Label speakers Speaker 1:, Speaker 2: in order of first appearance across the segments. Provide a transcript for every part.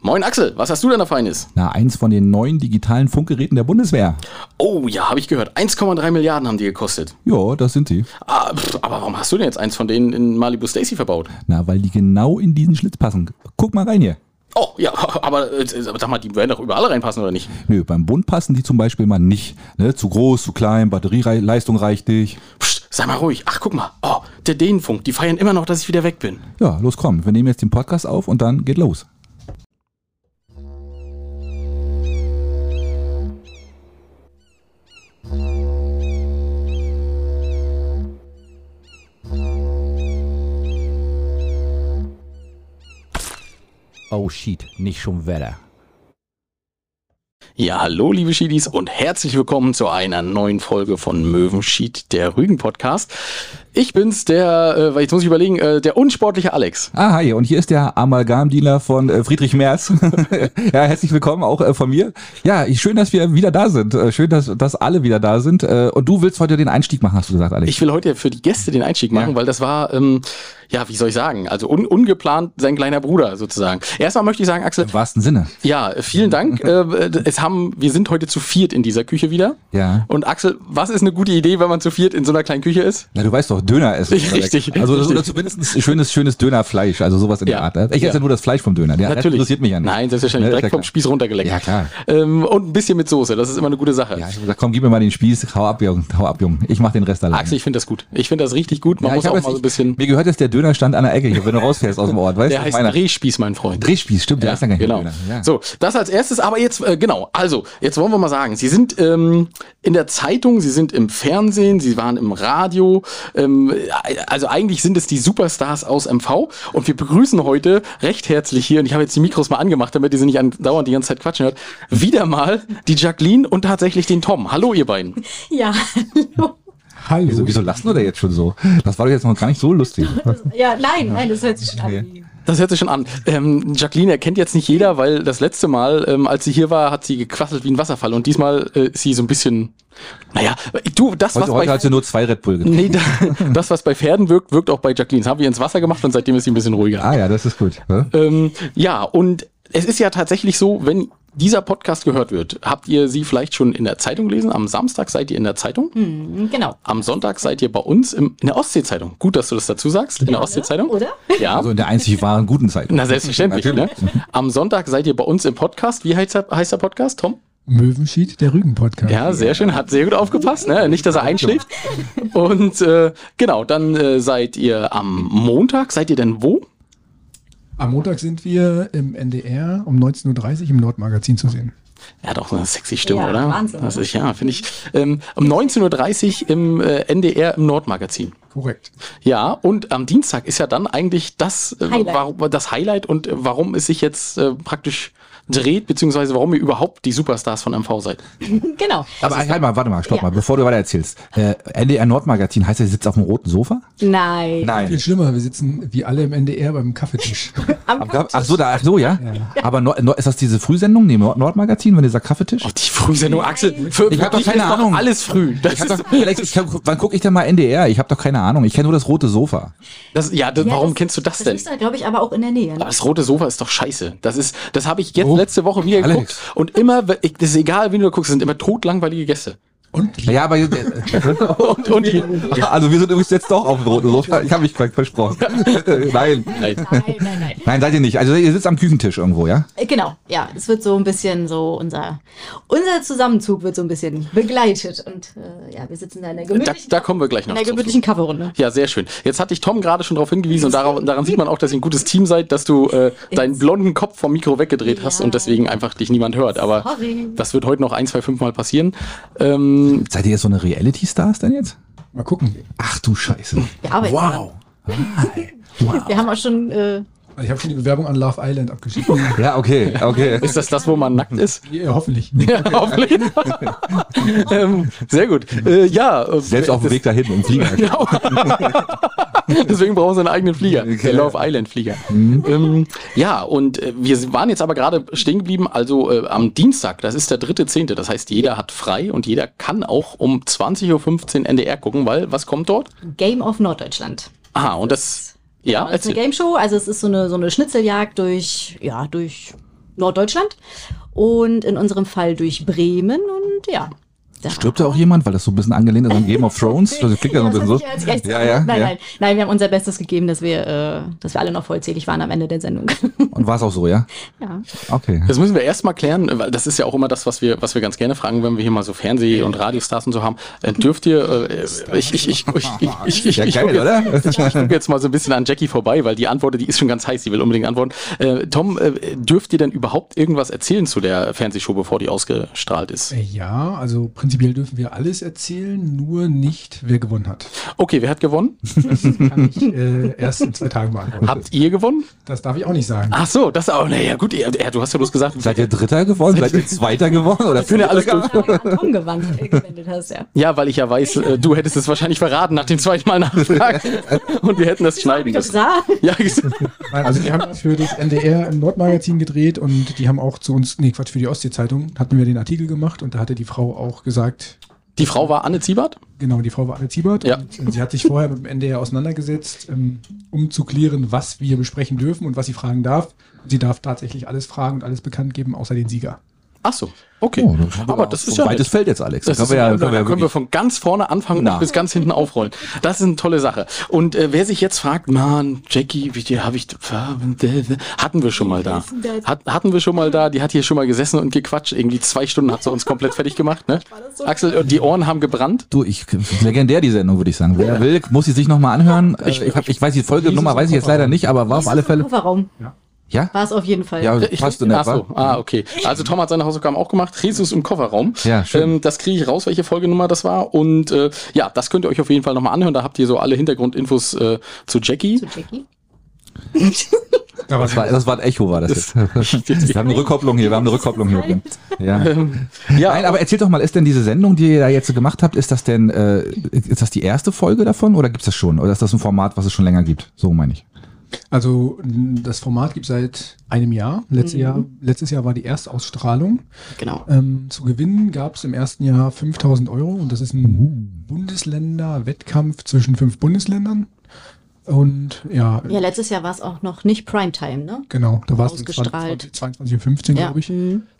Speaker 1: Moin Axel, was hast du denn da Feines?
Speaker 2: Na, eins von den neuen digitalen Funkgeräten der Bundeswehr.
Speaker 1: Oh ja, habe ich gehört. 1,3 Milliarden haben die gekostet.
Speaker 2: Ja, das sind sie.
Speaker 1: Ah, pff, aber warum hast du denn jetzt eins von denen in Malibu Stacy verbaut?
Speaker 2: Na, weil die genau in diesen Schlitz passen. Guck mal rein hier.
Speaker 1: Oh ja, aber, äh, aber sag mal, die werden doch überall reinpassen, oder nicht?
Speaker 2: Nö, beim Bund passen die zum Beispiel mal nicht. Ne? Zu groß, zu klein, Batterieleistung reicht nicht.
Speaker 1: Psst, sei mal ruhig. Ach, guck mal. Oh, der Dänenfunk, die feiern immer noch, dass ich wieder weg bin.
Speaker 2: Ja, los komm, wir nehmen jetzt den Podcast auf und dann geht los.
Speaker 3: Oh shit, nicht schon Wetter.
Speaker 1: Ja, hallo liebe Schiedis und herzlich willkommen zu einer neuen Folge von Möwenschied, der Rügen-Podcast. Ich bin's, der, äh, weil jetzt muss ich überlegen, äh, der unsportliche Alex.
Speaker 2: Ah, hi, und hier ist der Amalgamdealer von äh, Friedrich Merz. ja, herzlich willkommen auch äh, von mir. Ja, ich- schön, dass wir wieder da sind. Äh, Schön, dass, dass alle wieder da sind. Äh, Und du willst heute den Einstieg machen, hast du gesagt, Alex.
Speaker 1: Ich will heute für die Gäste den Einstieg machen, weil das war, ähm, ja, wie soll ich sagen, also un ungeplant sein kleiner Bruder sozusagen. Erstmal möchte ich sagen, Axel,
Speaker 2: Im wahrsten Sinne.
Speaker 1: ja, vielen Dank. äh, es haben, wir sind heute zu viert in dieser Küche wieder.
Speaker 2: Ja.
Speaker 1: Und Axel, was ist eine gute Idee, wenn man zu viert in so einer kleinen Küche ist?
Speaker 2: Na, du weißt doch, Döner essen.
Speaker 1: Ich- richtig,
Speaker 2: Also das
Speaker 1: richtig.
Speaker 2: ist zumindest ein schönes, schönes Dönerfleisch, also sowas in
Speaker 1: Ja.
Speaker 2: der Art. Ich esse
Speaker 1: Ja.
Speaker 2: nur das Fleisch vom Döner. Der Rest
Speaker 1: Natürlich.
Speaker 2: interessiert mich ja nicht.
Speaker 1: Nein, selbstverständlich.
Speaker 2: Ne, ist
Speaker 1: Direkt vom
Speaker 2: ja
Speaker 1: Spieß runtergeleckt.
Speaker 2: Ja, klar.
Speaker 1: Ähm, und ein bisschen mit Soße. Das ist immer eine gute Sache.
Speaker 2: klar. Ja, ich hab gesagt, komm, gib mir mal den Spieß, hau ab, Junge, hau ab, Junge. Ich mach den Rest allein.
Speaker 1: Axel, ich finde das gut. Ich finde das richtig gut. Man
Speaker 2: ja,
Speaker 1: muss
Speaker 2: ich hab
Speaker 1: auch mal
Speaker 2: jetzt-
Speaker 1: so ein bisschen.
Speaker 2: Mir gehört jetzt der Dönerstand an der Ecke, hier, wenn du rausfährst aus dem Ort, weißt
Speaker 1: Der
Speaker 2: du?
Speaker 1: heißt
Speaker 2: meiner-
Speaker 1: Drehspieß, mein Freund.
Speaker 2: Drehspieß, stimmt, der
Speaker 1: Ja,
Speaker 2: heißt dann gar nicht
Speaker 1: genau.
Speaker 2: Döner. Ja.
Speaker 1: So, das als erstes, aber jetzt, äh, genau, also, jetzt wollen wir mal sagen, Sie sind ähm, in der Zeitung, Sie sind im Fernsehen, Sie waren im Radio, ähm, also eigentlich sind es die Superstars aus MV und wir begrüßen heute recht herzlich hier, und ich habe jetzt die Mikros mal angemacht, damit ihr sie nicht andauernd die ganze Zeit quatschen hört, wieder mal die Jacqueline und tatsächlich den Tom. Hallo, ihr beiden.
Speaker 4: Ja, hallo.
Speaker 2: Hallo. Wieso, wieso lachst du da jetzt schon so? Das war doch jetzt noch gar nicht so lustig.
Speaker 4: Ja, nein, nein, das hört sich schon an.
Speaker 1: Das hört sich schon an. Ähm, Jacqueline erkennt jetzt nicht jeder, weil das letzte Mal, ähm, als sie hier war, hat sie gequasselt wie ein Wasserfall und diesmal äh, ist sie so ein bisschen. Naja, du, das, was
Speaker 2: Heute, heute
Speaker 1: bei.
Speaker 2: hat sie nur zwei Red Bull getrunken.
Speaker 1: Nee, da, das, was bei Pferden wirkt, wirkt auch bei Jacqueline. Das haben wir ins Wasser gemacht und seitdem ist sie ein bisschen ruhiger.
Speaker 2: Ah ja, das ist gut. ne?
Speaker 1: Ähm, ja, und es ist ja tatsächlich so, wenn dieser Podcast gehört wird, habt ihr sie vielleicht schon in der Zeitung gelesen? Am Samstag seid ihr in der Zeitung.
Speaker 4: Hm, Genau.
Speaker 1: Am Sonntag seid ihr bei uns im, in der Ostsee-Zeitung. Gut, dass du das dazu sagst. In der Ostsee-Zeitung.
Speaker 4: Oder?
Speaker 1: Ja.
Speaker 2: Also in der einzig wahren guten Zeit.
Speaker 1: Na, selbstverständlich. Ne?
Speaker 2: Natürlich.
Speaker 1: Am Sonntag seid ihr bei uns im Podcast. Wie heißt der, heißt der Podcast, Tom?
Speaker 5: Möwenschied, der Rügen-Podcast.
Speaker 1: Ja, sehr schön. Hat sehr gut aufgepasst. Ne? Nicht, dass er einschläft. Und äh, genau, dann äh, seid ihr am Montag. Seid ihr denn wo?
Speaker 5: Am Montag sind wir im NDR um 19.30 Uhr im Nordmagazin zu sehen.
Speaker 1: Er hat auch so eine sexy Stimme,
Speaker 4: Ja,
Speaker 1: oder?
Speaker 4: Wahnsinn,
Speaker 1: Das
Speaker 4: ne?
Speaker 1: ist ja, finde ich. Ähm, um 19.30 Uhr im äh, NDR im Nordmagazin.
Speaker 5: Korrekt.
Speaker 1: Ja, und am Dienstag ist ja dann eigentlich das, äh,
Speaker 4: Highlight.
Speaker 1: warum, das Highlight und äh, warum es sich jetzt äh, praktisch dreht, beziehungsweise warum ihr überhaupt die Superstars von MV seid.
Speaker 4: Genau.
Speaker 2: Aber halt mal, warte mal, stopp
Speaker 4: Ja.
Speaker 2: mal, bevor du weiter erzählst. Äh, NDR Nordmagazin heißt, er sitzt auf dem roten Sofa?
Speaker 4: Nein.
Speaker 2: Nein.
Speaker 5: Viel schlimmer, wir sitzen wie alle im NDR beim Kaffeetisch.
Speaker 4: Am
Speaker 2: Am,
Speaker 1: also
Speaker 2: ach so, da, ach so, ja. Aber Nord, Nord, ist das diese Frühsendung? Nee, Nord- Nordmagazin, wenn dieser Kaffeetisch?
Speaker 1: Oh, die Frühsendung, Axel. Für
Speaker 2: Ich hab
Speaker 1: wirklich
Speaker 2: doch keine
Speaker 1: ist
Speaker 2: Ahnung.
Speaker 1: Alles früh. Das
Speaker 2: Ich hab
Speaker 1: ist,
Speaker 2: doch, Alex, ich kann, wann gucke ich denn mal NDR? Ich habe doch keine Ahnung. Ich kenne nur das rote Sofa.
Speaker 1: das, ja, das,
Speaker 4: Ja,
Speaker 1: warum kennst du das,
Speaker 4: das
Speaker 1: denn? Ah.
Speaker 4: ist glaube ich, aber auch in der Nähe.
Speaker 1: Aber
Speaker 4: Ne?
Speaker 1: das rote Sofa ist doch scheiße. Das ist, das habe ich jetzt
Speaker 2: Oh.
Speaker 1: letzte Woche wieder
Speaker 2: Alex.
Speaker 1: geguckt. Und immer, we- ich, das ist egal, wen du da guckst, sind immer totlangweilige Gäste.
Speaker 5: Und
Speaker 2: Ja, aber jetzt-
Speaker 1: Und, und die,
Speaker 2: also wir sind übrigens jetzt doch auf dem roten Sofa. Ich habe mich versprochen. Nein.
Speaker 1: nein.
Speaker 4: Nein, nein, nein.
Speaker 2: Nein, seid ihr nicht. Also ihr sitzt am Küchentisch irgendwo, ja?
Speaker 4: Äh, Genau, ja, es wird so ein bisschen so unser unser Zusammenzug wird so ein bisschen begleitet und äh, ja, wir sitzen da in der
Speaker 1: Da,
Speaker 4: gemütlichen,
Speaker 1: da kommen wir gleich
Speaker 4: in
Speaker 1: noch
Speaker 4: der
Speaker 1: zu.
Speaker 4: gemütlichen Coverrunde.
Speaker 1: Ja, sehr schön. Jetzt hatte ich Tom gerade schon darauf hingewiesen und daran, daran sieht man auch, dass ihr ein gutes Team seid, dass du äh, deinen blonden Kopf vom Mikro weggedreht hast
Speaker 4: Ja.
Speaker 1: und deswegen einfach dich niemand hört. Aber
Speaker 4: Sorry.
Speaker 1: das wird heute noch ein, zwei, fünf Mal passieren. Ähm,
Speaker 2: Seid ihr jetzt so eine Reality-Stars denn jetzt?
Speaker 5: mal gucken.
Speaker 2: Ach du Scheiße.
Speaker 4: Wir arbeiten.
Speaker 2: Wow.
Speaker 4: Wir haben auch schon äh,
Speaker 5: Also ich habe schon die Bewerbung an Love Island abgeschickt.
Speaker 2: Ja, okay, okay.
Speaker 1: ist das das, wo man nackt ist?
Speaker 5: ja, hoffentlich.
Speaker 1: Ja, hoffentlich. ähm, sehr gut. Äh, ja. äh,
Speaker 2: Selbst auf dem Weg dahin im Flieger.
Speaker 1: Genau. Deswegen brauchen sie einen eigenen Flieger,
Speaker 2: Okay. Mhm.
Speaker 1: der Love Island Flieger. Ähm, ja, und äh, wir waren jetzt aber gerade stehen geblieben, also äh, am Dienstag, das ist der dritte Zehnte, das heißt, jeder hat frei und jeder kann auch um 20.15 Uhr NDR gucken, weil was kommt dort?
Speaker 4: Game of Norddeutschland.
Speaker 1: Aha, und das, ja,
Speaker 4: Genau, das ist eine
Speaker 1: erzähl.
Speaker 4: Game Show, also es ist so eine, so eine Schnitzeljagd durch, ja, durch Norddeutschland und in unserem Fall durch Bremen und ja. da-
Speaker 2: Stirbt da auch jemand, weil das so ein bisschen angelehnt ist an Game of Thrones? Das klingt ja so ein bisschen so.
Speaker 4: das hat sich als echt-
Speaker 2: Ja, ja,
Speaker 4: nein,
Speaker 2: ja.
Speaker 4: nein, nein, wir haben unser Bestes gegeben, dass wir, äh, dass wir alle noch vollzählig waren am Ende der Sendung.
Speaker 2: Und war es auch so, ja?
Speaker 4: ja.
Speaker 2: Okay.
Speaker 1: Das müssen wir erstmal klären, weil das ist ja auch immer das, was wir, was wir ganz gerne fragen, wenn wir hier mal so Fernseh- und Radiostars und so haben. Äh, dürft ihr, äh, ich, ich, ich, ich, ich, ich, ich,
Speaker 2: Ja,
Speaker 1: ich
Speaker 2: geil,
Speaker 1: gucke jetzt,
Speaker 2: oder?
Speaker 1: ich guck jetzt mal so ein bisschen an Jackie vorbei, weil die Antwort, die ist schon ganz heiß, die will unbedingt antworten. Äh, Tom, äh, dürft ihr denn überhaupt irgendwas erzählen zu der Fernsehshow, bevor die ausgestrahlt ist?
Speaker 5: Äh, Ja, also prinzipiell dürfen wir alles erzählen, nur nicht, wer gewonnen hat.
Speaker 1: Okay, wer hat gewonnen?
Speaker 5: Kann ich äh, erst in zwei Tagen beantworten.
Speaker 1: Habt ihr gewonnen?
Speaker 5: Das darf ich auch nicht sagen.
Speaker 1: Ach so, das auch. Naja, gut, ja, du hast ja bloß gesagt,
Speaker 2: Seid ihr Dritter geworden? Seid ihr Zweiter geworden? Oder
Speaker 1: führen ja alles durch.
Speaker 4: Umgewandt, äh, gewendet hast, ja.
Speaker 1: Ja, weil ich ja weiß, äh, du hättest es wahrscheinlich verraten nach dem zweiten Mal nachfragen. Und wir hätten das schneiden
Speaker 4: Ich doch
Speaker 1: müssen.
Speaker 4: gesagt.
Speaker 1: Ja, ges-
Speaker 5: Nein, also wir haben das für das NDR im Nordmagazin gedreht und die haben auch zu uns, nee Quatsch, für die Ostsee-Zeitung hatten wir den Artikel gemacht und da hatte die Frau auch gesagt,
Speaker 1: die Frau war Anne Ziebert?
Speaker 5: Genau, die Frau war Anne Ziebert.
Speaker 1: Ja.
Speaker 5: Und äh, sie hat sich vorher mit dem NDR auseinandergesetzt, ähm, um zu klären, was wir besprechen dürfen und was sie fragen darf. Und sie darf tatsächlich alles fragen und alles bekannt geben, außer den Sieger.
Speaker 1: Ach so, okay.
Speaker 2: Oh,
Speaker 1: Aber das ist
Speaker 2: ja
Speaker 1: ja.
Speaker 2: weites
Speaker 1: nett.
Speaker 2: Feld jetzt, Alex.
Speaker 1: Das
Speaker 2: Da
Speaker 1: ist,
Speaker 2: können wir ja-
Speaker 1: da
Speaker 2: können wir ja
Speaker 1: können wir
Speaker 2: wirklich-
Speaker 1: von ganz vorne anfangen
Speaker 2: Na.
Speaker 1: und bis ganz hinten aufrollen. Das ist eine tolle Sache. Und äh, wer sich jetzt fragt, Mann, Jackie, wie die habe ich. Hatten wir schon mal da. Hat, hatten wir schon mal da, die hat hier schon mal gesessen und gequatscht. Irgendwie zwei Stunden hat sie uns komplett fertig gemacht, ne? Axel, und die Ohren haben gebrannt.
Speaker 2: Du, ich legendär die Sendung, würde ich sagen. Wer will, muss sie sich nochmal anhören. Äh, Ich, hab, ich weiß die Folgenummer, weiß ich jetzt leider nicht, aber war auf alle Fälle.
Speaker 4: Warum?
Speaker 2: Ja?
Speaker 4: War es auf jeden Fall.
Speaker 2: Ja,
Speaker 1: Ich-
Speaker 2: passt in
Speaker 1: Ach
Speaker 2: etwa.
Speaker 1: so, ah, okay. Also Tom hat seine Hausaufgaben auch gemacht. Jesus im Kofferraum.
Speaker 2: Ja, schön.
Speaker 1: Ähm, das kriege ich raus, welche Folgenummer das war. Und äh, ja, das könnt ihr euch auf jeden Fall nochmal anhören. Da habt ihr so alle Hintergrundinfos äh, zu Jackie.
Speaker 4: Zu Jackie.
Speaker 5: Da war
Speaker 2: Das war, das war ein Echo, war das jetzt. Wir haben eine Rückkopplung hier, wir haben eine Rückkopplung hier. Ähm, Ja.
Speaker 1: ja,
Speaker 2: Nein, aber erzähl doch mal, ist denn diese Sendung, die ihr da jetzt gemacht habt, ist das denn, äh, ist das die erste Folge davon oder gibt's das schon? Oder ist das ein Format, was es schon länger gibt? So meine ich.
Speaker 5: Also n- das Format gibt seit einem Jahr. Letztes, Jahr. Letztes Jahr war die Erstausstrahlung.
Speaker 4: Genau.
Speaker 5: Ähm, zu gewinnen gab es im ersten Jahr 5000 Euro und das ist ein Bundesländer-Wettkampf zwischen fünf Bundesländern. Und ja,
Speaker 4: Ja, letztes Jahr war es auch noch nicht Primetime, ne?
Speaker 5: Genau, da war es um
Speaker 4: Ausgestrahlt.
Speaker 5: 22.15 22,
Speaker 4: Ja, Mhm.
Speaker 5: glaube ich.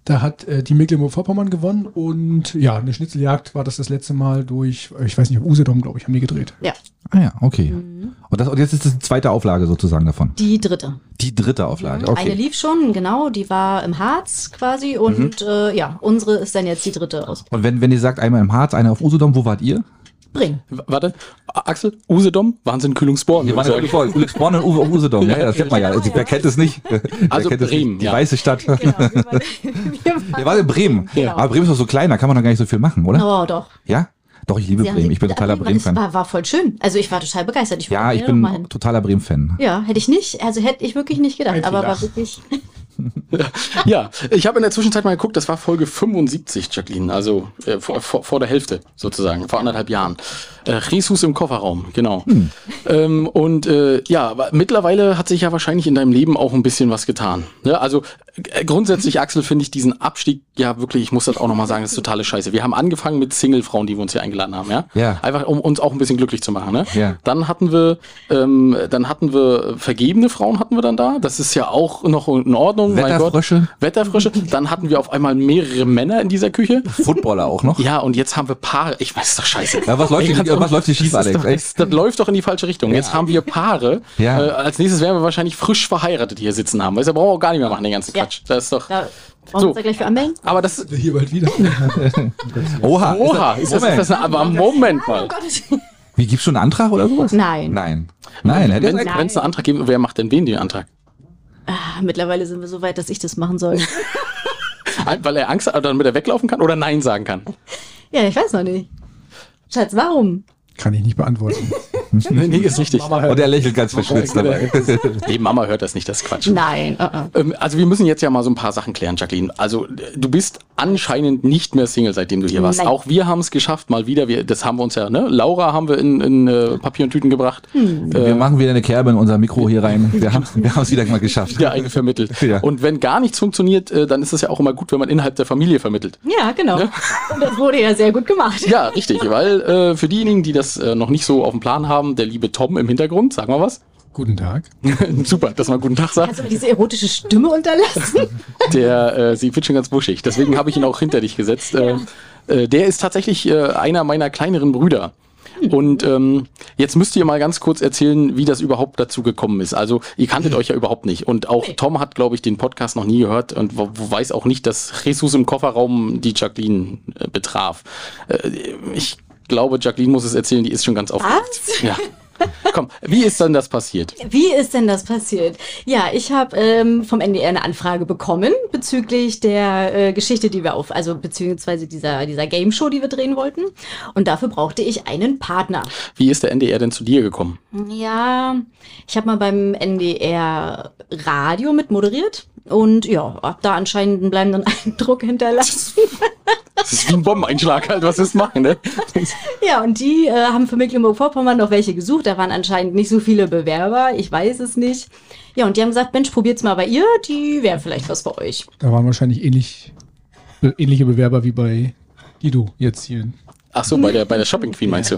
Speaker 5: Da hat äh, die Mecklenburg-Vorpommern gewonnen und ja, eine Schnitzeljagd war das das letzte Mal durch, äh, ich weiß nicht, Usedom, glaube ich, haben die gedreht.
Speaker 4: Ja,
Speaker 2: Ah ja, okay. Und, das, und jetzt ist das die zweite Auflage sozusagen davon.
Speaker 4: die dritte.
Speaker 2: Die dritte Auflage,
Speaker 4: Eine
Speaker 2: okay. Mhm.
Speaker 4: lief schon, genau, die war im Harz quasi und äh, ja, unsere ist dann jetzt die dritte aus
Speaker 2: Und wenn, wenn ihr sagt, einmal im Harz, einer auf Usedom, wo wart ihr?
Speaker 4: Bring.
Speaker 1: W- Warte, Axel, Usedom, Wahnsinn Kühlungsborn.
Speaker 2: Wir waren ja
Speaker 1: Also
Speaker 2: voll. Ulrich Born und Uwe auf Usedom, ja, das kennt man ja. Also, wer kennt es nicht? Wer
Speaker 1: genau. Also
Speaker 2: kennt es
Speaker 1: Bremen,
Speaker 2: nicht? Die
Speaker 1: ja.
Speaker 2: weiße Stadt.
Speaker 4: Genau, wir waren- wir
Speaker 2: Wir waren in Bremen. Aber Bremen ist doch so klein, da kann man doch gar nicht so viel machen, oder?
Speaker 4: waren- Oh, doch.
Speaker 2: Ja? Doch, ich liebe
Speaker 4: Ja,
Speaker 2: Bremen. Ich bin
Speaker 4: ja,
Speaker 2: totaler
Speaker 4: Bremen war-
Speaker 2: Bremen-Fan.
Speaker 4: War, war voll schön. Also ich war total begeistert. Ich
Speaker 2: Ja,
Speaker 4: wollte
Speaker 2: ich
Speaker 4: gerne noch mal
Speaker 2: bin
Speaker 4: hin.
Speaker 2: totaler Bremen-Fan.
Speaker 4: Ja, hätte ich nicht. Also hätte ich wirklich nicht gedacht.
Speaker 5: Ein
Speaker 4: Aber war
Speaker 5: Fehler.
Speaker 4: wirklich.
Speaker 1: ja, ich habe in der Zwischenzeit mal geguckt, das war Folge 75, Jacqueline. Also äh, vor, vor, vor der Hälfte sozusagen, vor anderthalb Jahren. Äh, Jesus im Kofferraum, genau.
Speaker 2: Hm.
Speaker 1: Ähm, und äh, ja, aber mittlerweile hat sich ja wahrscheinlich in deinem Leben auch ein bisschen was getan. Ne? Also äh, grundsätzlich, Axel, finde ich diesen Abstieg, ja wirklich, ich muss das auch nochmal sagen, das ist totale Scheiße. Wir haben angefangen mit Single-Frauen, die wir uns hier eingeladen haben, ja?
Speaker 2: Ja.
Speaker 1: Einfach, um uns auch ein bisschen glücklich zu machen, ne?
Speaker 2: Ja.
Speaker 1: Dann hatten wir, ähm, dann hatten wir vergebene Frauen hatten wir dann da. Das ist ja auch noch in Ordnung. mein Gott.
Speaker 2: Wetterfrösche.
Speaker 1: Wetterfrische. Dann hatten wir auf einmal mehrere Männer in dieser Küche.
Speaker 2: Footballer auch noch.
Speaker 1: Ja, und jetzt haben wir Paare. Ich weiß doch scheiße.
Speaker 2: Ja, was läuft
Speaker 1: Ey,
Speaker 2: hier-
Speaker 1: ganz
Speaker 2: was läuft hier schief,
Speaker 1: das ist
Speaker 2: Alex?
Speaker 1: Doch, das, das läuft doch in die falsche Richtung. Jetzt haben wir Paare.
Speaker 2: Ja.
Speaker 1: Äh, als nächstes werden wir wahrscheinlich frisch verheiratet hier sitzen haben. Weißt du, brauchen wir auch gar nicht mehr machen, den ganzen
Speaker 4: Ja.
Speaker 1: Quatsch. Das ist doch.
Speaker 4: Da wollen
Speaker 1: So.
Speaker 4: wir uns da gleich für anmelden.
Speaker 1: Aber das.
Speaker 5: Also Hier bald wieder.
Speaker 2: Oha.
Speaker 1: Oha, ist das, ist
Speaker 2: Moment.
Speaker 1: das eine, aber Moment
Speaker 4: Oh
Speaker 1: mal.
Speaker 2: Wie gibt's schon einen Antrag oder sowas?
Speaker 4: Nein.
Speaker 2: Nein. Nein, hätte
Speaker 1: Wenn
Speaker 2: ich gesagt.
Speaker 1: es einen Antrag gibt, wer macht denn wen den Antrag?
Speaker 4: Ah, Mittlerweile sind wir so weit, dass ich das machen soll.
Speaker 1: Ein- Weil er Angst hat, damit er weglaufen kann oder Nein sagen kann.
Speaker 4: ja, ich weiß noch nicht. Schatz, warum?
Speaker 5: Kann ich nicht beantworten.
Speaker 1: Nee, nee ist richtig.
Speaker 2: Und er lächelt ganz verschwitzt dabei.
Speaker 1: Nee, Mama hört das nicht, das ist Quatsch.
Speaker 4: Nein. äh, äh.
Speaker 1: Ähm, Also wir müssen jetzt ja mal so ein paar Sachen klären, Jacqueline. Also äh, du bist anscheinend nicht mehr Single, seitdem du hier warst.
Speaker 4: Nein.
Speaker 1: Auch wir haben es geschafft, mal wieder. Wir, das haben wir uns ja, ne? Laura haben wir in, in äh, Papier und Tüten gebracht.
Speaker 2: Wir machen wieder eine Kerbe in unser Mikro hier rein. Wir haben wir haben es wieder mal geschafft.
Speaker 1: Ja, eigentlich vermittelt.
Speaker 2: Ja.
Speaker 1: Und wenn gar nichts funktioniert, äh, dann ist es ja auch immer gut, wenn man innerhalb der Familie vermittelt.
Speaker 4: Ja, genau. Und das wurde ja sehr gut gemacht.
Speaker 1: Ja, richtig, weil äh, für diejenigen, die das äh, noch nicht so auf dem Plan haben, der liebe Tom im Hintergrund, sag mal was.
Speaker 5: Guten Tag.
Speaker 1: Super, dass man guten Tag sagt.
Speaker 4: Kannst du mir diese erotische Stimme unterlassen?
Speaker 1: Der, äh, sie wird schon ganz buschig. Deswegen habe ich ihn auch hinter dich gesetzt. Ähm, äh, der ist tatsächlich äh, einer meiner kleineren Brüder. Und ähm, jetzt müsst ihr mal ganz kurz erzählen, wie das überhaupt dazu gekommen ist. Also ihr kanntet euch ja überhaupt nicht. Und auch Tom hat, glaube ich, den Podcast noch nie gehört und wo- wo weiß auch nicht, dass Jesus im Kofferraum die Jacqueline äh, betraf. Äh, ich glaube, Jacqueline muss es erzählen, die ist schon ganz aufgeregt. Ja. Komm, wie ist dann das passiert?
Speaker 4: Wie ist denn das passiert? Ja, ich habe ähm, vom NDR eine Anfrage bekommen bezüglich der äh, Geschichte, die wir auf, also beziehungsweise dieser, dieser Game Show, die wir drehen wollten. Und dafür brauchte ich einen Partner.
Speaker 1: Wie ist der NDR denn zu dir gekommen?
Speaker 4: Ja, ich habe mal beim NDR Radio mit moderiert und ja, hab da anscheinend einen bleibenden Eindruck hinterlassen.
Speaker 1: Das ist wie ein Bombeneinschlag halt, was ist machen, ne?
Speaker 4: Ja, und die äh, haben für Mecklenburg-Vorpommern noch welche gesucht. Da waren anscheinend nicht so viele Bewerber. Ich weiß es nicht. Ja, und die haben gesagt, Mensch, probiert's mal bei ihr. Die wäre vielleicht was für euch.
Speaker 5: Da waren wahrscheinlich ähnlich, äh, ähnliche Bewerber wie bei Guido jetzt hier.
Speaker 1: Ach so, bei der, bei der Shopping Queen meinst du?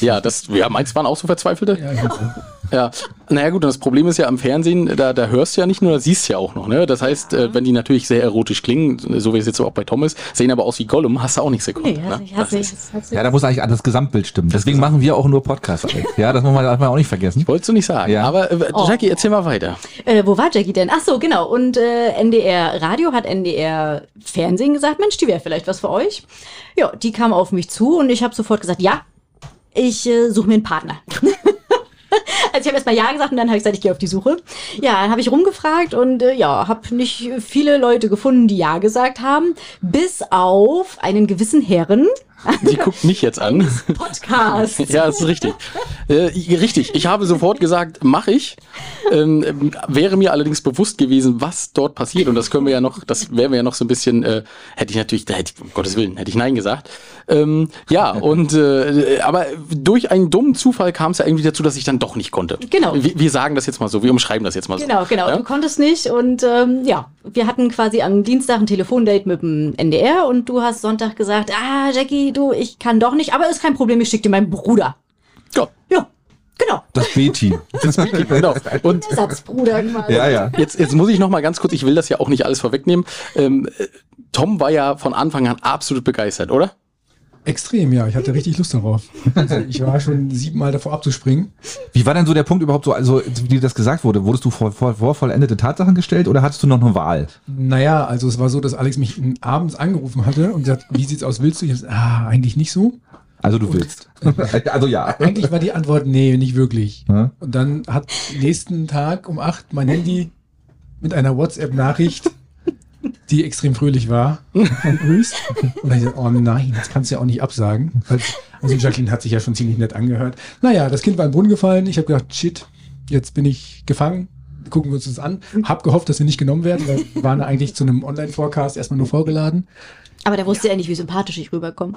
Speaker 1: Ja, das, ja, meins waren auch so Verzweifelte.
Speaker 5: Ja, ja.
Speaker 1: Ja. Naja, gut, und das Problem ist ja am Fernsehen, da, da hörst du ja nicht nur, da siehst du ja auch noch, ne? Das heißt, äh, wenn die natürlich sehr erotisch klingen, so wie es jetzt auch bei Thomas, sehen aber aus wie Gollum, hast du auch nichts gekonnt.
Speaker 4: Nee,
Speaker 1: ne?
Speaker 4: hat, hat, sich- hat, sich-
Speaker 2: Ja, da muss eigentlich das Gesamtbild stimmen. Deswegen machen wir auch nur Podcasts. Alex. Ja, das muss man, darf man auch nicht vergessen.
Speaker 1: Wolltest du nicht sagen.
Speaker 2: Ja.
Speaker 1: Aber äh, Jackie, erzähl mal weiter.
Speaker 4: Äh, wo war Jackie denn? Ach so, genau. Und äh, NDR Radio hat NDR Fernsehen gesagt, Mensch, die wäre vielleicht was für euch. Ja, die kam auf mich zu und ich habe sofort gesagt, ja, ich äh, suche mir einen Partner. also ich habe erstmal ja gesagt und dann habe ich gesagt, ich gehe auf die Suche. Ja, dann habe ich rumgefragt und äh, ja, habe nicht viele Leute gefunden, die ja gesagt haben, bis auf einen gewissen Herren
Speaker 1: Sie guckt mich jetzt an.
Speaker 4: Podcast.
Speaker 1: Ja, das ist richtig. Äh, richtig. Ich habe sofort gesagt, mache ich. Ähm, ähm, wäre mir allerdings bewusst gewesen, was dort passiert. Und das können wir ja noch, das wären wir ja noch so ein bisschen, äh, hätte ich natürlich, da hätte ich, um Gottes Willen, hätte ich Nein gesagt. Ähm, ja, und äh, aber durch einen dummen Zufall kam es ja irgendwie dazu, dass ich dann doch nicht konnte.
Speaker 4: Genau.
Speaker 1: Wir, wir sagen das jetzt mal so, wir umschreiben das jetzt mal
Speaker 4: Genau,
Speaker 1: so.
Speaker 4: genau.
Speaker 1: Ja?
Speaker 4: Du konntest nicht und ähm, ja, wir hatten quasi am Dienstag ein Telefondate mit dem NDR und du hast Sonntag gesagt, ah, Jackie, du, ich kann doch nicht, aber ist kein Problem, ich schicke dir meinen Bruder.
Speaker 1: Ja,
Speaker 4: Ja, genau.
Speaker 2: Das B-Team.
Speaker 1: genau. Und
Speaker 4: Ersatzbruder quasi.
Speaker 2: Ja, ja.
Speaker 1: Jetzt, jetzt muss ich noch mal ganz kurz, ich will das ja auch nicht alles vorwegnehmen. Ähm, äh, Tom war ja von Anfang an absolut begeistert, oder?
Speaker 5: Extrem, ja. Ich hatte richtig Lust darauf. Also ich war schon siebenmal davor abzuspringen.
Speaker 2: Wie war denn so der Punkt überhaupt so, also wie dir das gesagt wurde? Wurdest du vor, vor, vor vollendete Tatsachen gestellt oder hattest du noch eine Wahl?
Speaker 5: Naja, also es war so, dass Alex mich n- abends angerufen hatte und gesagt, wie sieht's aus, willst du? Ich hab gesagt, ah, eigentlich nicht so.
Speaker 2: Also du willst. also ja.
Speaker 5: Eigentlich war die Antwort, nee, nicht wirklich.
Speaker 2: Hm?
Speaker 5: Und dann hat nächsten Tag um acht mein Handy mit einer WhatsApp-Nachricht, die extrem fröhlich war, begrüßt. Und dann ich gesagt, oh nein, das kannst du ja auch nicht absagen. Also also Jacqueline hat sich ja schon ziemlich nett angehört. Naja, das Kind war in den Brunnen gefallen. Ich habe gedacht, shit, jetzt bin ich gefangen. Gucken wir uns das an. Hab gehofft, dass wir nicht genommen werden. weil Wir waren eigentlich zu einem Online-Forecast erstmal nur vorgeladen.
Speaker 4: Aber der wusste ja nicht, wie sympathisch ich rüberkomme.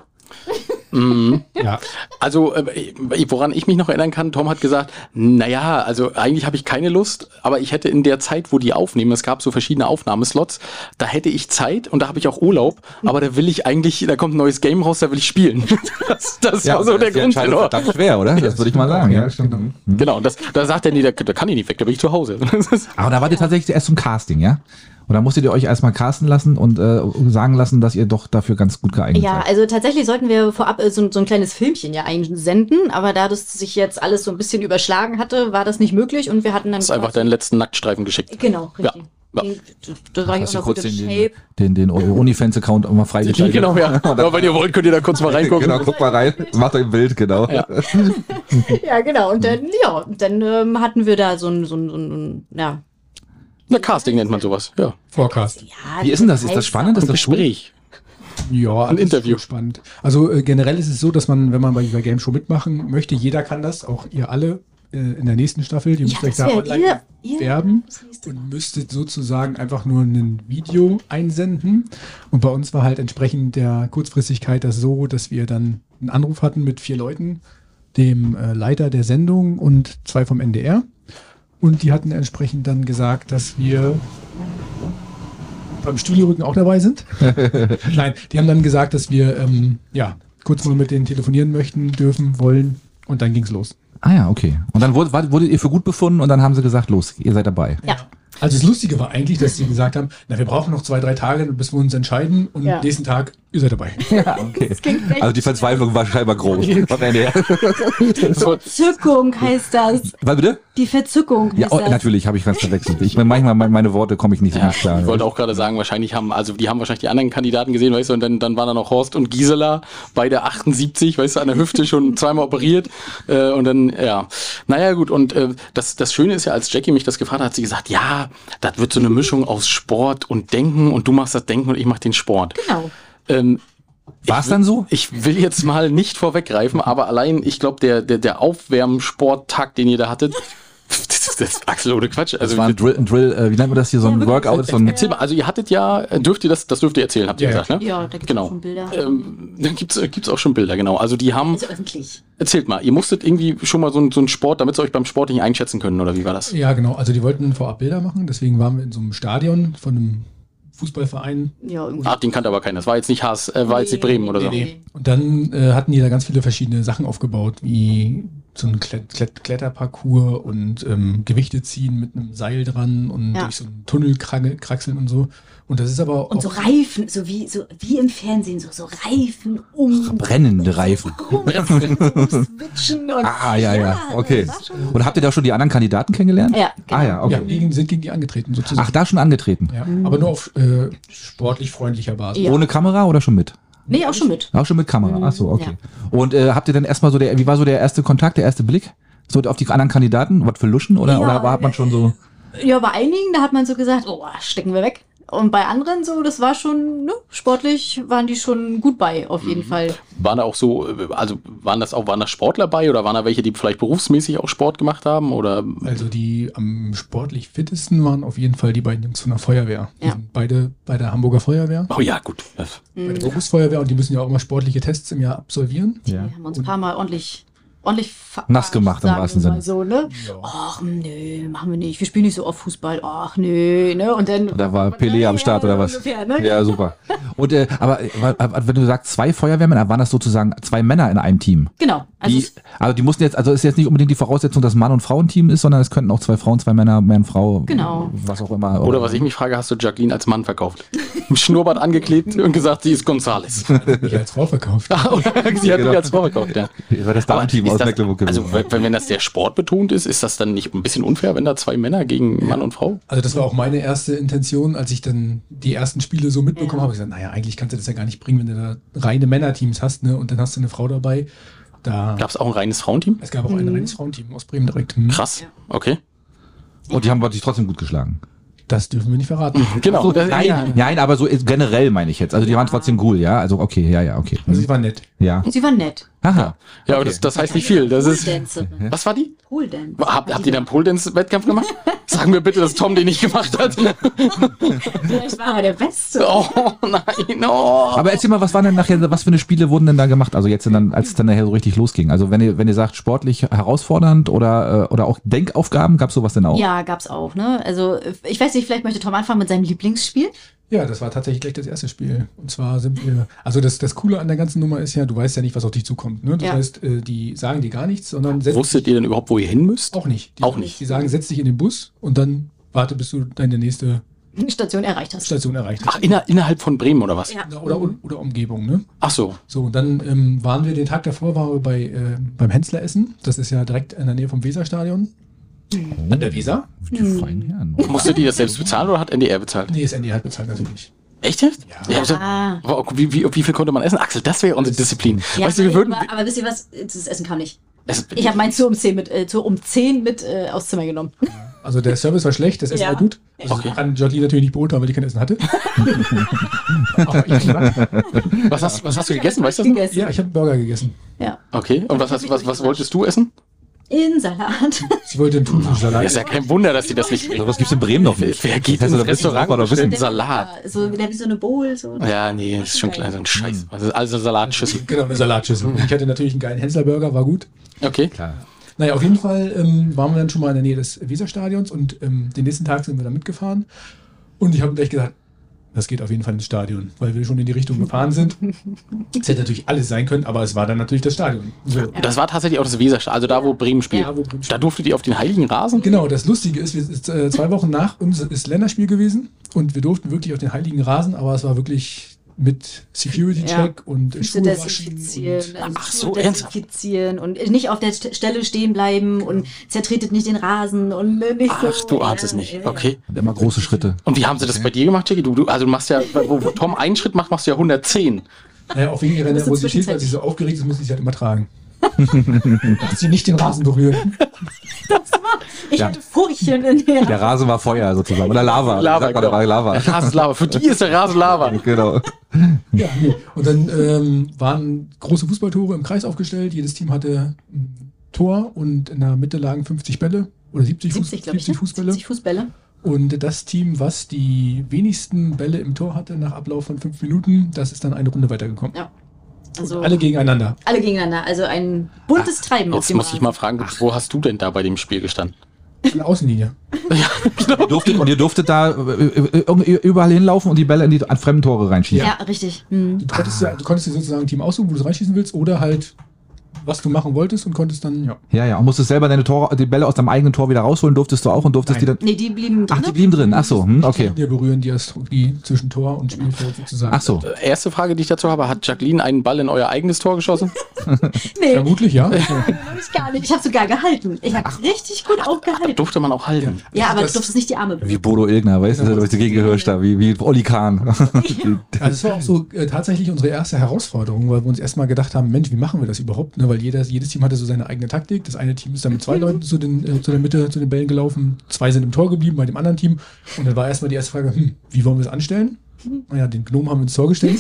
Speaker 5: Ja,
Speaker 1: Also, äh, woran ich mich noch erinnern kann, Tom hat gesagt, naja, also eigentlich habe ich keine Lust, aber ich hätte in der Zeit, wo die aufnehmen, es gab so verschiedene Aufnahmeslots, da hätte ich Zeit und da habe ich auch Urlaub, aber da will ich eigentlich, da kommt ein neues Game raus, da will ich spielen. Das, das war so der Grund. Genau,
Speaker 2: Das schwer, oder? Das würde ich mal sagen. Ja, stimmt.
Speaker 1: genau das, da sagt er, nee, da, da kann ich nicht weg, da bin ich zu Hause. Das ist-
Speaker 2: Aber da wart ihr tatsächlich erst zum Casting, ja? Und da musstet ihr euch erstmal casten lassen und äh, sagen lassen, dass ihr doch dafür ganz gut geeignet
Speaker 4: Ja,
Speaker 2: seid.
Speaker 4: also tatsächlich sollten wir vorab äh, so, so ein kleines Filmchen ja einsenden, aber da das sich jetzt alles so ein bisschen überschlagen hatte, war das nicht möglich und wir hatten dann.
Speaker 1: das ist einfach deinen letzten Nacktstreifen geschickt.
Speaker 4: Genau, richtig.
Speaker 1: Ja, ja.
Speaker 4: Den- Da war ich auch
Speaker 2: Hast du
Speaker 4: noch
Speaker 2: kurz
Speaker 4: gut im
Speaker 2: den,
Speaker 4: Shape.
Speaker 2: den, den, den OnlyFans-Account auch mal freigeschaltet?
Speaker 1: Genau, ja. Aber wenn ihr wollt, könnt ihr da kurz mal reingucken.
Speaker 2: Genau, guck mal rein. Macht euch ein Bild, genau.
Speaker 1: Ja.
Speaker 4: Ja, genau. Und
Speaker 2: Mhm.
Speaker 4: dann, ja, dann ähm, hatten wir da so ein, so ein, so ein- so ein ja.
Speaker 1: Na, Casting nennt man sowas. Ja.
Speaker 5: Forecast.
Speaker 4: ja.
Speaker 2: Wie ist denn das? Ist das spannend? Ist das cool?
Speaker 1: Gespräch.
Speaker 5: Ja,
Speaker 1: Ein
Speaker 5: das ist
Speaker 1: Interview.
Speaker 5: schon Spannend. Also äh, generell ist es so, dass man, wenn man bei dieser Game Show mitmachen möchte, jeder kann das, auch ihr alle äh, in der nächsten Staffel. Die müsst euch
Speaker 4: das
Speaker 5: da
Speaker 4: wäre-
Speaker 5: online
Speaker 4: ihr- ihr-
Speaker 5: bewerben und müsstet sozusagen einfach nur ein Video einsenden. Und bei uns war halt entsprechend der Kurzfristigkeit das so, dass wir dann einen Anruf hatten mit vier Leuten, dem äh, Leiter der Sendung und zwei vom NDR. Und die hatten entsprechend dann gesagt, dass wir beim Studiorücken auch dabei sind. Nein, die haben dann gesagt, dass wir ähm, ja, kurz mal mit denen telefonieren möchten, dürfen, wollen. Und dann ging's los.
Speaker 2: Ah ja, okay. Und dann wurde, war- wurdet ihr für gut befunden und dann haben sie gesagt, los, ihr seid dabei.
Speaker 4: Ja.
Speaker 5: Also das Lustige war eigentlich, dass sie gesagt haben, na, wir brauchen noch zwei, drei Tage, bis wir uns entscheiden und
Speaker 4: Ja.
Speaker 5: nächsten Tag, ihr seid dabei.
Speaker 2: Ja, okay. Also die Verzweiflung war scheinbar groß. Am Ende, ja.
Speaker 4: Verzückung heißt das.
Speaker 2: Was bitte?
Speaker 4: Die Verzückung heißt
Speaker 2: Ja, oh,
Speaker 4: das.
Speaker 2: natürlich, habe ich ganz verwechselt. Ich meine, manchmal meine, meine Worte komme ich nicht so ganz klar.
Speaker 1: Ich wollte auch gerade sagen, wahrscheinlich haben, also die haben wahrscheinlich die anderen Kandidaten gesehen, weißt du, und dann, dann waren da noch Horst und Gisela, beide 78, weißt du, an der Hüfte schon zweimal operiert. Äh, und dann, ja. Naja, gut, und äh, das, das Schöne ist ja, als Jackie mich das gefragt hat, hat sie gesagt, ja, das wird so eine Mischung aus Sport und Denken und du machst das Denken und ich mach den Sport.
Speaker 4: Genau.
Speaker 1: Ähm,
Speaker 2: War es dann so?
Speaker 1: ich will jetzt mal nicht vorweggreifen, aber allein, ich glaube, der, der, der Aufwärmsporttag, den ihr da hattet, das ist, das ist Axel ohne Quatsch.
Speaker 2: Das
Speaker 1: Also,
Speaker 2: war ein Drill, ein Drill äh, wie nennt man das hier, so ein
Speaker 4: wirklich.
Speaker 2: Workout, so ein
Speaker 1: Erzähl mal, also ihr hattet ja, äh, dürft ihr das, das dürft ihr erzählen, habt ihr
Speaker 5: Ja, ja.
Speaker 1: gesagt, ne?
Speaker 4: Ja, da gibt's
Speaker 1: genau.
Speaker 4: auch schon Bilder.
Speaker 1: Ähm, dann gibt's, äh, gibt's auch schon Bilder, genau. Also die haben,
Speaker 4: Also öffentlich.
Speaker 1: erzählt mal, ihr musstet irgendwie schon mal so, einen- so einen Sport, damit sie euch beim Sport nicht einschätzen können, oder wie war das?
Speaker 5: Ja, genau. Also die wollten vorab Bilder machen, deswegen waren wir in so einem Stadion von einem Fußballverein.
Speaker 4: Ja, irgendwie.
Speaker 1: Ah, den kannte aber keiner. Das war jetzt nicht Haas, äh, war jetzt nicht Bremen oder so.
Speaker 5: Und dann äh, hatten die da ganz viele verschiedene Sachen aufgebaut, wie so ein Klet Klet Kletterparcours und ähm, Gewichte ziehen mit einem Seil dran und
Speaker 4: Ja.
Speaker 5: durch so einen Tunnel krange- kraxeln und so. Und das ist aber
Speaker 4: Und so
Speaker 5: auch
Speaker 4: Reifen, so wie, so wie im Fernsehen, so, so Reifen um.
Speaker 2: brennende Reifen.
Speaker 4: Switchen und.
Speaker 2: Ah, ja, ja, okay.
Speaker 4: das war schon-
Speaker 2: Und habt ihr da schon die anderen Kandidaten kennengelernt?
Speaker 4: Ja, genau.
Speaker 2: Ah ja,
Speaker 5: ja,
Speaker 2: okay.
Speaker 5: gegen, sind gegen die angetreten sozusagen.
Speaker 2: Ach, da schon angetreten?
Speaker 5: Ja, aber nur auf äh, sportlich freundlicher Basis.
Speaker 4: Ja.
Speaker 2: Ohne Kamera oder schon mit?
Speaker 4: Nee, auch schon mit.
Speaker 2: Auch schon mit Kamera.
Speaker 4: Mhm.
Speaker 2: Ach so, okay. Und äh, habt ihr dann erstmal so der, wie war so der erste Kontakt, der erste Blick? So auf die anderen Kandidaten? Was für Luschen? Oder,
Speaker 4: Ja.
Speaker 2: oder war- hat man schon so.
Speaker 4: Ja, bei einigen, da hat man so gesagt, oh, stecken wir weg. Und bei anderen so, das war schon, ne, sportlich waren die schon gut bei, auf jeden Fall.
Speaker 1: Waren da auch so, äh, also waren das auch, waren da Sportler bei oder waren da welche, die vielleicht berufsmäßig auch Sport gemacht haben? Oder
Speaker 5: Also die am sportlich fittesten waren auf jeden Fall die beiden Jungs von der Feuerwehr. Die
Speaker 4: Ja.
Speaker 5: sind beide bei der Hamburger Feuerwehr,
Speaker 1: oh ja, gut. Das-
Speaker 5: bei der Berufsfeuerwehr und die müssen ja auch immer sportliche Tests im Jahr absolvieren.
Speaker 4: Die haben uns ein paar Mal ordentlich, ordentlich verarscht,
Speaker 2: Nass gemacht im
Speaker 4: sagen wir
Speaker 2: wahrsten Sinne.
Speaker 4: mal So, ne? Ach, nö, machen wir nicht. Wir spielen nicht so oft Fußball. Ach, nö, ne? Und dann.
Speaker 2: Da war Pelé am Start oder was?
Speaker 4: Ungefähr, ne?
Speaker 2: Ja, super. Und äh, aber, äh, aber wenn du sagst, zwei Feuerwehrmänner, waren das sozusagen zwei Männer in einem Team?
Speaker 4: Genau. Also,
Speaker 2: Die,
Speaker 4: es-
Speaker 2: also die mussten jetzt, also ist jetzt nicht unbedingt die Voraussetzung, dass Mann- und Frauenteam ist, sondern es könnten auch zwei Frauen, zwei Männer, mehr und Frau,
Speaker 4: Genau.
Speaker 2: was auch immer.
Speaker 1: Oder was ich mich frage, hast du Jacqueline als Mann verkauft? Im Schnurrbart angeklebt und gesagt, sie ist Gonzales.
Speaker 5: Mich als Frau verkauft.
Speaker 1: Ah, oder? Sie hat mich als Frau verkauft, ja.
Speaker 2: War das
Speaker 1: Aber
Speaker 2: Damenteam
Speaker 1: ist
Speaker 2: aus
Speaker 1: das-
Speaker 2: Mecklenburg
Speaker 1: Also
Speaker 2: gewesen? ne?
Speaker 1: wenn, wenn das sehr sportbetont ist, ist das dann nicht ein bisschen unfair, wenn da zwei Männer gegen Mann und Frau?
Speaker 5: Also das war auch meine erste Intention, als ich dann die ersten Spiele so mitbekommen habe. Ich gesagt, naja, eigentlich kannst du das ja gar nicht bringen, wenn du da reine Männerteams hast, ne? Und dann hast du eine Frau dabei. Da
Speaker 1: Gab es auch ein reines Frauenteam?
Speaker 5: es gab auch ein reines Frauenteam aus Bremen direkt. Hm.
Speaker 1: Krass. Okay.
Speaker 2: Und die haben sich trotzdem gut geschlagen.
Speaker 5: Das dürfen wir nicht verraten.
Speaker 1: Genau.
Speaker 2: So,
Speaker 1: das,
Speaker 2: nein,
Speaker 1: ja.
Speaker 2: nein, aber so ist- generell meine ich jetzt. Also die waren trotzdem cool, ja. Also okay, ja, ja, okay.
Speaker 5: Also sie war nett.
Speaker 2: Ja.
Speaker 4: sie war nett.
Speaker 2: Haha.
Speaker 1: Ja, aber das, das heißt nicht viel. Das ist.
Speaker 4: Pole-Dancerin.
Speaker 1: Was war die?
Speaker 4: Pole-Dance.
Speaker 1: Habt, habt ihr dann Pole Dance Wettkampf gemacht? Sagen wir bitte, dass Tom den nicht gemacht hat.
Speaker 4: Vielleicht war er der Beste.
Speaker 1: Oh nein, oh.
Speaker 2: Aber erzähl mal, was waren denn nachher, was für eine Spiele wurden denn da gemacht? Also jetzt dann, als es dann nachher so richtig losging. Also wenn ihr, wenn ihr sagt, sportlich herausfordernd oder, äh, oder auch Denkaufgaben, gab's sowas denn auch?
Speaker 4: Ja, gab's auch, ne? Also, ich weiß nicht, vielleicht möchte Tom anfangen mit seinem Lieblingsspiel.
Speaker 5: Ja, das war tatsächlich gleich das erste Spiel. Und zwar sind wir, also das, das Coole an der ganzen Nummer ist ja, du weißt ja nicht, was auf dich zukommt. Ne? Das
Speaker 4: Ja.
Speaker 5: heißt, äh, die sagen dir gar nichts, sondern setzen
Speaker 1: Wusstet ihr denn überhaupt, wo ihr hin müsst?
Speaker 5: auch nicht. Die,
Speaker 1: Auch nicht.
Speaker 5: Die sagen, setz dich in den Bus und dann warte, bis du deine nächste
Speaker 4: Station erreicht hast.
Speaker 5: Station erreicht
Speaker 1: Ach,
Speaker 5: hast.
Speaker 1: inner, innerhalb von Bremen oder was?
Speaker 4: Ja.
Speaker 5: Oder, oder Umgebung, ne?
Speaker 1: Ach so.
Speaker 5: So, und dann ähm, waren wir den Tag davor waren wir bei, äh, beim Hensler Essen. Das ist ja direkt in der Nähe vom Weserstadion.
Speaker 1: Mhm.
Speaker 5: An der Weser?
Speaker 2: Die feinen Herren.
Speaker 1: Musstet ihr das selbst bezahlen oder hat NDR bezahlt?
Speaker 5: Nee, das Handy hat bezahlt natürlich.
Speaker 1: Echt jetzt?
Speaker 5: Ja.
Speaker 1: also,
Speaker 4: Ah.
Speaker 1: wow, wie, wie, wie viel konnte man essen? Axel, das wäre unsere Disziplin.
Speaker 4: Ja,
Speaker 1: weißt du, wir würden.
Speaker 4: aber, aber wisst ihr was? Das Essen kam nicht.
Speaker 1: es,
Speaker 4: Ich habe mein Zoo um 10 mit, äh, Zoo um 10 mit äh, aus Zimmer genommen.
Speaker 5: Also der Service war schlecht, das Essen
Speaker 4: Ja.
Speaker 5: war gut. Also
Speaker 1: Okay.
Speaker 5: Kann Jolly natürlich nicht beurteilen, weil die kein Essen hatte.
Speaker 1: Oh,
Speaker 5: Aber ich,
Speaker 1: was, hast, was hast du gegessen? Weißt du das noch?
Speaker 4: Gegessen.
Speaker 5: ja, ich habe einen Burger gegessen.
Speaker 4: Ja.
Speaker 1: Okay, und was, hast, was, was wolltest du essen?
Speaker 4: In Salat.
Speaker 5: Sie wollte einen
Speaker 1: Das ist ja
Speaker 5: Thunfischsalat.
Speaker 1: kein Wunder, dass die das nicht
Speaker 2: Also
Speaker 1: kriegen.
Speaker 2: was gibt's in Bremen noch nicht?
Speaker 1: Wer geht
Speaker 2: Das
Speaker 1: ins
Speaker 2: hätte doch wissen,
Speaker 1: Restaurant
Speaker 2: braucht man doch
Speaker 1: und bestellt
Speaker 2: wissen.
Speaker 1: Salat?
Speaker 4: Ja, so wieder wie so eine Bowl. So.
Speaker 1: Ja, nee, ist schon klein, so ein Scheiß. Das ist also Salatschüssel.
Speaker 5: Genau, eine
Speaker 1: Hm.
Speaker 5: Salatschüssel. Ich hatte natürlich einen geilen Hensler-Burger, war gut.
Speaker 1: Okay.
Speaker 5: Naja, auf jeden Fall ähm, waren wir dann schon mal in der Nähe des Weserstadions und ähm, den nächsten Tag sind wir da mitgefahren. Und ich habe gleich gesagt, Das geht auf jeden Fall ins Stadion, weil wir schon in die Richtung gefahren sind. Es hätte natürlich alles sein können, aber es war dann natürlich das Stadion. So.
Speaker 1: Das war tatsächlich auch das Weserstadion, also da, wo Bremen spielt.
Speaker 5: Ja, wo Bremen spielt.
Speaker 1: Da durftet ihr auf den heiligen Rasen?
Speaker 5: Genau, das Lustige ist, wir sind, äh, zwei Wochen nach uns ist Länderspiel gewesen und wir durften wirklich auf den heiligen Rasen, aber es war wirklich mit Security-Check und äh,
Speaker 4: Füße
Speaker 5: Schuhe waschen.
Speaker 4: desinfizieren. also
Speaker 1: Ach
Speaker 4: Schuhe
Speaker 1: so, ernsthaft?
Speaker 4: desinfizieren und nicht auf der St- Stelle stehen bleiben und zertretet nicht den Rasen und äh, nicht so.
Speaker 1: Ach, du ahnst es nicht. Okay.
Speaker 2: Immer große Schritte.
Speaker 1: Und wie haben sie das bei dir gemacht, Jackie? Du, du, also du machst ja, wo, wo Tom einen Schritt macht, machst du ja 110.
Speaker 5: Und, naja, auch wegen ihrer
Speaker 4: Das ist
Speaker 5: Nervosität, weil sie so aufgeregt ist, muss ich sie halt immer tragen. Dass sie nicht den Rasen berühren.
Speaker 4: Ich hatte Furchen in der.
Speaker 2: Der Rasen war Feuer sozusagen. Oder Lava.
Speaker 1: Lava, genau.
Speaker 2: Sagt man, der war Lava.
Speaker 1: Rasenlava. Für die ist der Rasenlava.
Speaker 2: Genau.
Speaker 5: Ja, nee. Und dann ähm, waren große Fußballtore im Kreis aufgestellt. Jedes Team hatte ein Tor und in der Mitte lagen 50 Bälle oder
Speaker 4: 70,
Speaker 5: 70, Fuß,
Speaker 4: glaube ich.
Speaker 5: 70
Speaker 4: ne?
Speaker 5: Fußbälle.
Speaker 4: 70 Fußbälle.
Speaker 5: Und das Team, was die wenigsten Bälle im Tor hatte nach Ablauf von fünf Minuten, das ist dann eine Runde weitergekommen.
Speaker 4: Ja. Also
Speaker 5: Alle Ah. gegeneinander.
Speaker 4: alle gegeneinander. Also ein buntes Treiben auf
Speaker 1: Jetzt
Speaker 4: dem
Speaker 1: muss ich mal fragen, wo hast du denn da bei dem Spiel gestanden?
Speaker 5: An der Außenlinie.
Speaker 2: Ihr durftet, und ihr durftet da äh, äh, irgendwie überall hinlaufen und die Bälle in die an fremden Tore reinschießen.
Speaker 4: Ja, richtig. Hm.
Speaker 5: Du konntest, ja- du konntest dir sozusagen ein Team aussuchen, wo du reinschießen willst, oder halt, was du machen wolltest und konntest dann, ja.
Speaker 2: Ja, ja. Und musstest selber deine Tore, die Bälle aus deinem eigenen Tor wieder rausholen, durftest du auch und durftest die
Speaker 5: Nein.
Speaker 2: dann.
Speaker 4: Nee, ne? die blieben
Speaker 2: Ach,
Speaker 4: drin.
Speaker 2: die blieben drin. Ach so, hm, okay.
Speaker 5: Wir berühren die, Astro- die zwischen Tor und Spielfeld sozusagen.
Speaker 2: Ach so.
Speaker 1: Erste Frage, die ich dazu habe, hat Jacqueline einen Ball in euer eigenes Tor geschossen?
Speaker 4: nee,
Speaker 5: Vermutlich, ja.
Speaker 4: hab ich gar nicht. Ich habe sogar gehalten. Ich habe richtig gut aufgehalten.
Speaker 1: Durfte man auch halten.
Speaker 4: Ja, aber
Speaker 5: Das-
Speaker 4: du durftest nicht die Arme bewegen.
Speaker 2: Wie Bodo Ilgner, weißt du, durch die Gegend gehört da, wie, wie Olli Kahn.
Speaker 5: Also es war auch so äh, tatsächlich unsere erste Herausforderung, weil wir uns erstmal gedacht haben, Mensch, wie machen wir das überhaupt? Ne? Weil jeder, jedes Team hatte so seine eigene Taktik. Das eine Team ist dann mit
Speaker 2: Mhm.
Speaker 5: zwei Leuten zu, den, äh, zu der Mitte, zu den Bällen gelaufen. Zwei sind im Tor geblieben bei dem anderen Team. Und dann war erstmal die erste Frage, hm, wie wollen wir es anstellen?
Speaker 2: Mhm.
Speaker 5: Naja, den Gnom haben wir ins Tor gestellt.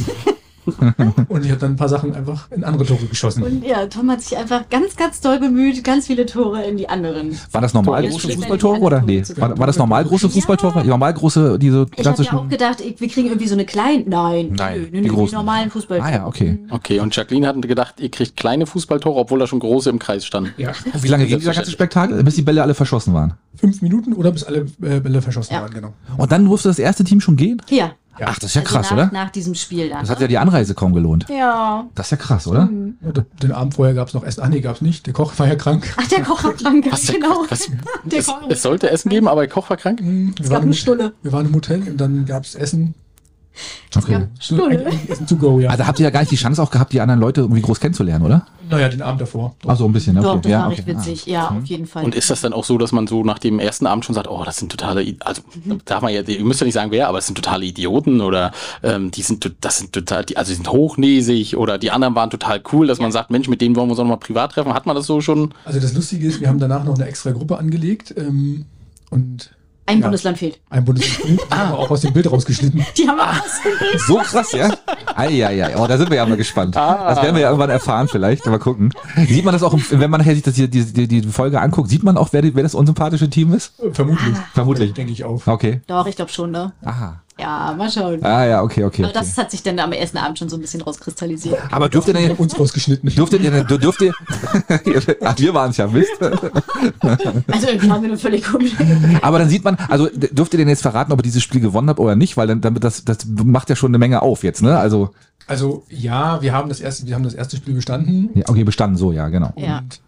Speaker 5: Und ich habe dann ein paar Sachen einfach in andere Tore geschossen.
Speaker 4: Und ja, Tom hat sich einfach ganz, ganz doll bemüht, ganz viele Tore in die anderen.
Speaker 2: War das normal
Speaker 1: Jetzt
Speaker 2: große
Speaker 1: steht
Speaker 2: Fußballtore
Speaker 4: bei den
Speaker 2: oder?
Speaker 4: anderen
Speaker 2: Nee.
Speaker 4: Tore
Speaker 2: War, war das normal große Fußballtore? Normal große, diese
Speaker 4: Ich habe ja auch
Speaker 2: klassischen.
Speaker 4: gedacht, ich, wir kriegen irgendwie so eine kleine. Nein,
Speaker 2: Nein,
Speaker 4: nö,
Speaker 2: die
Speaker 4: nö, nö, die
Speaker 2: großen.
Speaker 4: normalen Fußball.
Speaker 2: Ah ja, okay.
Speaker 4: Hm.
Speaker 1: Okay, und Jacqueline hatten gedacht, ihr kriegt kleine Fußballtore, obwohl da schon große im Kreis standen.
Speaker 5: Ja,
Speaker 2: Wie lange ging dieser ganze Spektakel? Bis die Bälle alle verschossen waren.
Speaker 5: fünf Minuten oder bis alle äh, Bälle verschossen
Speaker 4: Ja.
Speaker 5: waren, genau.
Speaker 2: Und dann durfte das erste Team schon gehen?
Speaker 4: Hier.
Speaker 2: Ach, das ist ja
Speaker 4: Also
Speaker 2: krass,
Speaker 4: nach,
Speaker 2: oder?
Speaker 4: Nach diesem Spiel dann.
Speaker 2: Das hat ja die Anreise kaum gelohnt.
Speaker 4: ja. Mhm.
Speaker 2: Das ist ja krass, oder?
Speaker 5: Und den Abend vorher gab es noch Essen. Ah, nee, gab es nicht. Der Koch war ja krank.
Speaker 4: Ach, der Koch hat dran
Speaker 1: Was,
Speaker 4: genau.
Speaker 1: was,
Speaker 4: Der
Speaker 1: es,
Speaker 4: Koch-
Speaker 1: es sollte Essen geben, aber der Koch war krank.
Speaker 5: Es
Speaker 4: gab eine Stulle.
Speaker 5: Wir waren im Hotel und dann gab es Essen.
Speaker 2: Okay.
Speaker 5: So, eigentlich Essen to go, ja.
Speaker 2: Also habt ihr ja gar nicht die Chance auch gehabt, die anderen Leute irgendwie groß kennenzulernen, oder?
Speaker 5: Naja, den Abend davor.
Speaker 2: Ach so, ein bisschen. ne?
Speaker 4: Doch,
Speaker 2: Okay.
Speaker 4: das
Speaker 2: Ja,
Speaker 4: war
Speaker 2: okay. Ah.
Speaker 4: recht witzig. Ja, auf jeden Fall.
Speaker 1: Und ist das dann auch so, dass man so nach dem ersten Abend schon sagt, oh, das sind totale, I- also
Speaker 4: Mhm.
Speaker 1: darf man ja, ihr müsst ja nicht sagen, wer, aber es sind totale Idioten oder ähm, die sind, to- das sind total, die, also die sind hochnäsig oder die anderen waren total cool, dass man sagt, Mensch, mit denen wollen wir uns auch noch mal privat treffen. Hat man das so schon?
Speaker 5: Also das Lustige ist, wir haben danach noch eine extra Gruppe angelegt ähm, und
Speaker 4: Ein
Speaker 5: ja.
Speaker 4: Bundesland fehlt.
Speaker 5: ein Bundesland ah. haben wir auch aus dem Bild rausgeschnitten.
Speaker 4: Die haben ausgewählt.
Speaker 2: So krass, ja? Eieiei, oh, da sind wir ja mal gespannt. Das werden wir ja irgendwann erfahren vielleicht. Mal gucken. Sieht man das auch, im- wenn man nachher sich das hier, die, die, die Folge anguckt, sieht man auch, wer, die- wer das unsympathische Team ist?
Speaker 5: Äh, Vermutlich.
Speaker 4: Ah.
Speaker 2: Vermutlich.
Speaker 5: Denke ich auch.
Speaker 2: Okay.
Speaker 4: Doch, ich glaube schon, ne?
Speaker 2: Aha.
Speaker 4: Ja, mal schauen.
Speaker 2: Ah ja, okay, okay.
Speaker 4: Aber
Speaker 2: okay.
Speaker 4: das hat sich dann am ersten Abend schon so ein bisschen rauskristallisiert.
Speaker 2: Aber dürft ihr denn,
Speaker 5: Uns rausgeschnitten.
Speaker 2: dürftet ihr, denn- dürft ihr, ach, wir waren es ja, Mist.
Speaker 4: Also irgendwie haben wir eine völlig komische.
Speaker 2: Aber dann sieht man, also d- dürft ihr denn jetzt verraten, ob ihr dieses Spiel gewonnen habt oder nicht, weil dann, damit das, das macht ja schon eine Menge auf jetzt, ne? Also,
Speaker 5: Also ja, wir haben das erste, wir haben das erste Spiel bestanden.
Speaker 2: ja, okay, bestanden so, ja, genau.
Speaker 4: Ja.
Speaker 5: Und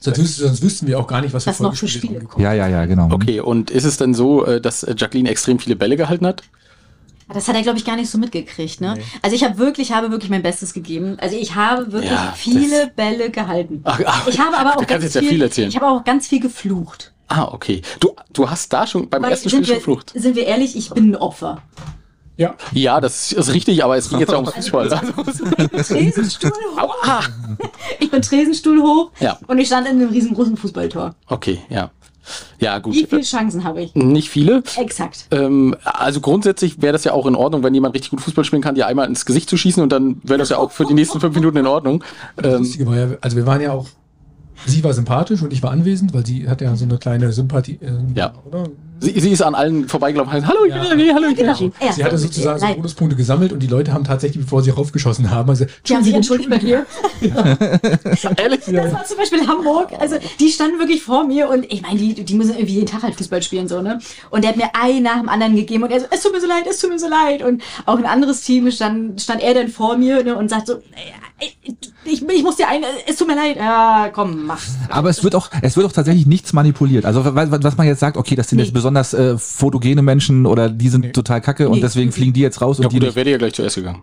Speaker 5: sonst, wüs- sonst wüssten wir auch gar nicht, was wir
Speaker 4: Was noch für
Speaker 5: Folgespiele
Speaker 4: Spiele
Speaker 5: haben.
Speaker 4: kommen.
Speaker 2: Ja, ja, ja, genau.
Speaker 4: Mhm.
Speaker 1: Okay, und ist es denn so, äh, dass äh, Jacqueline extrem viele Bälle gehalten hat?
Speaker 4: Das hat er, glaube ich, gar nicht so mitgekriegt. Ne? Also ich habe wirklich, habe wirklich mein Bestes gegeben. Also ich habe wirklich
Speaker 1: Ja,
Speaker 4: viele Bälle gehalten.
Speaker 1: Ach, ach,
Speaker 4: ich habe aber
Speaker 1: du
Speaker 4: auch
Speaker 1: kannst jetzt ja
Speaker 4: viel,
Speaker 1: viel erzählen.
Speaker 4: Ich habe auch ganz viel geflucht.
Speaker 1: Ah, okay. Du, du hast da schon beim
Speaker 4: Weil,
Speaker 1: ersten Spiel
Speaker 4: sind,
Speaker 1: schon
Speaker 4: wir,
Speaker 1: geflucht.
Speaker 4: sind wir ehrlich, ich bin ein Opfer.
Speaker 5: Ja,
Speaker 1: Ja, das ist richtig, aber es ging jetzt ja um Fußball.
Speaker 4: Also. Tresenstuhl hoch. Ich bin Tresenstuhl hoch
Speaker 1: Ja.
Speaker 4: und ich stand in einem riesengroßen Fußballtor.
Speaker 1: Okay, ja. Ja,
Speaker 4: Wie
Speaker 1: gut.
Speaker 4: viele
Speaker 1: Äh,
Speaker 4: Chancen habe ich?
Speaker 1: Nicht viele.
Speaker 4: Exakt.
Speaker 1: Ähm, also grundsätzlich wäre das ja auch in Ordnung, wenn jemand richtig gut Fußball spielen kann, dir einmal ins Gesicht zu schießen und dann wäre das ja auch für die nächsten fünf Minuten in Ordnung.
Speaker 5: das
Speaker 1: Ähm,
Speaker 5: Lustige war ja, also wir waren ja auch, sie war sympathisch und ich war anwesend, weil sie hat ja so eine kleine Sympathie, äh,
Speaker 1: Ja.
Speaker 5: oder?
Speaker 1: Sie, sie ist an allen vorbeigelaufen. und hat, Hallo, ich bin
Speaker 5: Ja.
Speaker 1: der René, hallo, ich bin der René.
Speaker 4: Ja,
Speaker 5: Sie hatte sozusagen so
Speaker 4: Nein.
Speaker 5: Bonuspunkte gesammelt und die Leute haben tatsächlich, bevor sie raufgeschossen haben, also,
Speaker 4: Die haben sich entschuldigt bei mir.
Speaker 1: Ehrlich?
Speaker 4: Das war zum Beispiel Hamburg. Also die standen wirklich vor mir und ich meine, die, die müssen irgendwie jeden Tag halt Fußball spielen, so, ne? Und der hat mir einen nach dem anderen gegeben und er so, es tut mir so leid, es tut mir so leid. Und auch ein anderes Team stand, stand er dann vor mir ne, und sagt so, ich, ich, ich muss dir einen, es tut mir leid. Ja, komm, mach.
Speaker 2: Aber es wird auch, es wird auch tatsächlich nichts manipuliert. Also wa- wa- was man jetzt sagt, okay, das sind
Speaker 4: Nee.
Speaker 2: jetzt besonders äh, fotogene Menschen oder die sind total kacke und
Speaker 4: Nee.
Speaker 2: deswegen fliegen die jetzt raus
Speaker 1: Ja
Speaker 2: und die
Speaker 1: gut,
Speaker 2: nicht.
Speaker 1: da wäre ja gleich zuerst gegangen.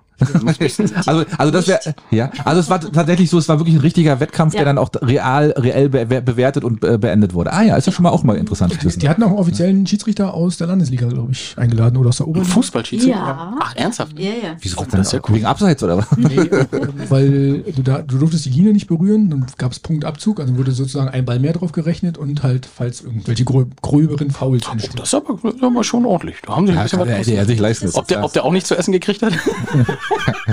Speaker 2: Also, also das wäre ja. Also es war t- tatsächlich so, es war wirklich ein richtiger Wettkampf,
Speaker 4: Ja.
Speaker 2: der dann auch real, reell be be- bewertet und äh, beendet wurde. Ah ja, ist ja schon mal auch mal interessant zu wissen.
Speaker 5: die hatten auch einen offiziellen Schiedsrichter aus der Landesliga, glaube ich, eingeladen oder aus der Oberliga.
Speaker 1: Fußballschiedsrichter?
Speaker 4: Ja.
Speaker 1: Ach, ernsthaft?
Speaker 4: Ja, ja.
Speaker 2: Wieso
Speaker 1: das ist ja
Speaker 2: Wegen Abseits oder was?
Speaker 5: Nee, ähm, weil du, da, du durftest die Linie nicht berühren, dann gab es Punktabzug, also wurde sozusagen ein Ball mehr drauf gerechnet und halt, falls irgendwelche grö gröberen Fouls
Speaker 1: Oh,
Speaker 5: entstehen.
Speaker 1: das ist aber, das ist aber schon ordentlich. Da haben sie ein bisschen was
Speaker 2: hätte er sich leisten.
Speaker 1: Ob der, ob der auch nicht zu essen gekriegt hat?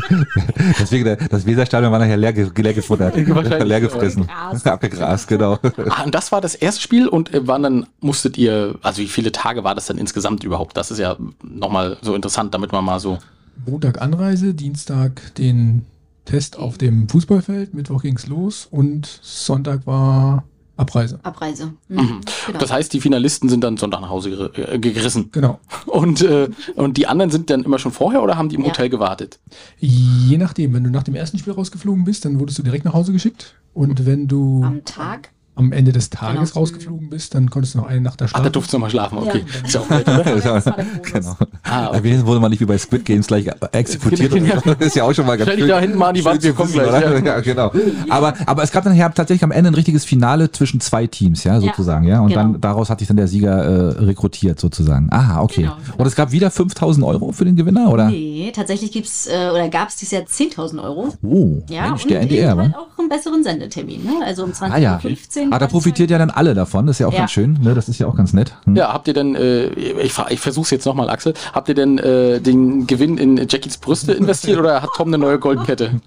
Speaker 2: Deswegen, der- das Weserstadion war nachher leer, ge leer gefuttert.
Speaker 1: Wahrscheinlich.
Speaker 2: leer gefressen. Abgegrast, genau.
Speaker 1: Ah, und das war das erste Spiel und äh, wann dann musstet ihr, also wie viele Tage war das dann insgesamt überhaupt? Das ist ja nochmal so interessant, damit man mal so.
Speaker 5: Montag Anreise, Dienstag den Test auf dem Fußballfeld, Mittwoch ging es los und Sonntag war Abreise.
Speaker 4: Abreise. Mhm. Genau.
Speaker 1: Das heißt, die Finalisten sind dann Sonntag nach Hause ger äh, gerissen.
Speaker 5: Genau.
Speaker 1: Und, äh, und die anderen sind dann immer schon vorher oder haben die im
Speaker 4: Ja.
Speaker 1: Hotel gewartet?
Speaker 5: Je nachdem, wenn du nach dem ersten Spiel rausgeflogen bist, dann wurdest du direkt nach Hause geschickt. Und wenn du am,
Speaker 4: Am Tag.
Speaker 5: Ende des Tages
Speaker 4: Genau.
Speaker 5: rausgeflogen bist, dann konntest du noch eine Nacht da
Speaker 1: Ach, da
Speaker 5: schlafen.
Speaker 1: durfte nochmal schlafen, okay.
Speaker 4: Ja.
Speaker 1: Ist ja auch nett, oder?
Speaker 4: Das war der Bonus.
Speaker 2: genau.
Speaker 1: Ah, okay.
Speaker 2: Wenigstens wurde man nicht wie bei Squid Games gleich exekutiert.
Speaker 1: Genau.
Speaker 2: Das ist ja auch schon mal ganz
Speaker 1: Stell dich da hinten mal an die
Speaker 2: schön
Speaker 1: Wand,
Speaker 2: zu
Speaker 1: wir kommen
Speaker 2: wissen,
Speaker 1: gleich,
Speaker 2: oder?
Speaker 1: ja.
Speaker 2: Ja, genau. Aber, aber es gab dann ja tatsächlich am Ende ein richtiges Finale zwischen zwei Teams, ja, sozusagen, ja. Und
Speaker 4: genau.
Speaker 2: dann daraus hat sich dann der Sieger äh, rekrutiert, sozusagen. Aha, okay.
Speaker 4: Genau.
Speaker 2: Und es gab wieder 5000 Euro für den Gewinner, oder?
Speaker 4: Nee, tatsächlich gibt's äh, oder gab's dieses Jahr 10.000 Euro.
Speaker 2: Oh,
Speaker 4: Ja,
Speaker 2: Mensch, der
Speaker 4: und
Speaker 2: NDR,
Speaker 4: eben
Speaker 2: wa?
Speaker 4: halt auch einen besseren Sendetermin, ne? Also um
Speaker 2: ne? Ah ja.
Speaker 4: 20.15 Uhr.
Speaker 2: Ah, da profitiert ja dann alle davon. Das ist ja auch
Speaker 4: Ja.
Speaker 2: ganz schön. Ne? Das ist ja auch ganz nett. Hm.
Speaker 1: Ja, habt ihr denn, äh, ich, fra- ich versuch's jetzt nochmal, Axel, habt ihr denn äh, den Gewinn in Jackies Brüste investiert oder hat Tom eine neue Goldkette?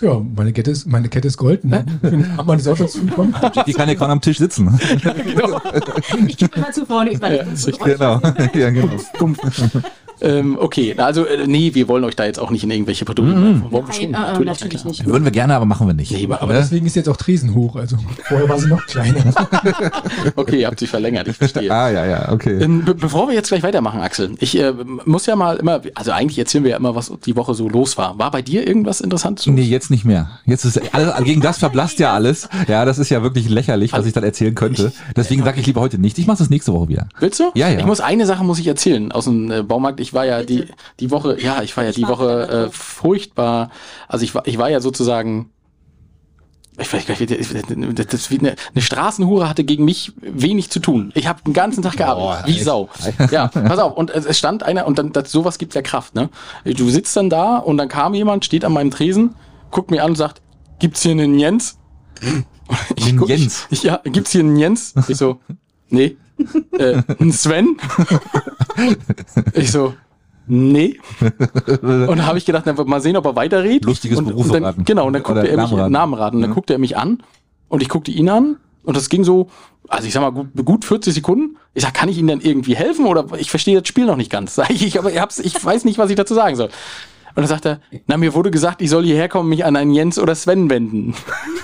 Speaker 5: Ja, meine Kette ist, meine Kette ist gold. Ne?
Speaker 1: Genau.
Speaker 5: Hat man das auch dazu bekommen?
Speaker 2: Die kann ja kaum am Tisch sitzen.
Speaker 4: Ich gebe immer zu vorne über
Speaker 1: Ja,
Speaker 4: ja,
Speaker 1: ist richtig.
Speaker 2: genau. ja, genau.
Speaker 1: ähm, okay, na, also äh, nee, wir wollen euch da jetzt auch nicht in irgendwelche Produkte Warum
Speaker 4: Nein,
Speaker 1: schon?
Speaker 4: äh, äh,
Speaker 1: Natürlich,
Speaker 4: natürlich
Speaker 1: na
Speaker 4: nicht.
Speaker 2: Würden wir gerne, aber machen wir nicht. ne?
Speaker 1: Nee, aber-
Speaker 5: Aber deswegen ist jetzt auch Tresen hoch. Also vorher war sie noch kleiner.
Speaker 1: klar. Okay, ihr habt sie verlängert, ich verstehe.
Speaker 2: ah, ja, ja, okay.
Speaker 1: Ähm, be bevor wir jetzt gleich weitermachen, Axel, ich äh, muss ja mal immer, also eigentlich erzählen wir ja immer, was die Woche so los war. War bei dir irgendwas Interessantes?
Speaker 2: Nee, jetzt nicht mehr. Jetzt ist alles, also gegen das verblasst ja alles. Ja, das ist ja wirklich lächerlich, was ich dann erzählen könnte. Deswegen sage ich lieber heute nicht. Ich mache das nächste Woche wieder.
Speaker 1: Willst du?
Speaker 2: Ja, ja.
Speaker 1: Ich muss eine Sache muss ich erzählen aus dem äh, Baumarkt. Ich war ja die die Woche, ja, ich war ja die
Speaker 4: Schwarz,
Speaker 1: Woche
Speaker 4: aber
Speaker 1: äh,
Speaker 4: drauf.
Speaker 1: furchtbar. Also ich war ich war ja sozusagen ich weiß gar nicht, das das ist wie eine, eine Straßenhure hatte gegen mich wenig zu tun. Ich habe den ganzen Tag gearbeitet, wie Sau. Ja, pass auf. Und es es stand einer und dann das, sowas gibt ja Kraft. Ne, du sitzt dann da und dann kam jemand, steht an meinem Tresen, guckt mir an und sagt, gibt's hier einen Jens? Ich
Speaker 2: Einen
Speaker 1: guck-
Speaker 2: Jens?
Speaker 1: Ich, ja, gibt's hier einen Jens? Ich so, nee. Äh, einen Sven? Ich so, nee. Und da habe ich gedacht, na, mal sehen, ob er weiterredet.
Speaker 2: Lustiges
Speaker 1: und, und
Speaker 2: Beruferaten.
Speaker 1: dann, Genau, und dann guckte
Speaker 2: Oder
Speaker 1: er mich
Speaker 2: Namenraten.
Speaker 1: Namenraten. Dann guckte er mich an und ich guckte ihn an und das ging so, also ich sag mal, gut, gut 40 Sekunden. Ich sag, kann ich Ihnen denn irgendwie helfen? Oder ich verstehe das Spiel noch nicht ganz. Sag ich, aber ich, hab's, ich weiß nicht, was ich dazu sagen soll. Und dann sagt er, na, mir wurde gesagt, ich soll hierher kommen, und mich an einen Jens oder Sven wenden.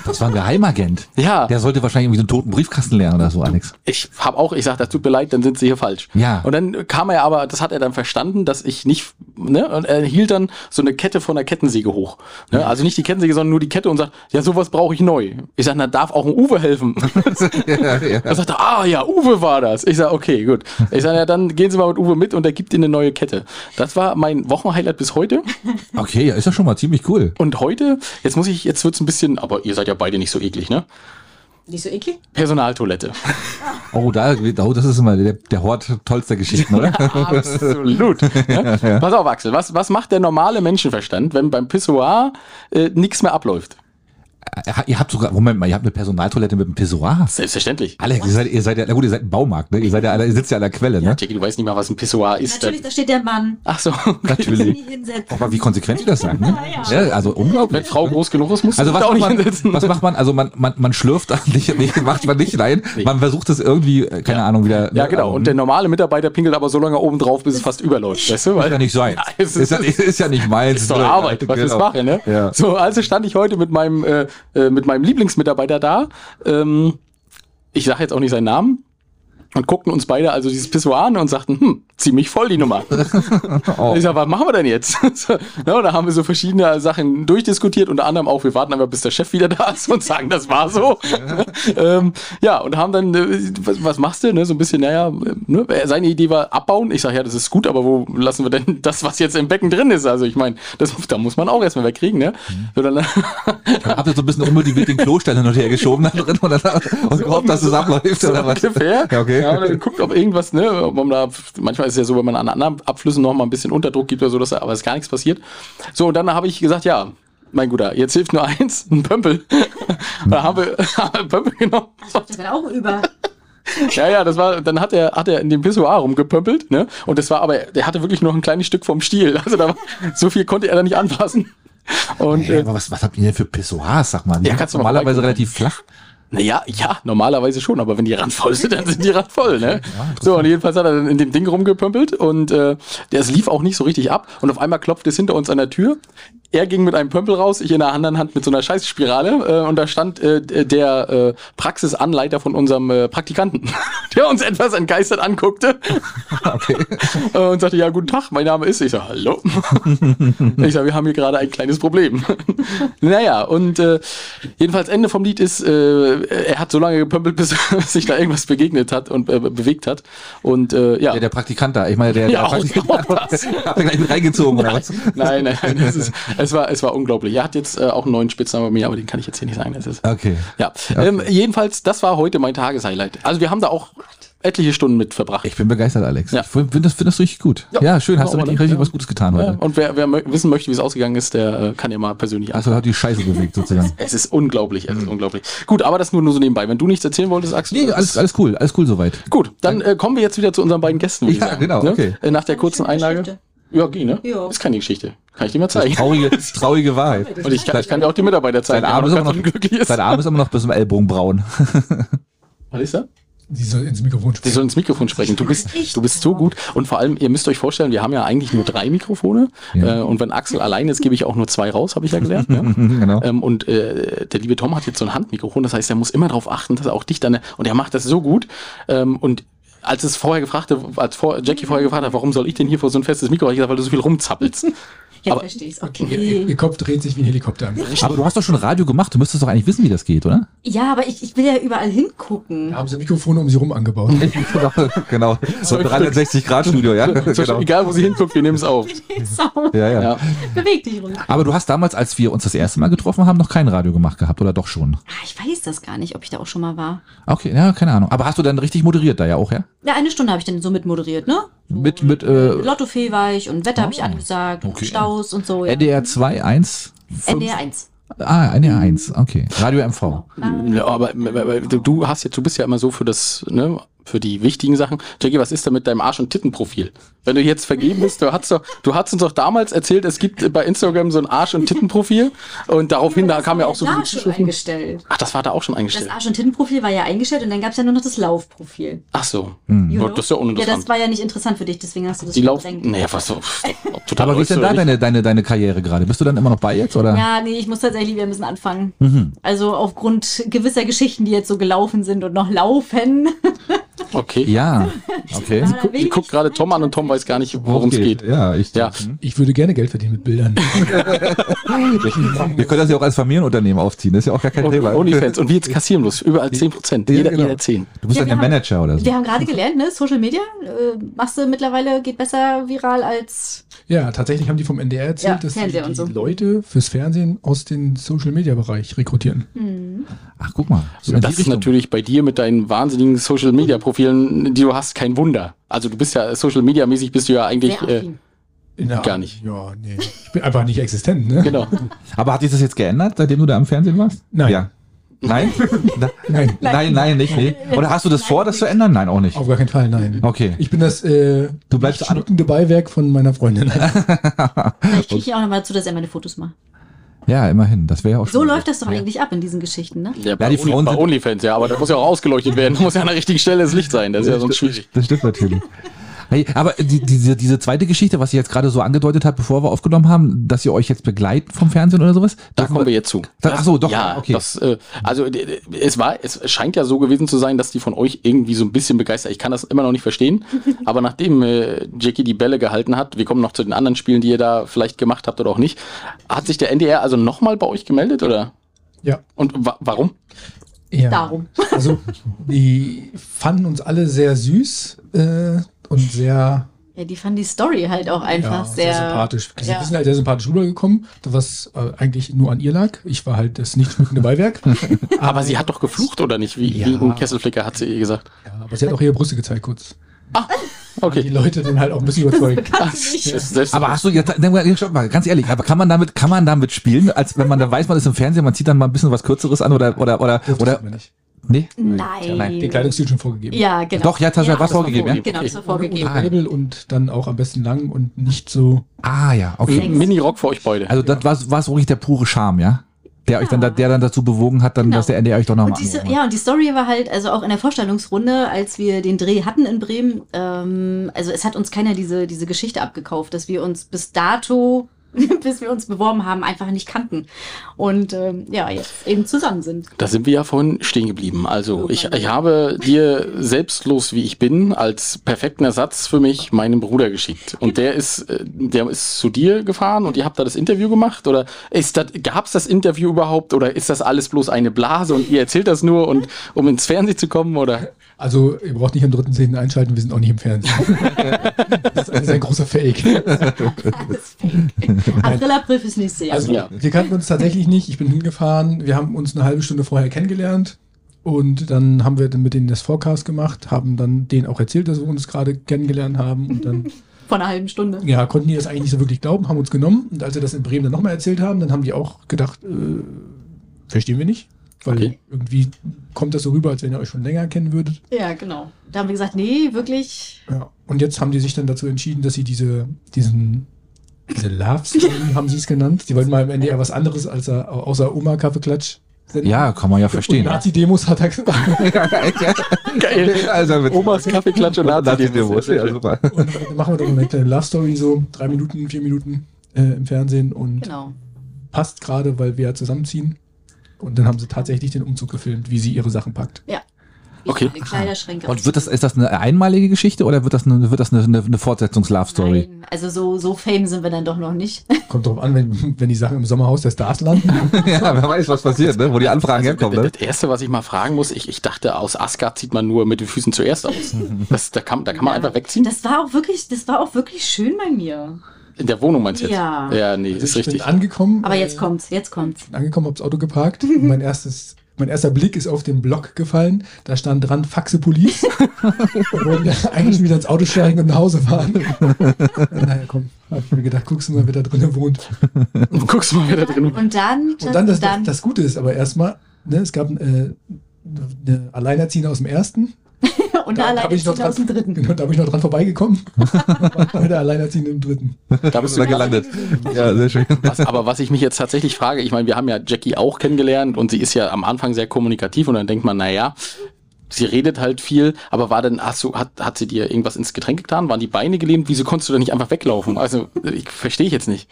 Speaker 2: Das war ein Geheimagent.
Speaker 1: Ja.
Speaker 2: Der sollte wahrscheinlich irgendwie so einen toten Briefkasten lernen oder so, Alex.
Speaker 1: ich habe auch, ich sage, das tut mir leid, dann sind sie hier falsch.
Speaker 2: Ja.
Speaker 1: Und dann kam er aber, das hat er dann verstanden, dass ich nicht, ne, und er hielt dann so eine Kette von der Kettensäge hoch. Ne? Also nicht die Kettensäge, sondern nur die Kette und sagt, ja, sowas brauche ich neu. Ich sage, na, darf auch ein Uwe helfen?
Speaker 2: ja, ja.
Speaker 1: Er sagte, ah ja, Uwe war das. Ich sage, okay, gut. Ich sage, ja, dann gehen Sie mal mit Uwe mit und er gibt Ihnen eine neue Kette. Das war mein Wochenhighlight bis heute.
Speaker 2: Okay, ja, ist ja schon mal ziemlich cool.
Speaker 1: Und heute, jetzt muss ich, jetzt wird's ein bisschen, aber ihr seid ja beide nicht so eklig, ne?
Speaker 4: Nicht so eklig?
Speaker 1: Personaltoilette.
Speaker 2: Oh, da, oh, das ist immer der, der Hort tollster Geschichten, oder?
Speaker 1: Absolut. Ja? Pass auf, Axel, was, was macht der normale Menschenverstand, wenn beim Pissoir äh, nichts mehr abläuft?
Speaker 2: Äh, Ihr habt sogar, Moment mal, ihr habt eine Personaltoilette mit einem Pissoir.
Speaker 1: Selbstverständlich.
Speaker 2: Alex, ihr seid, ihr seid ja, na gut, ihr seid ein Baumarkt, ne? Ihr seid ja, alle- ihr sitzt ja an der Quelle,
Speaker 1: Ja,
Speaker 2: ne?
Speaker 1: Jackie, du weißt nicht mal, was ein Pissoir ist.
Speaker 6: Natürlich, da steht der Mann.
Speaker 1: Ach so.
Speaker 2: Natürlich.
Speaker 6: Nicht hinsetzen.
Speaker 2: Aber wie konsequent sie das sagt, ne? Ja, also
Speaker 1: Wenn
Speaker 2: unglaublich.
Speaker 1: Frau groß genug ist, musst
Speaker 2: Also
Speaker 1: du da
Speaker 2: was
Speaker 1: auch
Speaker 2: macht,
Speaker 1: nicht
Speaker 2: man,
Speaker 1: hinsetzen.
Speaker 2: was macht man? Also man, man, man schlürft da nicht, nicht, macht man nicht rein. Man versucht es irgendwie, äh, keine Ahnung, wieder. äh,
Speaker 1: ja, genau. Und der normale Mitarbeiter pinkelt aber so lange oben drauf, bis es fast überläuft. Weißt du?
Speaker 2: kann ja nicht sein.
Speaker 1: es
Speaker 2: Ist,
Speaker 1: ist-
Speaker 2: ja, ist ja nicht meins. genau.
Speaker 1: ist doch Arbeit, was ich mache, ne?
Speaker 2: Ja.
Speaker 1: So, also stand ich heute mit meinem, äh, äh, mit meinem Lieblingsmitarbeiter da. Ähm, ich sage jetzt auch nicht seinen Namen. Und guckten uns beide also dieses Pissoir an und sagten, hm, ziemlich voll die Nummer. Ich sag, was machen wir denn jetzt? So, ne, und da haben wir so verschiedene Sachen durchdiskutiert, unter anderem auch, wir warten einfach, bis der Chef wieder da ist und sagen, das war so. ähm, ja, und haben dann, äh, was, was machst du? Ne, so ein bisschen, naja, äh, ne, seine Idee war abbauen. Ich sage, ja, das ist gut, aber wo lassen wir denn das, was jetzt im Becken drin ist? Also ich meine, das da muss man auch erstmal wegkriegen, ne? So, dann,
Speaker 2: Habt ihr so ein bisschen unmotiviert den Klostein hin und her geschoben da drin und, dann, und gehofft, dass es abläuft
Speaker 1: so
Speaker 2: oder was?
Speaker 1: ungefähr.
Speaker 2: Ja, okay.
Speaker 1: Ja, und dann geguckt, ob irgendwas, ne, ob man da, manchmal ist es ja so, wenn man an anderen Abflüssen noch mal ein bisschen Unterdruck gibt oder so, dass da, aber es gar nichts passiert. So, und dann habe ich gesagt, ja, mein Guter, jetzt hilft nur eins, ein Pömpel. da haben wir, haben wir einen Pömpel genommen.
Speaker 6: Das wäre auch über.
Speaker 1: Ja, ja, das war, dann hat er, hat er in dem Pissoir rumgepömpelt, ne? Und das war aber, der hatte wirklich noch ein kleines Stück vom Stiel. Also da war, so viel konnte er da nicht anfassen. Und,
Speaker 2: Hey,
Speaker 1: äh,
Speaker 2: aber was, was habt ihr denn für Pissoirs, sag mal? Die
Speaker 1: Ja,
Speaker 2: sind
Speaker 1: kannst du mal
Speaker 2: normalerweise
Speaker 1: vorbeigucken.
Speaker 2: relativ flach.
Speaker 1: Naja, ja, normalerweise schon, aber wenn die randvoll sind, dann sind die randvoll, ne? so, und jedenfalls hat er dann in dem Ding rumgepömpelt und äh, das lief auch nicht so richtig ab und auf einmal klopfte es hinter uns an der Tür. Er ging mit einem Pömpel raus, ich in der anderen Hand mit so einer Scheißspirale äh, und da stand äh, der äh, Praxisanleiter von unserem äh, Praktikanten, der uns etwas entgeistert anguckte äh, und sagte, ja, guten Tag, mein Name ist. Ich sage, hallo. ich sage, wir haben hier gerade ein kleines Problem. naja, und äh, jedenfalls Ende vom Lied ist, äh, er hat so lange gepömpelt, bis sich da irgendwas begegnet hat und äh, bewegt hat. Und äh, ja.
Speaker 2: Ja, der Praktikant da. Ich meine, der,
Speaker 1: Ja,
Speaker 2: der
Speaker 1: auch-
Speaker 2: Praktikant.
Speaker 1: auch genau das.
Speaker 2: Habt ihr gleich mit reingezogen oder was?
Speaker 1: Nein, nein, nein es, ist, es, war, es war unglaublich. Er hat jetzt äh, auch einen neuen Spitznamen bei mir, aber den kann ich jetzt hier nicht sagen. Das ist,
Speaker 2: Okay.
Speaker 1: ja. Ähm, jedenfalls, das war heute mein Tageshighlight. Also wir haben da auch etliche Stunden mit verbracht.
Speaker 2: Ich bin begeistert, Alex.
Speaker 1: Ja.
Speaker 2: Ich finde das, find das richtig gut.
Speaker 1: Ja.
Speaker 2: Ja, schön. Hast du
Speaker 1: Ja,
Speaker 2: richtig,
Speaker 1: oder?
Speaker 2: richtig
Speaker 1: Ja.
Speaker 2: was Gutes getan
Speaker 1: ja,
Speaker 2: heute.
Speaker 1: und wer, wer mö- wissen möchte, wie es ausgegangen ist, der äh, kann ja mal persönlich
Speaker 2: Hast du halt die Scheiße bewegt sozusagen.
Speaker 1: Es ist unglaublich, es ist unglaublich. Gut, aber das nur, nur so nebenbei. Wenn du nichts erzählen wolltest, Axel.
Speaker 2: Hm. Nee, alles, alles cool, alles cool soweit.
Speaker 1: Gut, dann äh, kommen wir jetzt wieder zu unseren beiden Gästen. würde ich
Speaker 2: Ja,
Speaker 1: sagen,
Speaker 2: genau, okay.
Speaker 1: Äh, Nach der kurzen
Speaker 6: schöne
Speaker 1: Einlage.
Speaker 6: Geschichte.
Speaker 1: Ja, ging, ne?
Speaker 6: Ja.
Speaker 1: Ist keine Geschichte. Kann ich dir mal
Speaker 2: Das
Speaker 1: zeigen.
Speaker 2: ist traurige, das ist traurige Wahrheit.
Speaker 1: Und ich kann, ich kann dir auch die Mitarbeiter zeigen.
Speaker 2: Dein Arm, ist
Speaker 1: der
Speaker 2: immer
Speaker 1: ganz unglücklich
Speaker 2: noch,
Speaker 1: ist.
Speaker 2: dein Arm ist immer noch bis zum Ellbogen braun.
Speaker 1: Was ist da?
Speaker 5: Die soll ins Mikrofon
Speaker 1: Die
Speaker 5: sprechen.
Speaker 1: sollen ins Mikrofon sprechen. Du bist, du bist so gut. Und vor allem, ihr müsst euch vorstellen, wir haben ja eigentlich nur drei Mikrofone.
Speaker 2: Ja.
Speaker 1: Äh, und wenn Axel allein ist, gebe ich auch nur zwei raus, habe ich ja gelernt. Ne?
Speaker 2: genau.
Speaker 1: Ähm, und äh, der liebe Tom hat jetzt so ein Handmikrofon, das heißt, er muss immer darauf achten, dass er auch dich dann. Und er macht das so gut. Ähm, und als es vorher gefragt, als vor, Jackie vorher gefragt hat, warum soll ich denn hier vor so ein festes Mikro? hab Ich gesagt, weil du so viel rumzappelst.
Speaker 6: Jetzt
Speaker 1: Aber-
Speaker 6: verstehe ich's.
Speaker 5: Ihr,
Speaker 6: Okay.
Speaker 5: ihr Kopf dreht sich wie ein Helikopter an.
Speaker 2: Aber du hast doch schon Radio gemacht, du müsstest doch eigentlich wissen, wie das geht, oder?
Speaker 6: Ja, aber ich, ich will ja überall hingucken.
Speaker 5: Da haben sie Mikrofone um sie rum angebaut.
Speaker 1: Mhm.
Speaker 2: genau, genau. So ein 360-Grad-Studio, ja? genau.
Speaker 1: Egal, wo sie hinguckt, wir nehmen es auf.
Speaker 6: Sau.
Speaker 2: Ja, ja,
Speaker 1: Ja.
Speaker 6: Beweg dich ruhig.
Speaker 2: Aber du hast damals, als wir uns das erste Mal getroffen haben, noch kein Radio gemacht gehabt, oder doch schon?
Speaker 6: Ah, ich weiß das gar nicht, ob ich da auch schon mal war.
Speaker 2: Okay, ja, keine Ahnung. Aber hast du dann richtig moderiert da ja auch, ja?
Speaker 6: Na, eine Stunde habe ich dann so mit moderiert, ne?
Speaker 2: Mit, mit äh,
Speaker 6: Lottofee war ich und Wetter habe
Speaker 1: Ah,
Speaker 6: ich angesagt,
Speaker 2: Okay.
Speaker 6: Staus und so. Ja. E
Speaker 2: NDR 2, 1, 5.
Speaker 6: NDR 1.
Speaker 2: Ah, NDR 1, okay. Radio MV.
Speaker 1: Ja, aber, aber du- du hast jetzt, du bist ja immer so für das, ne, für die wichtigen Sachen. Jackie, was ist denn mit deinem Arsch- und Tittenprofil? Wenn du jetzt vergeben bist, du hast doch, du hast uns doch damals erzählt, es gibt bei Instagram so ein Arsch- und Tittenprofil und daraufhin, da kam ja auch so
Speaker 6: da
Speaker 1: viele
Speaker 6: schon
Speaker 1: Zuschriften.
Speaker 6: eingestellt.
Speaker 1: Ach, das war da auch schon
Speaker 6: Das
Speaker 1: eingestellt.
Speaker 6: Arsch- und Tintenprofil war ja eingestellt und dann gab es ja nur noch das Laufprofil.
Speaker 1: Ach so.
Speaker 6: You
Speaker 2: Hm.
Speaker 1: Ja,
Speaker 6: know?
Speaker 1: Das ist ja
Speaker 6: Ja,
Speaker 1: uninteressant.
Speaker 6: das war ja nicht interessant für dich, deswegen hast du das
Speaker 1: die laufen.
Speaker 6: verdrängt.
Speaker 1: Naja, was so. pff, ob du da
Speaker 2: Aber wie ist
Speaker 1: läufst
Speaker 2: denn
Speaker 1: oder
Speaker 2: da
Speaker 1: nicht.
Speaker 2: deine, deine, deine Karriere gerade? Bist du dann immer noch bei jetzt, oder?
Speaker 6: Ja, nee, ich muss tatsächlich wieder ein bisschen anfangen.
Speaker 1: Mhm.
Speaker 6: Also aufgrund gewisser Geschichten, die jetzt so gelaufen sind und noch laufen.
Speaker 1: Okay.
Speaker 2: Ja, okay.
Speaker 6: war da
Speaker 1: Ich
Speaker 6: wenig-
Speaker 1: guck gerade Tom an und Tom weiß gar nicht, worum es geht.
Speaker 2: Ja, ich,
Speaker 1: Ja.
Speaker 5: Ich würde gerne Geld verdienen mit Bildern.
Speaker 2: Wir können das ja auch als Familienunternehmen aufziehen, das ist ja auch gar kein
Speaker 1: Und,
Speaker 2: Thema.
Speaker 1: Onlyfans. Und wir jetzt kassieren bloß überall 10%.
Speaker 2: Ja,
Speaker 1: Jeder,
Speaker 2: genau.
Speaker 1: jeder 10.
Speaker 2: Du bist
Speaker 6: Ja,
Speaker 2: dann
Speaker 6: wir
Speaker 2: der
Speaker 6: haben-
Speaker 2: Manager oder so.
Speaker 6: Wir haben gerade gelernt, ne? Social Media äh, machst du mittlerweile, geht besser viral als.
Speaker 5: Ja, tatsächlich haben die vom NDR erzählt,
Speaker 6: Ja,
Speaker 5: dass die,
Speaker 6: Fernseher
Speaker 5: die
Speaker 6: und so.
Speaker 5: Leute fürs Fernsehen aus dem Social-Media-Bereich rekrutieren.
Speaker 6: Hm.
Speaker 2: Ach, guck mal. So in die
Speaker 1: Das ist
Speaker 2: Richtung.
Speaker 1: natürlich bei dir mit deinen wahnsinnigen Social Media Profilen, die du hast, kein Wunder. Also du bist ja Social Media mäßig bist du ja eigentlich
Speaker 6: Sehr
Speaker 1: äh,
Speaker 6: affin.
Speaker 5: In der
Speaker 1: Gar
Speaker 5: Art-
Speaker 1: nicht.
Speaker 5: Ja, nee. Ich bin einfach nicht existent, ne?
Speaker 1: Genau.
Speaker 2: Aber hat sich das jetzt geändert, seitdem du da am Fernsehen warst?
Speaker 5: Nein.
Speaker 2: Ja. Nein? Na-
Speaker 5: Nein.
Speaker 2: nein, nein, nicht. Nee. Oder hast du das vor, das zu ändern? Nein, auch nicht.
Speaker 5: Auf gar keinen Fall, nein.
Speaker 2: Okay.
Speaker 5: Ich bin das äh,
Speaker 2: Du bleibst an-
Speaker 5: schmückende Beiwerk von meiner Freundin.
Speaker 6: Vielleicht kriege ich ihn auch nochmal zu, dass er meine Fotos macht.
Speaker 2: Ja, immerhin. Das wäre ja auch
Speaker 6: So
Speaker 2: schon-
Speaker 6: läuft das doch eigentlich ab in diesen Geschichten, ne?
Speaker 1: Ja, bei,
Speaker 2: die
Speaker 1: Only,
Speaker 2: Frauen
Speaker 1: bei
Speaker 2: sind-
Speaker 1: OnlyFans, ja, aber das muss ja auch ausgeleuchtet werden. Da muss ja an der richtigen Stelle das Licht sein. Das ist ja sonst schwierig.
Speaker 2: Das stimmt natürlich. Hey, aber die, diese, diese zweite Geschichte, was ich jetzt gerade so angedeutet hat, bevor wir aufgenommen haben, dass ihr euch jetzt begleiten vom Fernsehen oder sowas,
Speaker 1: Da kommen wir jetzt zu.
Speaker 2: Da, ach so, doch,
Speaker 1: ja,
Speaker 2: okay.
Speaker 1: das, äh, also d- d- es war, es scheint ja so gewesen zu sein, dass die von euch irgendwie so ein bisschen begeistert. Ich kann das immer noch nicht verstehen, aber nachdem äh, Jackie die Bälle gehalten hat, wir kommen noch zu den anderen Spielen, die ihr da vielleicht gemacht habt oder auch nicht, hat sich der NDR also nochmal bei euch gemeldet oder?
Speaker 5: ja.
Speaker 1: Und wa warum?
Speaker 5: ja.
Speaker 6: Darum.
Speaker 5: Also, die fanden uns alle sehr süß äh, und sehr,
Speaker 6: Ja, die fanden die Story halt auch einfach
Speaker 5: ja,
Speaker 6: sehr,
Speaker 5: sympathisch. Also,
Speaker 6: ja.
Speaker 5: Wir sind halt sehr sympathisch rübergekommen, was äh, eigentlich nur an ihr lag. Ich war halt das nicht schmückende Beiwerk.
Speaker 1: Aber sie hat doch geflucht oder nicht? Wie,
Speaker 5: Ja.
Speaker 1: wie ein Kesselflicker hat sie ihr gesagt.
Speaker 5: ja, aber sie hat auch ihre Brüste gezeigt kurz. Die
Speaker 1: Okay.
Speaker 5: Leute dann halt auch ein bisschen überzeugt.
Speaker 1: Ist selbst-
Speaker 2: aber hast du jetzt, nimm mal- schau mal, ganz ehrlich, aber kann man damit, kann man damit spielen, als wenn man da weiß, man ist im Fernsehen, man zieht dann mal ein bisschen was Kürzeres an oder, oder, oder,
Speaker 5: Das
Speaker 2: oder,
Speaker 5: wissen wir nicht.
Speaker 2: nee?
Speaker 6: Nein.
Speaker 2: Nein.
Speaker 5: Den Kleidungsstil schon vorgegeben.
Speaker 6: Ja, genau.
Speaker 2: Doch, ja, tatsächlich, was
Speaker 6: das war
Speaker 2: vorgegeben, ja?
Speaker 6: Genau, das war vorgegeben.
Speaker 2: Ah.
Speaker 5: Label und dann auch am besten lang und nicht so.
Speaker 2: Ah, ja, okay.
Speaker 1: Mini-Rock für euch beide.
Speaker 2: Also, das war, war so wirklich der pure Charme, ja? Der euch dann, da- der dann dazu bewogen hat, dann, dass der NDR euch doch nochmal
Speaker 6: Genau. Und diese,
Speaker 2: angerufen hat.
Speaker 6: ja, und die Story war halt, also auch in der Vorstellungsrunde, als wir den Dreh hatten in Bremen, ähm, also es hat uns keiner diese, diese Geschichte abgekauft, dass wir uns bis dato, bis wir uns beworben haben, einfach nicht kannten. Und ähm, ja, jetzt eben zusammen sind.
Speaker 1: Da sind wir ja vorhin stehen geblieben. Also ich, ich habe dir selbstlos, wie ich bin, als perfekten Ersatz für mich meinen Bruder geschickt. Und der ist, äh, der ist zu dir gefahren und ihr habt da das Interview gemacht? Oder ist das, gab's das Interview überhaupt? Oder ist das alles bloß eine Blase und ihr erzählt das nur und um ins Fernsehen zu kommen? Oder
Speaker 5: Also, ihr braucht nicht am dritten Zehnten einschalten, wir sind auch nicht im Fernsehen. das ist alles ein großer Fake.
Speaker 6: April, April fürs nächste Jahr.
Speaker 5: Also,
Speaker 1: Ja.
Speaker 5: wir kannten uns tatsächlich nicht. Ich bin hingefahren, wir haben uns eine halbe Stunde vorher kennengelernt und dann haben wir dann mit denen das Forecast gemacht, haben dann denen auch erzählt, dass wir uns gerade kennengelernt haben und dann
Speaker 6: Von einer halben Stunde.
Speaker 5: ja, konnten die das eigentlich nicht so wirklich glauben, haben uns genommen. Und als wir das in Bremen dann nochmal erzählt haben, dann haben die auch gedacht, äh, verstehen wir nicht. Weil
Speaker 1: Okay.
Speaker 5: irgendwie kommt das so rüber, als wenn ihr euch schon länger kennen würdet.
Speaker 6: Ja, genau. Da haben wir gesagt, nee, wirklich.
Speaker 5: Ja. Und jetzt haben die sich dann dazu entschieden, dass sie diese, diesen, diese Love Story, haben sie es genannt. Die wollten mal am Ende eher was anderes als äh, außer oma kaffeeklatsch
Speaker 2: Ja, kann man ja verstehen.
Speaker 5: Nazi-Demos hat er gesagt.
Speaker 1: geil.
Speaker 2: Also mit
Speaker 1: Omas Kaffeeklatsch und
Speaker 2: Nazi
Speaker 1: Nazi-Demos.
Speaker 2: Demos,
Speaker 1: Sehr
Speaker 2: ja,
Speaker 5: also-
Speaker 1: schön.
Speaker 2: super.
Speaker 5: Und dann machen wir doch eine kleine Love Story, so drei Minuten, vier Minuten äh, im Fernsehen und
Speaker 6: Genau.
Speaker 5: passt gerade, weil wir ja zusammenziehen. Und dann haben sie tatsächlich den Umzug gefilmt, wie sie ihre Sachen packt.
Speaker 6: Ja. Wie
Speaker 1: Okay.
Speaker 6: viele Kleiderschränke.
Speaker 2: Und wird das, ist das eine einmalige Geschichte oder wird das eine, wird das eine, eine, eine Fortsetzungs-Love-Story?
Speaker 6: Nein, also so, so fame sind wir dann doch noch nicht.
Speaker 5: Kommt drauf an, wenn, wenn die Sachen im Sommerhaus der Stars landen.
Speaker 2: Ja, wer weiß, was passiert, ne? wo die Anfragen
Speaker 6: Also,
Speaker 2: herkommen. Ne?
Speaker 1: Das erste, was ich mal fragen muss, ich, ich dachte, aus Asgard zieht man nur mit den Füßen zuerst aus. Das, da kann, da kann man einfach wegziehen.
Speaker 6: Das war auch wirklich, das war auch wirklich schön bei mir.
Speaker 1: In der Wohnung meinst du jetzt?
Speaker 6: Ja.
Speaker 1: Ja, nee, ist
Speaker 5: Also ich
Speaker 1: richtig.
Speaker 5: bin angekommen.
Speaker 6: Aber jetzt
Speaker 5: äh,
Speaker 6: kommt's, jetzt kommt's.
Speaker 5: bin angekommen, hab's Auto geparkt. Und mein erstes, mein erster Blick ist auf den Block gefallen. Da stand dran Faxe Police. und wollte eigentlich wieder ins Auto steigen und nach Hause fahren. naja, komm, hab ich mir gedacht, guckst du mal, wer da drinnen wohnt.
Speaker 1: Guckst du mal, wer da drin
Speaker 6: Und dann,
Speaker 5: Und dann das, das, das Gute ist aber erstmal, ne, es gab äh, eine Alleinerziehende aus dem ersten.
Speaker 6: und
Speaker 5: Da, da
Speaker 6: allein
Speaker 5: bin ich noch dran,
Speaker 6: aus dem dritten.
Speaker 5: Genau, da bin ich noch dran vorbeigekommen. Bei der Alleinerziehenden im dritten.
Speaker 1: Da bist
Speaker 2: Da
Speaker 1: du
Speaker 2: gelandet. Ja, sehr schön.
Speaker 1: Was, aber was ich mich jetzt tatsächlich frage, ich meine, wir haben ja Jackie auch kennengelernt und sie ist ja am Anfang sehr kommunikativ und dann denkt man, naja, sie redet halt viel, aber war denn, hast du, hat, hat sie dir irgendwas ins Getränk getan? Waren die Beine gelähmt? Wieso konntest du da nicht einfach weglaufen? Also, ich verstehe ich jetzt nicht.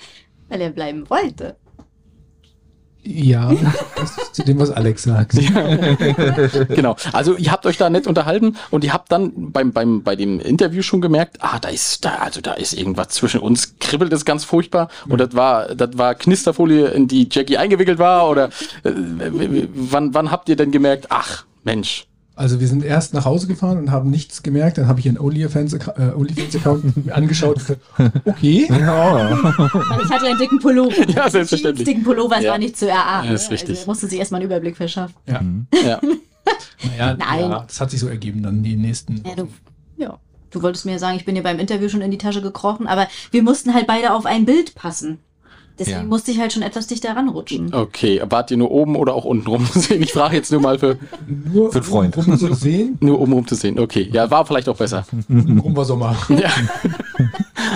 Speaker 6: Weil er bleiben wollte.
Speaker 5: Ja, das zu dem, was Alex sagt.
Speaker 1: Genau. Also, ihr habt euch da nett unterhalten und ihr habt dann beim, beim, bei dem Interview schon gemerkt, ah, da ist, da, also da ist irgendwas zwischen uns, kribbelt es ganz furchtbar und das war, das war Knisterfolie, in die Jackie eingewickelt war oder, äh, w- w- wann, wann habt ihr denn gemerkt, ach, Mensch,
Speaker 5: Also wir sind erst nach Hause gefahren und haben nichts gemerkt. Dann habe ich ihren OnlyFans-Account äh, OnlyFans-Account mir angeschaut. und gesagt, Okay,
Speaker 6: Weil ich hatte ja einen dicken Pullover.
Speaker 1: Ja, selbstverständlich.
Speaker 6: Einen dicken Pullover, es
Speaker 1: Ja.
Speaker 6: war nicht zu erahnen.
Speaker 1: Ja, ist
Speaker 6: ne?
Speaker 1: richtig.
Speaker 6: Also er musste sich erstmal einen Überblick verschaffen.
Speaker 5: ja.
Speaker 2: Mhm.
Speaker 1: Ja.
Speaker 5: Naja,
Speaker 6: Nein.
Speaker 5: Ja, das hat sich so ergeben dann die nächsten.
Speaker 6: Ja, du, ja. du Du wolltest mir ja sagen, ich bin dir beim Interview schon in die Tasche gekrochen, aber wir mussten halt beide auf ein Bild passen. Deswegen
Speaker 2: Ja.
Speaker 6: musste ich halt schon etwas dichter ranrutschen.
Speaker 1: Okay, wart ihr nur oben oder auch unten rum zu sehen? Ich frage jetzt nur mal für
Speaker 5: Nur
Speaker 2: Für den Freund.
Speaker 5: Um zu sehen,
Speaker 1: nur oben rum zu sehen. Okay, ja, war vielleicht auch besser.
Speaker 5: rum war Sommer.
Speaker 1: Ja.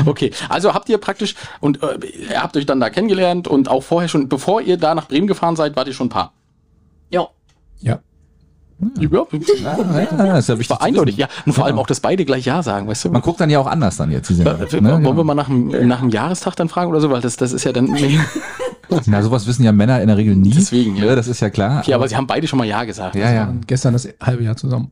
Speaker 1: Okay, also habt ihr praktisch und äh, ihr habt euch dann da kennengelernt und auch vorher schon, bevor ihr da nach Bremen gefahren seid, wart ihr schon ein Paar.
Speaker 6: Ja.
Speaker 5: Ja.
Speaker 1: Ja,
Speaker 2: Ah, ja, ist ja wichtig.
Speaker 1: war
Speaker 2: zu
Speaker 1: eindeutig,
Speaker 2: wissen.
Speaker 1: ja. Und vor allem auch, dass beide gleich Ja sagen, weißt du?
Speaker 2: Man guckt dann ja auch anders dann jetzt. die Sendung,
Speaker 1: Äh,
Speaker 2: ne?
Speaker 1: Wollen wir mal nach dem, nach dem Jahrestag dann fragen oder so, weil das, das ist ja dann. Nee.
Speaker 2: Na, sowas wissen ja Männer in der Regel nie.
Speaker 1: Deswegen, ja.
Speaker 2: ja. Das ist ja klar.
Speaker 1: Okay, aber sie haben beide schon mal Ja gesagt.
Speaker 2: ja, ja.
Speaker 5: Und gestern das halbe Jahr zusammen.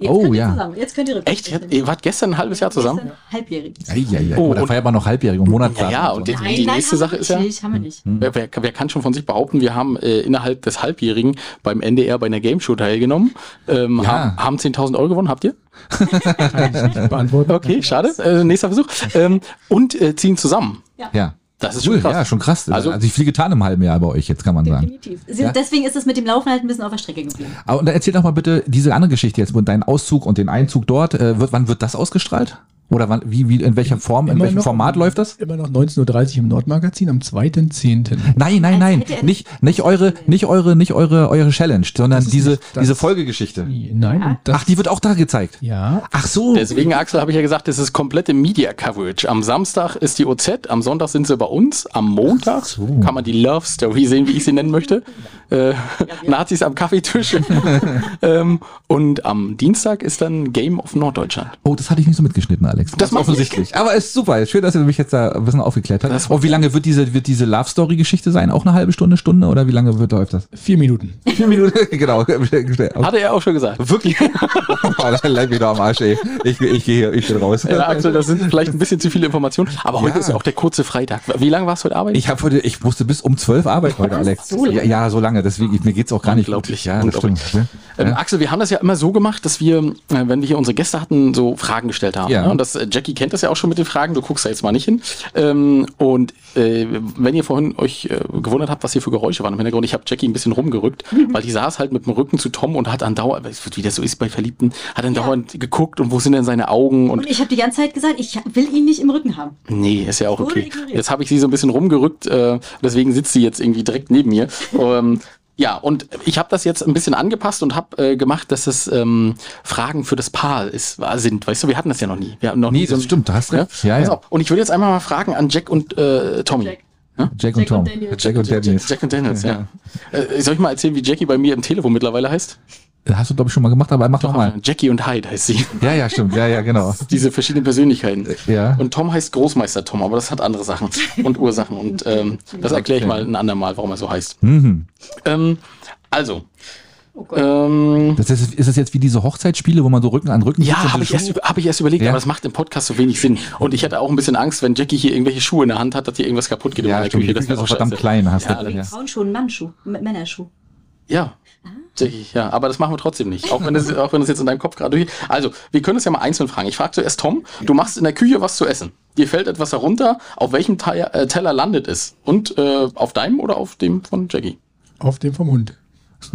Speaker 6: Jetzt
Speaker 2: Oh,
Speaker 6: könnt ihr
Speaker 2: ja.
Speaker 6: Zusammen. Jetzt könnt ihr rückwärts
Speaker 1: Echt? Ihr habt-
Speaker 6: rechnen.
Speaker 1: Ihr wart gestern ein halbes Jahr zusammen?
Speaker 6: Gestern Halbjährig.
Speaker 2: Ei, ei, ei.
Speaker 1: Oh,
Speaker 2: Oh, da
Speaker 1: und-
Speaker 2: feiert man noch halbjährige und Monat.
Speaker 1: Ja, ja, und die, die nächste
Speaker 6: haben wir
Speaker 1: Sache ist ja,
Speaker 6: nicht, haben wir nicht.
Speaker 1: wer, wer, wer kann schon von sich behaupten, wir haben äh, innerhalb des Halbjährigen beim NDR bei einer Game Show teilgenommen, ähm,
Speaker 2: Ja.
Speaker 1: haben, haben 10.000 Euro gewonnen, habt ihr?
Speaker 5: Kann ich nicht beantworten.
Speaker 1: Okay, schade, äh, nächster Versuch. Ähm, und äh, ziehen zusammen.
Speaker 2: ja.
Speaker 1: Das ist
Speaker 2: Cool,
Speaker 1: schon krass.
Speaker 2: ja, schon krass.
Speaker 1: Also-
Speaker 2: Also, also ich viel getan im halben Jahr bei euch, jetzt kann man sagen.
Speaker 6: Definitiv. Sie- Deswegen ist es mit dem Laufen halt ein bisschen auf der Strecke geblieben.
Speaker 2: Aber und dann erzähl doch mal bitte diese andere Geschichte jetzt mit deinem Auszug und den Einzug dort. Äh, wird, wann wird das ausgestrahlt? Oder wann, wie, wie, in welcher Form, in
Speaker 5: Immer
Speaker 2: welchem
Speaker 5: noch-
Speaker 2: Format läuft das?
Speaker 5: Immer noch 19.30 Uhr im Nordmagazin am 2.10.
Speaker 2: Nein, nein, nein,
Speaker 6: Also hätte er-
Speaker 2: nicht, nicht eure, nicht eure, nicht eure, eure Challenge, sondern
Speaker 5: ist
Speaker 2: diese,
Speaker 5: nicht das.
Speaker 2: diese Folgegeschichte.
Speaker 5: Nein, und das,
Speaker 2: Ach, die wird auch da gezeigt.
Speaker 5: ja,
Speaker 2: Ach so.
Speaker 1: Deswegen, Axel, habe ich ja gesagt, es ist komplette Media-Coverage. Am Samstag ist die OZ, am Sonntag sind sie bei uns, am Montag kann man die Love Story sehen, wie ich sie nennen möchte. Äh, Nazis am Kaffeetisch. ähm, und am Dienstag ist dann Game of Norddeutschland.
Speaker 2: Oh, das hatte ich nicht so mitgeschnitten, Alex.
Speaker 1: Das macht
Speaker 2: offensichtlich. Aber ist super. Ist Schön, dass ihr mich jetzt da ein bisschen aufgeklärt habt.
Speaker 1: Das-
Speaker 2: Und wie lange wird diese, wird diese Love Story Geschichte sein? Auch eine halbe Stunde, Stunde? Oder wie lange wird läuft das?
Speaker 5: vier Minuten.
Speaker 2: Vier Minuten. genau. Schnell, schnell.
Speaker 1: Hatte er auch schon gesagt.
Speaker 2: Wirklich? Leck mich doch am Arsch, ey. Ich, ich gehe hier, ich bin raus.
Speaker 1: Ja, Axel, das sind vielleicht ein bisschen zu viele Informationen. Aber heute ist ja auch der kurze Freitag. Wie lange warst du heute arbeiten?
Speaker 2: Ich habe heute, ich musste bis um zwölf arbeiten heute, Alex. ja, ja, so lange. Deswegen, ich- mir geht's auch gar nicht. gut.
Speaker 1: Unglaublich,
Speaker 2: Ja, das
Speaker 1: unglaublich.
Speaker 2: stimmt. ne?
Speaker 1: Ähm, Axel, wir haben das ja immer so gemacht, dass wir, äh, wenn wir hier unsere Gäste hatten, so Fragen gestellt haben.
Speaker 2: Ja.
Speaker 1: Ne? Und das, äh, Jackie kennt das ja auch schon mit den Fragen, du guckst da jetzt mal nicht hin. Ähm, und äh, wenn ihr vorhin euch äh, gewundert habt, was hier für Geräusche waren im Hintergrund, ich habe Jackie ein bisschen rumgerückt, weil die saß halt mit dem Rücken zu Tom und hat andauernd, wie das so ist bei Verliebten, hat andauernd geguckt und wo sind denn seine Augen und
Speaker 6: Und ich habe die ganze Zeit gesagt, ich will ihn nicht im Rücken haben.
Speaker 1: Nee, ist ja auch
Speaker 6: Wurde
Speaker 1: okay.
Speaker 6: ignoriert.
Speaker 1: Jetzt habe ich sie so ein bisschen rumgerückt, äh, deswegen sitzt sie jetzt irgendwie direkt neben mir. ähm, ja, und ich habe das jetzt ein bisschen angepasst und habe äh, gemacht, dass es ähm, Fragen für das Paar ist, war- sind. Weißt du, wir hatten das ja noch nie. Wir hatten noch
Speaker 2: Nee,
Speaker 1: nie
Speaker 2: das
Speaker 1: ein-
Speaker 2: stimmt, du hast
Speaker 1: Ja?
Speaker 2: recht. Ja,
Speaker 1: Pass
Speaker 2: ja.
Speaker 1: auf. Und ich würde jetzt einmal mal fragen an Jack und äh, Tommy.
Speaker 6: Jack.
Speaker 2: Jack und
Speaker 6: Jack
Speaker 2: Tom.
Speaker 6: und Daniel.
Speaker 2: Jack und Daniel.
Speaker 1: Jack und Daniels, ja. Äh, soll ich mal erzählen, wie Jackie bei mir im Telefon mittlerweile heißt?
Speaker 2: Hast du, glaube ich, schon mal gemacht, aber mach doch mal.
Speaker 1: Jackie und Hyde heißt sie.
Speaker 2: Ja, ja, stimmt. Ja, ja, genau.
Speaker 1: Diese verschiedenen Persönlichkeiten.
Speaker 2: Ja.
Speaker 1: Und Tom heißt Großmeister Tom, aber das hat andere Sachen und Ursachen. Und ähm, das erkläre ich mal ein andermal, warum er so heißt.
Speaker 2: Mhm.
Speaker 1: Ähm, also,
Speaker 6: Oh Gott.
Speaker 1: ähm,
Speaker 2: Das ist, ist das jetzt wie diese Hochzeitsspiele, wo man so Rücken an Rücken sitzt und
Speaker 1: ja, habe
Speaker 2: so
Speaker 1: ich, erst
Speaker 2: Schuhe-
Speaker 1: über- hab ich erst überlegt,
Speaker 2: Ja.
Speaker 1: aber das macht im Podcast so wenig Sinn. Und ich hatte auch ein bisschen Angst, wenn Jackie hier irgendwelche Schuhe in der Hand hat, dass hier irgendwas kaputt geht. in
Speaker 2: Ja,
Speaker 1: meiner
Speaker 2: stimmt. Die
Speaker 1: Küche.
Speaker 2: Küche ist
Speaker 1: wär
Speaker 2: auch verdammt
Speaker 1: scheiße.
Speaker 2: klein. Hast
Speaker 1: Ja,
Speaker 2: du,
Speaker 6: Wegen
Speaker 2: ja.
Speaker 6: Frauenschuh und Mannschuh, M- Männerschuh.
Speaker 1: Ja. Jackie, ja, aber das machen wir trotzdem nicht. Auch wenn das, auch wenn das jetzt in deinem Kopf gerade durch. Also, wir können es ja mal einzeln fragen. Ich frage zuerst Tom, du machst in der Küche was zu essen. Dir fällt etwas herunter, auf welchem Teil, äh, Teller landet es? Und äh, auf deinem oder auf dem von Jackie?
Speaker 5: Auf dem vom Hund.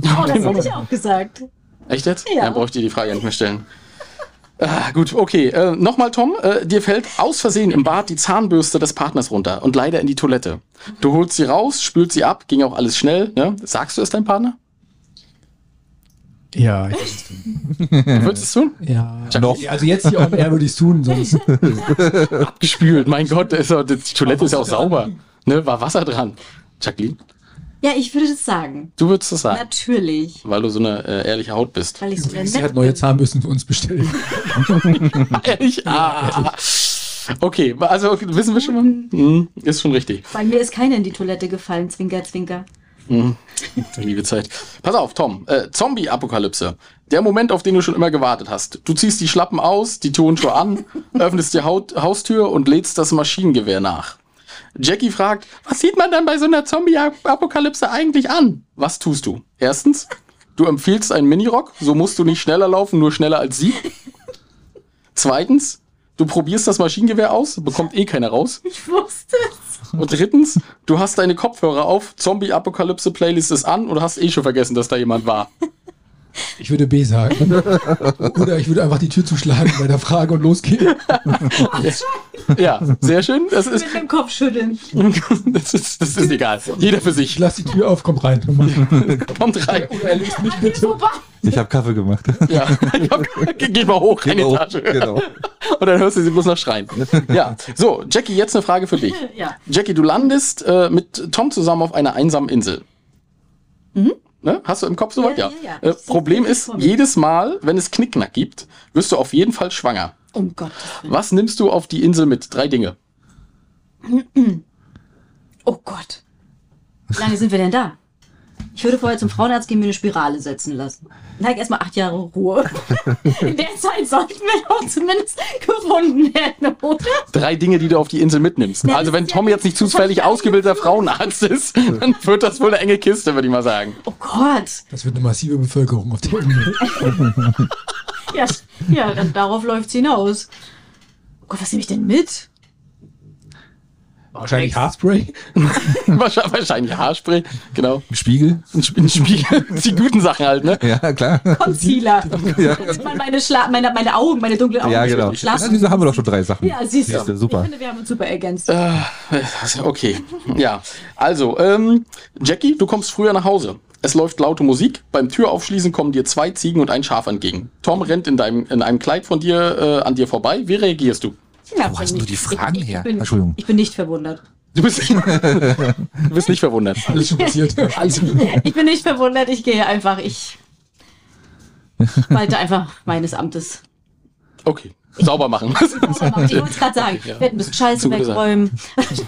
Speaker 6: Oh, das hätte ich auch gesagt.
Speaker 1: Echt jetzt?
Speaker 6: Ja.
Speaker 1: Dann bräuchte ich die Frage nicht mehr stellen. Ah, gut, okay. Äh, Nochmal, Tom. Äh, dir fällt aus Versehen im Bad die Zahnbürste des Partners runter und leider in die Toilette. Du holst sie raus, spülst sie ab, ging auch alles schnell. Ne? Sagst du es deinem Partner?
Speaker 5: Ja, ich,
Speaker 1: Du würdest es tun?
Speaker 5: ja.
Speaker 1: Noch.
Speaker 5: Also jetzt hier on air würde ich es tun, sonst
Speaker 1: Abgespült. Mein Gott, ist doch, die Toilette ist ja auch sauber. Ne? War Wasser dran. Jacqueline,
Speaker 6: Ja, ich würde es sagen.
Speaker 1: du würdest es sagen,
Speaker 6: Natürlich.
Speaker 1: weil du so eine äh, ehrliche Haut bist.
Speaker 6: Weil ich äh, so sehr
Speaker 5: sie
Speaker 6: nett
Speaker 5: hat neue
Speaker 6: bin.
Speaker 5: Zahnbürsten für uns bestellt.
Speaker 1: Ehrlich? Ah. Okay, also okay, wissen wir schon mal? Hm, ist schon richtig.
Speaker 6: Bei mir ist keine in die Toilette gefallen, Zwinker, Zwinker.
Speaker 1: Liebe Zeit. Pass auf, Tom. Äh, Zombie-Apokalypse. Der Moment, auf den du schon immer gewartet hast. Du ziehst die Schlappen aus, die Turnschuhe an, öffnest die Haut Haustür und lädst das Maschinengewehr nach. Jackie fragt, was sieht man dann bei so einer Zombie-Apokalypse eigentlich an? Was tust du? Erstens, du empfiehlst einen Minirock, so musst du nicht schneller laufen, nur schneller als sie. Zweitens, du probierst das Maschinengewehr aus, bekommt eh keiner raus.
Speaker 6: Ich wusste es.
Speaker 1: Und drittens, du hast deine Kopfhörer auf, Zombie-Apokalypse-Playlist ist an und hast eh schon vergessen, dass da jemand war.
Speaker 5: Ich würde B sagen. Oder ich würde einfach die Tür zuschlagen bei der Frage und losgehen.
Speaker 1: Ja, sehr schön. Das ist,
Speaker 6: Mit dem Kopf schütteln.
Speaker 1: das ist, das ist egal. Jeder für
Speaker 5: Ich
Speaker 1: sich.
Speaker 5: lasse die Tür auf, komm rein.
Speaker 1: Kommt rein.
Speaker 5: Oder er löst mich bitte.
Speaker 2: Ich habe Kaffee gemacht.
Speaker 1: Ja. Ich hab, geh, geh mal hoch, eine
Speaker 2: Genau,
Speaker 1: Etage.
Speaker 2: genau.
Speaker 1: Und dann hörst du sie bloß noch schreien. Ja. So, Jackie, jetzt eine Frage für dich.
Speaker 6: Ja.
Speaker 1: Jackie, du landest äh, mit Tom zusammen auf einer einsamen Insel. Ne? Hast du im Kopf soweit?
Speaker 6: Mhm. Ja, ja, ja.
Speaker 1: Äh, Problem ist, jedes Mal, wenn es Knickknack gibt, wirst du auf jeden Fall schwanger.
Speaker 6: Um Gottes Willen.
Speaker 1: Was nimmst du auf die Insel mit? Drei Dinge.
Speaker 6: Oh Gott. Wie lange sind wir denn da? Ich würde vorher zum Frauenarzt gehen, mir eine Spirale setzen lassen. Nein, erstmal acht Jahre Ruhe. In der Zeit sollten wir doch zumindest gefunden werden, oder?
Speaker 1: Drei Dinge, die du auf die Insel mitnimmst.
Speaker 6: Ja,
Speaker 1: also
Speaker 6: das
Speaker 1: wenn
Speaker 6: ist
Speaker 1: Tom
Speaker 6: ja-
Speaker 1: jetzt nicht
Speaker 6: das hab
Speaker 1: zufällig
Speaker 6: ich
Speaker 1: ausgebildeter Frauenarzt ist, dann wird das wohl eine enge Kiste, würde ich mal sagen.
Speaker 6: Oh Gott.
Speaker 5: Das wird eine massive Bevölkerung auf der Insel.
Speaker 6: Ja, ja dann darauf läuft's hinaus. Oh Gott, was nehme ich denn mit?
Speaker 5: Wahrscheinlich Haarspray.
Speaker 1: Wahrscheinlich, wahrscheinlich Haarspray, genau.
Speaker 2: Spiegel?
Speaker 1: Ein Sp- ein Spiegel, die guten Sachen halt, ne?
Speaker 2: Ja, klar.
Speaker 6: Concealer. Damit man meine, Schla meine, meine Augen, meine dunklen Augen
Speaker 2: Ja,
Speaker 6: nicht
Speaker 2: genau.
Speaker 6: schlafen.
Speaker 2: Ja, diese haben wir doch schon drei Sachen.
Speaker 6: Ja, also siehst du.
Speaker 2: Siehst du, super.
Speaker 6: Ich finde, wir haben uns super ergänzt.
Speaker 2: Äh,
Speaker 1: Okay, ja. Also, ähm, Jackie, du kommst früher nach Hause. Es läuft laute Musik. Beim Türaufschließen kommen dir zwei Ziegen und ein Schaf entgegen. Tom rennt in, deinem, in einem Kleid von dir äh, an dir vorbei. Wie reagierst du?
Speaker 6: Ja,
Speaker 2: Wo hast
Speaker 6: bin
Speaker 2: du die
Speaker 6: ich-
Speaker 2: Fragen
Speaker 6: ich, ich
Speaker 2: her?
Speaker 6: Bin,
Speaker 2: Entschuldigung.
Speaker 6: Ich bin nicht verwundert.
Speaker 1: Du bist nicht, du bist nicht verwundert.
Speaker 5: Alles schon passiert. Alles
Speaker 6: Ich bin nicht verwundert, ich gehe einfach. Ich walte einfach meines Amtes.
Speaker 1: Okay, sauber machen.
Speaker 6: Ich wollte es gerade sagen. Ich werde ein bisschen Scheiße
Speaker 1: Zugute Sache.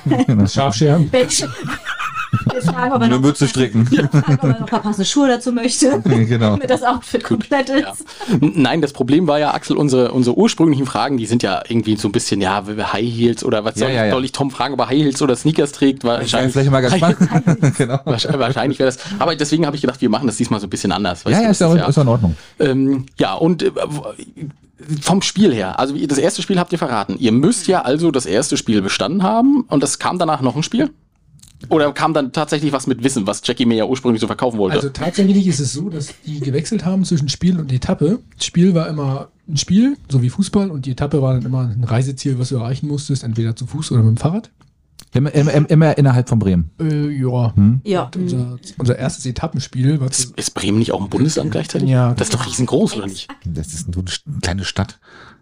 Speaker 6: wegräumen.
Speaker 5: Scharfscherben.
Speaker 6: Werd- werd fragen, ob er
Speaker 2: Eine
Speaker 6: noch,
Speaker 2: Mütze stricken.
Speaker 6: fragen, ob er noch ein paar passende Schuhe dazu möchte.
Speaker 2: genau.
Speaker 6: Damit das Outfit komplett ist.
Speaker 1: Ja. N- Nein, das Problem war ja, Axel, unsere, unsere ursprünglichen Fragen, die sind ja irgendwie so ein bisschen, ja, High Heels oder was soll,
Speaker 2: ja, ja.
Speaker 1: soll ich Tom fragen, ob er High Heels oder Sneakers trägt?
Speaker 2: Ja,
Speaker 1: Wahrscheinlich,
Speaker 2: vielleicht mal ganz spannend. genau.
Speaker 1: wahrscheinlich, wahrscheinlich wäre das. Aber deswegen habe ich gedacht, wir machen das diesmal so ein bisschen anders. weißt
Speaker 2: Ja,
Speaker 1: du,
Speaker 2: ja,
Speaker 1: das
Speaker 2: ist ja,
Speaker 1: ist
Speaker 2: Ist ja in Ordnung.
Speaker 1: Ähm, ja, und äh, vom Spiel her, also ihr- das erste Spiel habt ihr verraten. Ihr müsst ja also das erste Spiel bestanden haben und das kam danach noch ein Spiel? Oder kam dann tatsächlich was mit Wissen, was Jackie mir ja ursprünglich so verkaufen wollte?
Speaker 5: Also tatsächlich ist es so, dass die gewechselt haben zwischen Spiel und Etappe. Das Spiel war immer ein Spiel, so wie Fußball, und die Etappe war dann immer ein Reiseziel, was du erreichen musstest, entweder zu Fuß oder mit dem Fahrrad.
Speaker 2: Immer, immer, immer- immer innerhalb von Bremen.
Speaker 5: Äh, ja. Mhm.
Speaker 6: Ja.
Speaker 5: Unser, unser erstes Etappenspiel war zu,
Speaker 1: ist, ist Bremen nicht auch ein Bundesland gleichzeitig?
Speaker 5: Ja.
Speaker 1: Das ist doch riesengroß, oder nicht?
Speaker 2: Das ist nur eine st- kleine Stadt.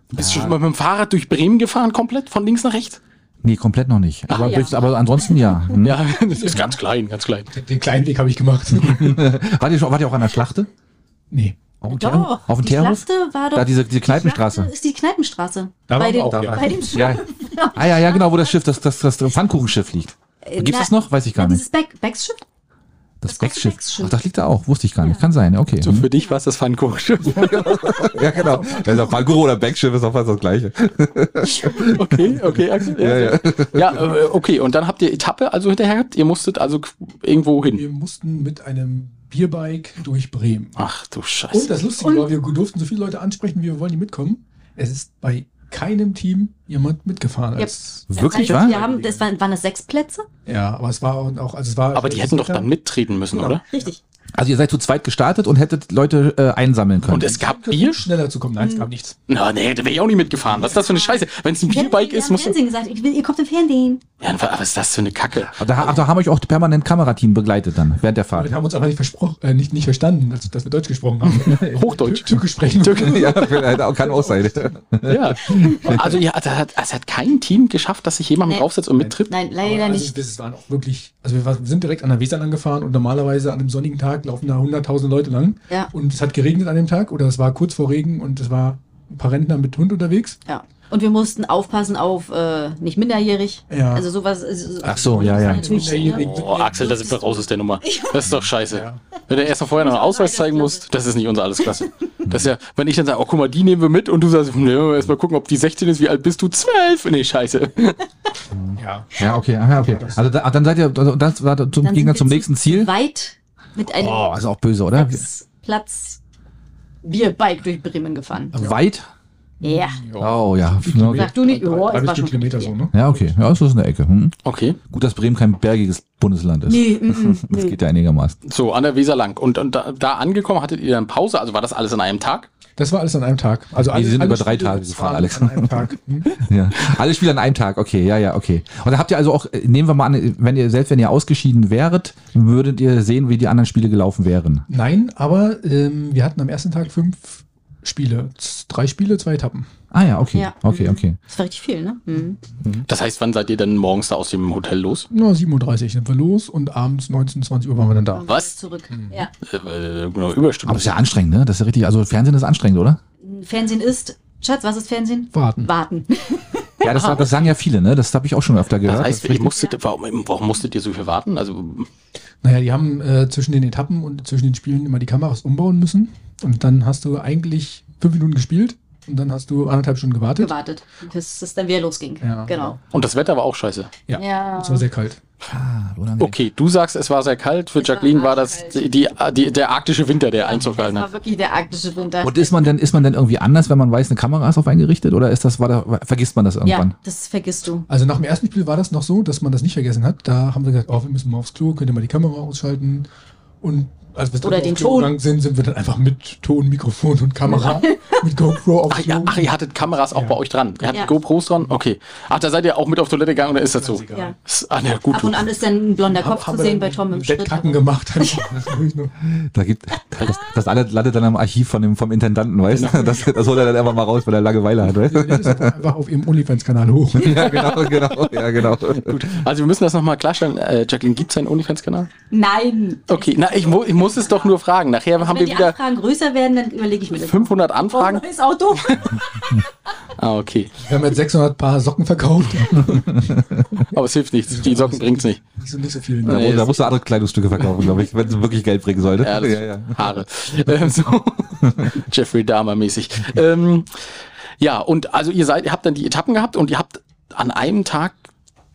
Speaker 1: Bist du schon mal mit dem Fahrrad durch Bremen gefahren, komplett von links nach rechts?
Speaker 2: Nee, komplett noch nicht. Aber,
Speaker 6: Ah, ja.
Speaker 2: bis, aber ansonsten ja. Hm.
Speaker 1: Ja, das ist ganz klein, ganz klein.
Speaker 5: den kleinen Weg habe ich gemacht.
Speaker 2: Wart, ihr schon, wart ihr auch an der Schlachte?
Speaker 5: nee.
Speaker 2: Auf dem Teerhof?
Speaker 6: Doch.
Speaker 2: Auf dem
Speaker 6: die
Speaker 2: Teerhof?
Speaker 6: Schlachte war doch.
Speaker 2: Da diese, diese
Speaker 6: Schlachte
Speaker 2: Kneipenstraße.
Speaker 6: ist die Kneipenstraße.
Speaker 5: Da
Speaker 6: bei
Speaker 5: waren wir
Speaker 6: dem,
Speaker 5: auch, ja.
Speaker 6: bei dem Schiff.
Speaker 2: Ja. Ah ja, ja, genau, wo das Schiff, das, das, das Pfannkuchenschiff liegt. Gibt's
Speaker 6: Äh, na-
Speaker 2: das noch? Weiß ich gar
Speaker 6: Ja,
Speaker 2: nicht.
Speaker 6: Dieses Back, Becks Schiff?
Speaker 2: Das
Speaker 6: große
Speaker 2: Beckschiff.
Speaker 6: Beckschiff.
Speaker 2: Ach, das liegt da auch. Wusste ich gar nicht. Kann sein, okay.
Speaker 1: So, für dich war es das Pfannkuchen.
Speaker 2: Ja, genau. Das ist auch Pfannkuchen oder Beckschiff ist auch fast das gleiche.
Speaker 1: Okay, okay, Axel. Ja, ja. ja, äh, okay, und dann habt ihr Etappe also hinterher gehabt. Ihr musstet also k- irgendwo hin.
Speaker 5: Wir mussten mit einem Bierbike durch Bremen.
Speaker 1: Ach du Scheiße.
Speaker 5: Und das Lustige war, wir durften so viele Leute ansprechen, wie wir wollen, die mitkommen. Es ist bei keinem Team jemand mitgefahren. Als,
Speaker 2: Wirklich,
Speaker 6: Also,
Speaker 2: wahr?
Speaker 6: Wir haben, das waren, waren das sechs Plätze?
Speaker 5: Ja, aber es war auch, also es war.
Speaker 1: Aber die hätten doch dann mittreten müssen, oder?
Speaker 6: Richtig.
Speaker 2: Also ihr seid zu zweit gestartet und hättet Leute äh, einsammeln können.
Speaker 1: Und es gab Bier?
Speaker 5: schneller zu kommen. Nein,
Speaker 1: Hm.
Speaker 5: es gab nichts.
Speaker 1: Na, nee, da wäre ich auch nicht mitgefahren. Was ist das für eine Scheiße? Wenn es ein Bierbike
Speaker 6: Wir
Speaker 1: ist,
Speaker 6: haben
Speaker 1: muss. Ja,
Speaker 6: Fernsehen gesagt, ich will, ihr kommt im Fernsehen.
Speaker 1: was ist das für eine Kacke?
Speaker 2: Aber da, aber da haben euch auch permanent Kamerateam begleitet dann, während der Fahrt.
Speaker 5: Wir haben uns aber nicht, versprochen, äh, nicht, nicht verstanden, dass, dass wir Deutsch gesprochen haben.
Speaker 1: Hochdeutsch.
Speaker 5: Tür- Türkisch sprechen. Also,
Speaker 2: ja, vielleicht auch, kann auch sein.
Speaker 1: Ja. Also, ja, es hat, es hat kein Team geschafft, dass sich jemand mit
Speaker 6: Nee.
Speaker 1: draufsetzt und mittritt.
Speaker 6: Nein,
Speaker 5: Aber
Speaker 6: leider
Speaker 5: also,
Speaker 6: nicht.
Speaker 5: Es waren auch wirklich, also wir war- wir sind direkt an der Weser angefahren und normalerweise an einem sonnigen Tag laufen da 100.000 Leute lang.
Speaker 6: Ja.
Speaker 5: Und es hat geregnet an dem Tag oder es war kurz vor Regen und es war ein paar Rentner mit Hund unterwegs.
Speaker 6: Ja. Und wir mussten aufpassen auf äh, nicht minderjährig.
Speaker 5: Ja.
Speaker 6: Also sowas. Also,
Speaker 2: Ach so, ja, ja.
Speaker 6: Natürlich.
Speaker 5: Minderjährigen
Speaker 1: Oh, Axel, da sind wir raus aus der Nummer. Das ist doch scheiße. Wenn du erst mal vorher noch einen Ausweis zeigen musst, das ist nicht unser alles klasse. Das ist ja, wenn ich dann sage, oh, guck mal, die nehmen wir mit und du sagst, ne, erst mal gucken, ob die 16 ist, wie alt bist du? 12? Nee, scheiße.
Speaker 5: Ja.
Speaker 2: Ja, okay, ah, ja, okay. Also da, dann seid ihr, also das war zum, ging
Speaker 6: Dann sind
Speaker 2: dann
Speaker 6: wir
Speaker 2: zum
Speaker 6: zu
Speaker 2: nächsten Ziel.
Speaker 6: Weit mit einem
Speaker 2: Oh, ist auch böse, oder?
Speaker 6: Platz Bierbike durch Bremen gefahren.
Speaker 2: Weit?
Speaker 6: Ja.
Speaker 2: Oh ja. Na, Okay.
Speaker 6: Sag du nicht, oh, es war
Speaker 5: Halbes
Speaker 6: schon
Speaker 5: Stück Kilometer so, ne?
Speaker 2: Ja, okay. Ja, das ist eine Ecke. Hm.
Speaker 1: Okay.
Speaker 2: Gut, dass Bremen kein bergiges Bundesland ist.
Speaker 6: Nee, mm, mm,
Speaker 2: Das
Speaker 6: nee.
Speaker 2: geht ja einigermaßen.
Speaker 1: So, an der Weser lang. Und, und da, da angekommen, hattet ihr dann Pause? Also war das alles an einem Tag?
Speaker 5: ne? Das war alles an einem Tag. Also alles,
Speaker 2: sind
Speaker 5: alles
Speaker 2: über drei
Speaker 5: Spiele
Speaker 2: Tage gefahren,
Speaker 5: waren
Speaker 2: Alex.
Speaker 5: An einem Tag. Hm?
Speaker 2: Ja. Alle Spiele an einem Tag, okay, ja, ja, okay. Und da habt ihr also auch, äh, nehmen wir mal an, wenn ihr, selbst wenn ihr ausgeschieden wäret, würdet ihr sehen, wie die anderen Spiele gelaufen wären.
Speaker 5: Nein, aber ähm, wir hatten am ersten Tag fünf Spiele. Z- Drei Spiele, zwei Etappen.
Speaker 2: Ah ja, okay.
Speaker 6: Ja.
Speaker 2: Okay,
Speaker 6: Mhm.
Speaker 2: okay.
Speaker 6: Das war richtig viel, ne? Mhm.
Speaker 1: Das heißt, wann seid ihr denn morgens da aus dem Hotel los?
Speaker 5: Na, 7.30 Uhr sind wir los und abends 19, 20 Uhr waren wir dann da.
Speaker 1: Was?
Speaker 6: Zurück. Ja.
Speaker 1: Äh, äh, genau,
Speaker 2: Aber
Speaker 1: Überstunden.
Speaker 2: das ist ja anstrengend, ne? Das ist ja richtig. Also Fernsehen ist anstrengend, oder?
Speaker 6: Fernsehen ist. Schatz, was ist Fernsehen?
Speaker 5: Warten.
Speaker 6: Warten.
Speaker 2: Ja, das, das sagen ja viele, ne? Das habe ich auch schon öfter gehört.
Speaker 1: Das heißt,
Speaker 2: Das ist
Speaker 1: ihr
Speaker 2: richtig.
Speaker 1: musstet, warum, warum musstet ihr so viel warten? Also,
Speaker 5: Naja, die haben äh, zwischen den Etappen und zwischen den Spielen immer die Kameras umbauen müssen. Und dann hast du eigentlich fünf Minuten gespielt und dann hast du anderthalb Stunden gewartet.
Speaker 6: Gewartet. Bis es dann wieder losging.
Speaker 5: Ja.
Speaker 6: Genau.
Speaker 1: und das Wetter war auch scheiße.
Speaker 5: Ja.
Speaker 6: Ja.
Speaker 5: Es war sehr kalt.
Speaker 2: Ah, unangenehm.
Speaker 1: Okay, du sagst, es war sehr kalt. Für Jacqueline war das die, die, die, der arktische Winter, der Einzug
Speaker 6: Das
Speaker 1: gehalten
Speaker 6: war
Speaker 1: hat.
Speaker 6: wirklich der arktische Winter.
Speaker 2: Und ist man denn, ist man denn irgendwie anders, wenn man weiß, eine Kamera ist auf eingerichtet? Oder ist das, war da, vergisst man das irgendwann?
Speaker 6: ja, das vergisst du.
Speaker 5: Also nach dem ersten Spiel war das noch so, dass man das nicht vergessen hat. Da haben wir gesagt, oh, wir müssen mal aufs Klo, könnt ihr mal die Kamera ausschalten. Und als wir dann
Speaker 6: Oder
Speaker 5: aufs
Speaker 6: den
Speaker 5: Klo
Speaker 6: Ton.
Speaker 5: gegangen sind, sind wir dann einfach mit Ton, Mikrofon und Kamera mit GoPro aufs
Speaker 1: Ach, ja,
Speaker 5: Klo.
Speaker 1: ach, ihr hattet Kameras auch
Speaker 5: Ja.
Speaker 1: bei euch dran. Ihr hattet
Speaker 6: Ja.
Speaker 1: GoPros dran? Okay. Ach, da seid ihr auch mit auf Toilette gegangen oder ist das so?
Speaker 5: egal.
Speaker 6: Ja.
Speaker 1: Ist- Ah, na gut.
Speaker 6: Ab und an ist dann ein blonder Kopf zu
Speaker 5: wir
Speaker 6: sehen bei
Speaker 5: dann
Speaker 6: Tom im
Speaker 5: im Bett
Speaker 6: Schritt.
Speaker 5: Kacken gemacht. Das war wirklich nur-
Speaker 2: Da gibt, das, das alle- landet dann am Archiv von dem, vom Intendanten, weißt du? Das, das holt er dann einfach mal raus, weil er Langeweile hat, weißt
Speaker 5: Wir
Speaker 2: du?
Speaker 5: legen das einfach auf ihrem OnlyFans-Kanal hoch.
Speaker 2: Ja, genau, genau, ja, genau. Gut.
Speaker 1: Also wir müssen das nochmal klarstellen. Äh, Jacqueline, gibt's einen OnlyFans-Kanal?
Speaker 6: Nein.
Speaker 1: Okay, na, ich, mu ich muss es doch nur fragen. Nachher haben wir
Speaker 6: Wenn die
Speaker 1: wieder
Speaker 6: Anfragen größer werden, dann überlege ich mir das.
Speaker 1: 500
Speaker 6: Oh,
Speaker 1: Anfragen.
Speaker 6: neues Auto.
Speaker 1: Ah, okay.
Speaker 5: Wir haben jetzt 600 Paar Socken verkauft.
Speaker 1: Aber es hilft nichts. Die Socken bringt's nicht.
Speaker 5: Nicht so, nicht so viel.
Speaker 2: Da,
Speaker 5: Ne?
Speaker 1: Nee,
Speaker 2: muss, da
Speaker 1: ist-
Speaker 2: musst du andere Kleidungsstücke verkaufen, glaube ich, wenn es wirklich Geld bringen sollte.
Speaker 1: Ja, das
Speaker 2: ja, ja.
Speaker 1: Haare. Ähm, so. Jeffrey Dahmer mäßig. Ähm, ja, und also ihr seid, ihr habt dann die Etappen gehabt und ihr habt an einem Tag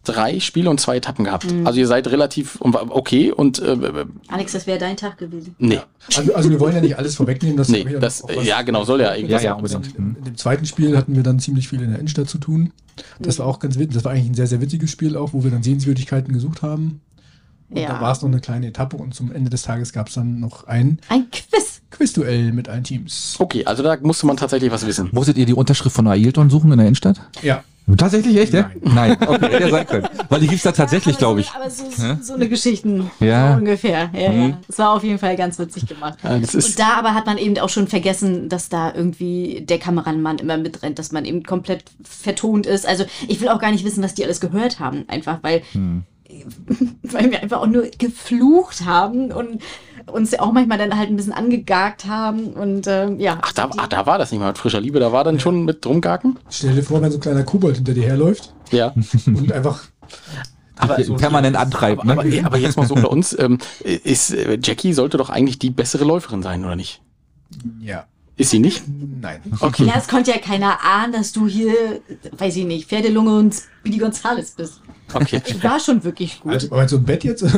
Speaker 1: drei Spiele und zwei Etappen gehabt.
Speaker 6: Mhm.
Speaker 1: Also ihr seid relativ und wa- okay und äh, äh,
Speaker 6: Alex, das wäre dein Tag gewesen.
Speaker 1: nee,
Speaker 5: Also, also wir wollen ja nicht alles vorwegnehmen. Das
Speaker 1: nee, das ja genau soll ja
Speaker 2: Ja,
Speaker 1: irgendwas.
Speaker 2: ja,
Speaker 5: In,
Speaker 2: unbedingt.
Speaker 5: in dem zweiten Spiel hatten wir dann ziemlich viel in der Innenstadt zu tun. Das war auch ganz witzig. Das war eigentlich ein sehr, sehr witziges Spiel auch, wo wir dann Sehenswürdigkeiten gesucht haben. Und
Speaker 6: Ja.
Speaker 5: da war es noch eine kleine Etappe und zum Ende des Tages gab es dann noch ein
Speaker 6: Ein Quiz.
Speaker 5: Quizduell mit allen Teams.
Speaker 1: Okay, also da musste man tatsächlich was wissen.
Speaker 2: Musstet ihr die Unterschrift von Ailton suchen in der Innenstadt?
Speaker 5: Ja.
Speaker 2: Tatsächlich, echt, ja? Nein, okay, hätte ja sein können. Weil die gibt's da tatsächlich, glaube ich.
Speaker 6: Aber so, so, so eine Geschichten.
Speaker 2: Ja.
Speaker 6: So ungefähr. Ja, ja. Es war auf jeden Fall ganz witzig gemacht.
Speaker 1: Äh, Das ist
Speaker 6: Und da aber hat man eben auch schon vergessen, dass da irgendwie der Kameramann immer mitrennt, dass man eben komplett vertont ist. Also ich will auch gar nicht wissen, was die alles gehört haben, einfach weil, weil wir einfach auch nur geflucht haben und uns ja auch manchmal dann halt ein bisschen angegagt haben und ähm, ja.
Speaker 1: Ach da, ach, da war das nicht mal mit frischer Liebe, da war dann schon mit Drumgarken?
Speaker 5: Stell dir vor, wenn so ein kleiner Kobold hinter dir herläuft
Speaker 1: Ja.
Speaker 5: und einfach
Speaker 1: Aber,
Speaker 2: Permanent antreibt,
Speaker 1: aber,
Speaker 2: ne?
Speaker 1: aber jetzt mal so unter uns, ähm, ist, äh, Jackie sollte doch eigentlich die bessere Läuferin sein, oder nicht?
Speaker 5: ja,
Speaker 1: Ist sie nicht?
Speaker 5: nein.
Speaker 1: Okay.
Speaker 6: Ja, es konnte ja keiner ahnen, dass du hier, weiß ich nicht, Pferdelunge und Speedy Gonzales bist.
Speaker 1: Okay.
Speaker 6: Ich war schon wirklich gut.
Speaker 5: Also, meinst du im Bett jetzt?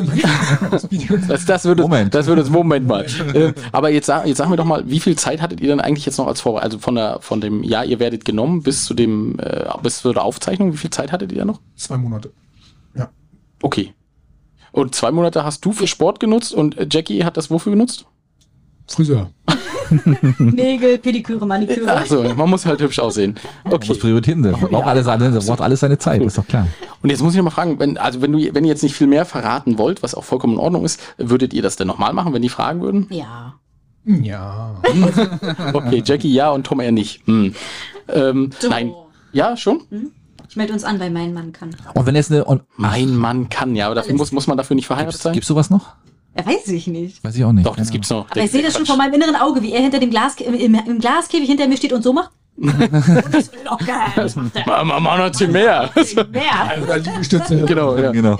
Speaker 5: Das Video-
Speaker 1: Das, das würde,
Speaker 2: Moment.
Speaker 1: das würde, Moment mal. Äh, aber jetzt, sag- jetzt sag mir doch mal, wie viel Zeit hattet ihr denn eigentlich jetzt noch als Vorbereitung? Also von der, von dem, ja, ihr werdet genommen bis zu dem, äh, bis zu der Aufzeichnung, wie viel Zeit hattet ihr da noch?
Speaker 5: Zwei Monate. Ja.
Speaker 1: Okay. Und zwei Monate hast du für Sport genutzt und äh, Jackie hat das wofür genutzt?
Speaker 5: Friseur.
Speaker 6: Nägel, Pediküre, Maniküre.
Speaker 1: Achso, man muss halt hübsch aussehen.
Speaker 2: Muss
Speaker 1: Okay.
Speaker 2: Prioritäten setzen. Braucht alles seine, braucht alles seine Zeit, ist doch klar.
Speaker 1: Und jetzt muss ich noch mal fragen, wenn, also wenn du, wenn ihr jetzt nicht viel mehr verraten wollt, was auch vollkommen in Ordnung ist, würdet ihr das denn nochmal machen, wenn die fragen würden?
Speaker 6: Ja.
Speaker 5: Ja.
Speaker 1: Okay, Jackie ja und Tom eher nicht. Hm. Ähm, nein. Ja, schon?
Speaker 6: Ich melde uns an, weil mein Mann kann.
Speaker 2: Und wenn jetzt eine, und,
Speaker 1: Mein Mann kann, ja, aber dafür muss, muss man dafür nicht verheiratet sein.
Speaker 2: gibt's sowas noch?
Speaker 6: Ja, weiß ich nicht.
Speaker 2: Weiß ich auch nicht.
Speaker 1: Doch, das gibt's noch.
Speaker 6: Aber ich sehe das schon vor meinem inneren Auge, wie er hinter dem Glas, im, im, im Glaskäfig hinter mir steht und so macht. das will doch geil. Das macht er
Speaker 1: Mama, Mama, noch zu mehr.
Speaker 6: nicht mehr.
Speaker 5: Oder Liegestütze.
Speaker 1: genau, ja.
Speaker 2: Genau.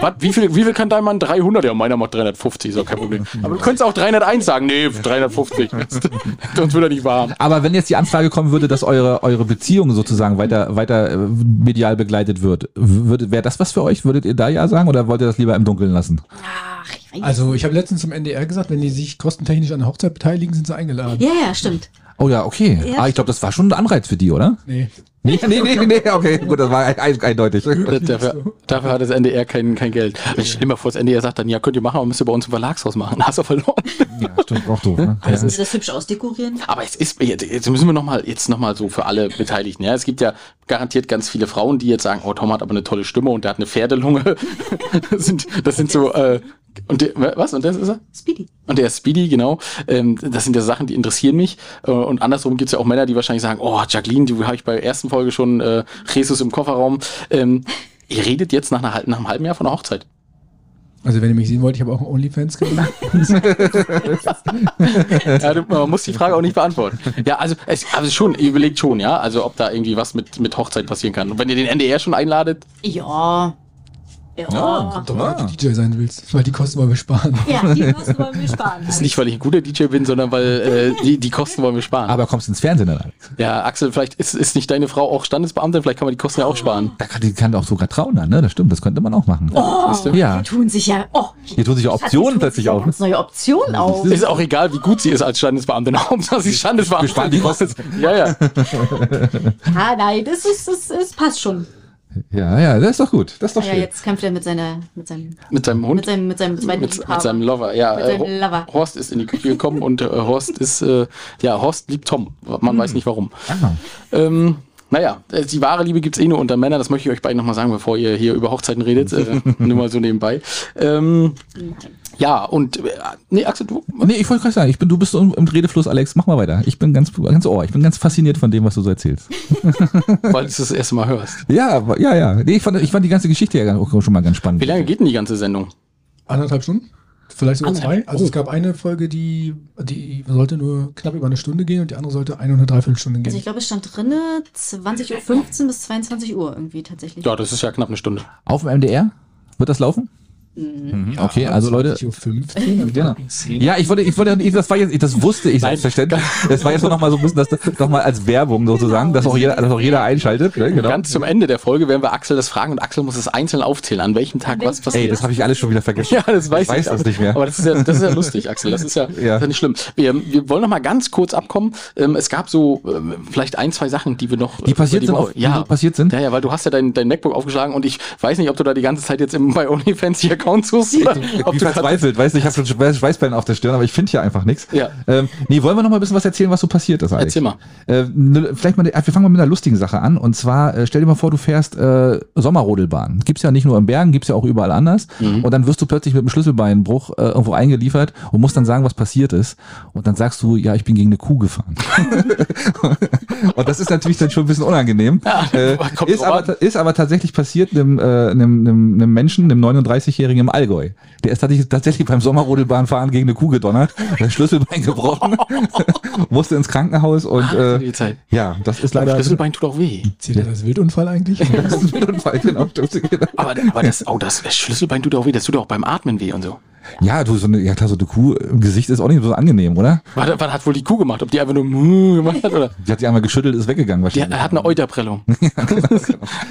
Speaker 1: Was, wie, viel, wie viel kann dein Mann? 300? Ja, meiner macht 350, ist auch kein Problem. Aber du könntest auch 301 sagen. Nee, 350. Sonst wird er nicht warm.
Speaker 2: Aber wenn jetzt die Anfrage kommen würde, dass eure, eure Beziehung sozusagen weiter, weiter äh, medial begleitet wird, würde, wäre das was für euch? Würdet ihr da ja sagen oder wollt ihr das lieber im Dunkeln lassen?
Speaker 6: Ach, ich weiß
Speaker 5: Also ich habe letztens zum NDR gesagt, wenn die sich kostentechnisch an der Hochzeit beteiligen, sind sie eingeladen.
Speaker 6: Ja, ja, stimmt.
Speaker 2: Oh ja, okay.
Speaker 6: Ja.
Speaker 2: Ah, ich glaube, das war schon ein Anreiz für die, oder?
Speaker 5: Nee.
Speaker 2: Nee, nee, nee, nee, okay, gut, das war ein- eindeutig.
Speaker 1: Dafür, dafür hat das NDR kein, kein Geld. Ich stell dir mal vor, das NDR sagt dann, ja, könnt ihr machen, aber müsst ihr bei uns im Verlagshaus machen. Hast du verloren.
Speaker 2: Ja, stimmt, auch doof, ne?
Speaker 6: Aber müssen sie das hübsch ausdekorieren?
Speaker 1: Aber es ist, jetzt, jetzt müssen wir nochmal, jetzt nochmal so für alle Beteiligten. Ja, es gibt ja garantiert ganz viele Frauen, die jetzt sagen, oh, Tom hat aber eine tolle Stimme und der hat eine Pferdelunge. das sind, das sind so, äh, und der, was? Und das ist er?
Speaker 6: Speedy.
Speaker 1: Und der Speedy, genau. Ähm, das sind ja Sachen, die interessieren mich. Äh, und andersrum gibt's ja auch Männer, die wahrscheinlich sagen, oh, Jacqueline, die habe ich bei der ersten Folge schon, äh, Jesus im Kofferraum. Ähm, ihr redet jetzt nach, einer, halben- nach einem halben Jahr von der Hochzeit.
Speaker 5: Also wenn ihr mich sehen wollt, ich habe auch einen OnlyFans-Kanal.
Speaker 1: Ja, du, man muss die Frage auch nicht beantworten. Ja, also, es, also schon, ihr überlegt schon, ja, also ob da irgendwie was mit, mit Hochzeit passieren kann. Und wenn ihr den NDR schon einladet,
Speaker 6: Ja. Ja.
Speaker 5: Doch, wenn du DJ sein willst, weil die Kosten wollen wir sparen.
Speaker 6: Ja, die Kosten wollen wir sparen.
Speaker 1: ist nicht, weil ich ein guter DJ bin, sondern weil äh, die, die Kosten wollen wir sparen.
Speaker 2: Aber kommst ins Fernsehen dann, Alex?
Speaker 1: ja, Axel, vielleicht ist, ist nicht deine Frau auch Standesbeamte, vielleicht kann man die Kosten ja auch sparen.
Speaker 2: Da kann, die kann auch sogar trauen dann, ne? Das stimmt, das könnte man auch machen.
Speaker 6: Oh.
Speaker 1: Siehst du?
Speaker 2: Ja,
Speaker 6: Die tun sich ja. Oh,
Speaker 2: hier tun sich ja Optionen
Speaker 6: die tun sich
Speaker 2: plötzlich
Speaker 6: ja
Speaker 2: auf.
Speaker 6: Ganz neue Optionen auf.
Speaker 1: Ist auch egal, wie gut sie ist als Standesbeamte. Hauptsache, sie ist Standesbeamte.
Speaker 2: Wir sparen die Kosten.
Speaker 1: Ja, ja.
Speaker 6: Ah, nein, das ist, das, das passt schon.
Speaker 2: Ja, ja, das ist doch gut. Das ist doch
Speaker 6: Ja,
Speaker 2: schön.
Speaker 6: jetzt kämpft er mit seiner, mit seinem,
Speaker 1: Mit seinem Hund.
Speaker 6: mit seinem, mit seinem zweiten
Speaker 1: mit,
Speaker 6: Liebhaber.
Speaker 1: mit seinem Lover, ja.
Speaker 6: Mit seinem
Speaker 1: äh, Ho-
Speaker 6: Lover.
Speaker 1: Horst ist in die Küche gekommen und äh, Horst ist, äh, ja, Horst liebt Tom.
Speaker 6: Mhm.
Speaker 1: Man weiß nicht warum.
Speaker 2: Ah.
Speaker 1: Ähm, naja, äh, die wahre Liebe gibt's eh nur unter Männern. Das möchte ich euch beiden nochmal sagen, bevor ihr hier über Hochzeiten redet. Äh, nur mal so nebenbei. Ähm, ja, und, äh, nee, Axel, du,
Speaker 2: Nee, ich wollte gerade sagen, ich bin, du bist im, im Redefluss, Alex. Mach mal weiter. Ich bin ganz, ganz ohr. Ich bin ganz fasziniert von dem, was du so erzählst.
Speaker 1: weil du es das erste Mal hörst.
Speaker 2: Ja, aber- ja, ja. Nee, ich fand, ich fand die ganze Geschichte ja ganz- oh, schon mal ganz spannend.
Speaker 1: Wie lange geht denn die ganze Sendung?
Speaker 5: Anderthalb Stunden? Vielleicht sogar zwei. Also
Speaker 6: Oh.
Speaker 5: es gab eine Folge, die, die sollte nur knapp über eine Stunde gehen und die andere sollte eine und eine Dreiviertelstunde
Speaker 6: Also ich
Speaker 5: gehen.
Speaker 6: glaube, es stand drinne 20.15 Uhr bis 22 Uhr irgendwie tatsächlich.
Speaker 1: Ja, das ist ja knapp eine Stunde.
Speaker 2: Auf dem MDR? Wird das laufen? Mhm, okay, also Leute.
Speaker 5: 20.15 Uhr.
Speaker 2: Genau. Ja, ich wollte, ich wollte, ich- das war jetzt, ich- das wusste ich selbstverständlich. Das war jetzt noch mal so ein bisschen, das noch mal als Werbung sozusagen, dass auch jeder, dass auch jeder einschaltet. Ne? Genau.
Speaker 1: Ganz zum Ende der Folge werden wir Axel das fragen und Axel muss es einzeln aufzählen, an welchem Tag was passiert.
Speaker 2: Ey, das habe ich alles schon wieder vergessen.
Speaker 1: Ja, das weiß ich.
Speaker 2: ich weiß das
Speaker 1: aber-
Speaker 2: nicht mehr.
Speaker 1: Aber das ist ja, das ist ja lustig, Axel. Das ist ja, Das ist ja nicht schlimm. Wir, wir wollen noch mal ganz kurz abkommen. Ähm, es gab so ähm, vielleicht ein, zwei Sachen, die wir noch.
Speaker 2: Die passiert sind
Speaker 1: über
Speaker 2: auf-
Speaker 1: Woche-
Speaker 2: die
Speaker 1: ja,
Speaker 2: so passiert sind?
Speaker 1: Ja, ja, weil du hast ja dein, dein MacBook aufgeschlagen und ich weiß nicht, ob du da die ganze Zeit jetzt im, bei OnlyFans die Accounts suchst. Oder ob
Speaker 2: Wie
Speaker 1: du grad,
Speaker 2: verzweifelt, weißt du, ich habe schon Schweiß- Schweißperlen auf der Stirn, aber ich finde hier einfach nichts.
Speaker 1: Ja.
Speaker 2: Ähm, nee, wollen wir noch mal ein bisschen was erzählen, was so passiert ist eigentlich?
Speaker 1: Erzähl mal.
Speaker 2: Äh, ne, vielleicht mal, wir fangen mal mit einer lustigen Sache an. Und zwar, äh, stell dir mal vor, du fährst äh, Sommerrodelbahn. Gibt's ja nicht nur in Bergen, gibt's ja auch überall anders.
Speaker 1: Mhm.
Speaker 2: Und dann wirst du plötzlich mit einem Schlüsselbeinbruch äh, irgendwo eingeliefert und musst dann sagen, was passiert ist. Und dann sagst du, ja, ich bin gegen eine Kuh gefahren. und das ist natürlich dann schon ein bisschen unangenehm. äh,
Speaker 1: kommt
Speaker 2: ist,
Speaker 1: drauf an.
Speaker 2: aber, ist aber tatsächlich passiert einem, äh, einem, einem, einem Menschen, einem 39-Jährigen im Allgäu. Der ist tatsächlich, tatsächlich beim Sommerrodelbahnfahren gegen eine Kuh gedonnert, das Schlüsselbein gebrochen, musste ins Krankenhaus und äh,
Speaker 1: die Zeit.
Speaker 2: ja, das ist leider
Speaker 1: Schlüsselbein tut auch weh.
Speaker 5: Zählt das als Wildunfall eigentlich?
Speaker 2: Das ist ein Unfall, genau, stimmt, genau.
Speaker 1: Aber, aber das, oh, das Schlüsselbein tut auch weh. Das tut auch beim Atmen weh und so.
Speaker 2: Ja, du, so eine, ja klar, so eine Kuh im Gesicht ist auch nicht so angenehm, oder?
Speaker 1: Was, was hat wohl die Kuh gemacht? Ob die einfach nur mm gemacht hat oder?
Speaker 2: Die hat die einmal geschüttelt, ist weggegangen
Speaker 1: Die
Speaker 2: wahrscheinlich.
Speaker 1: hat eine Euterprellung.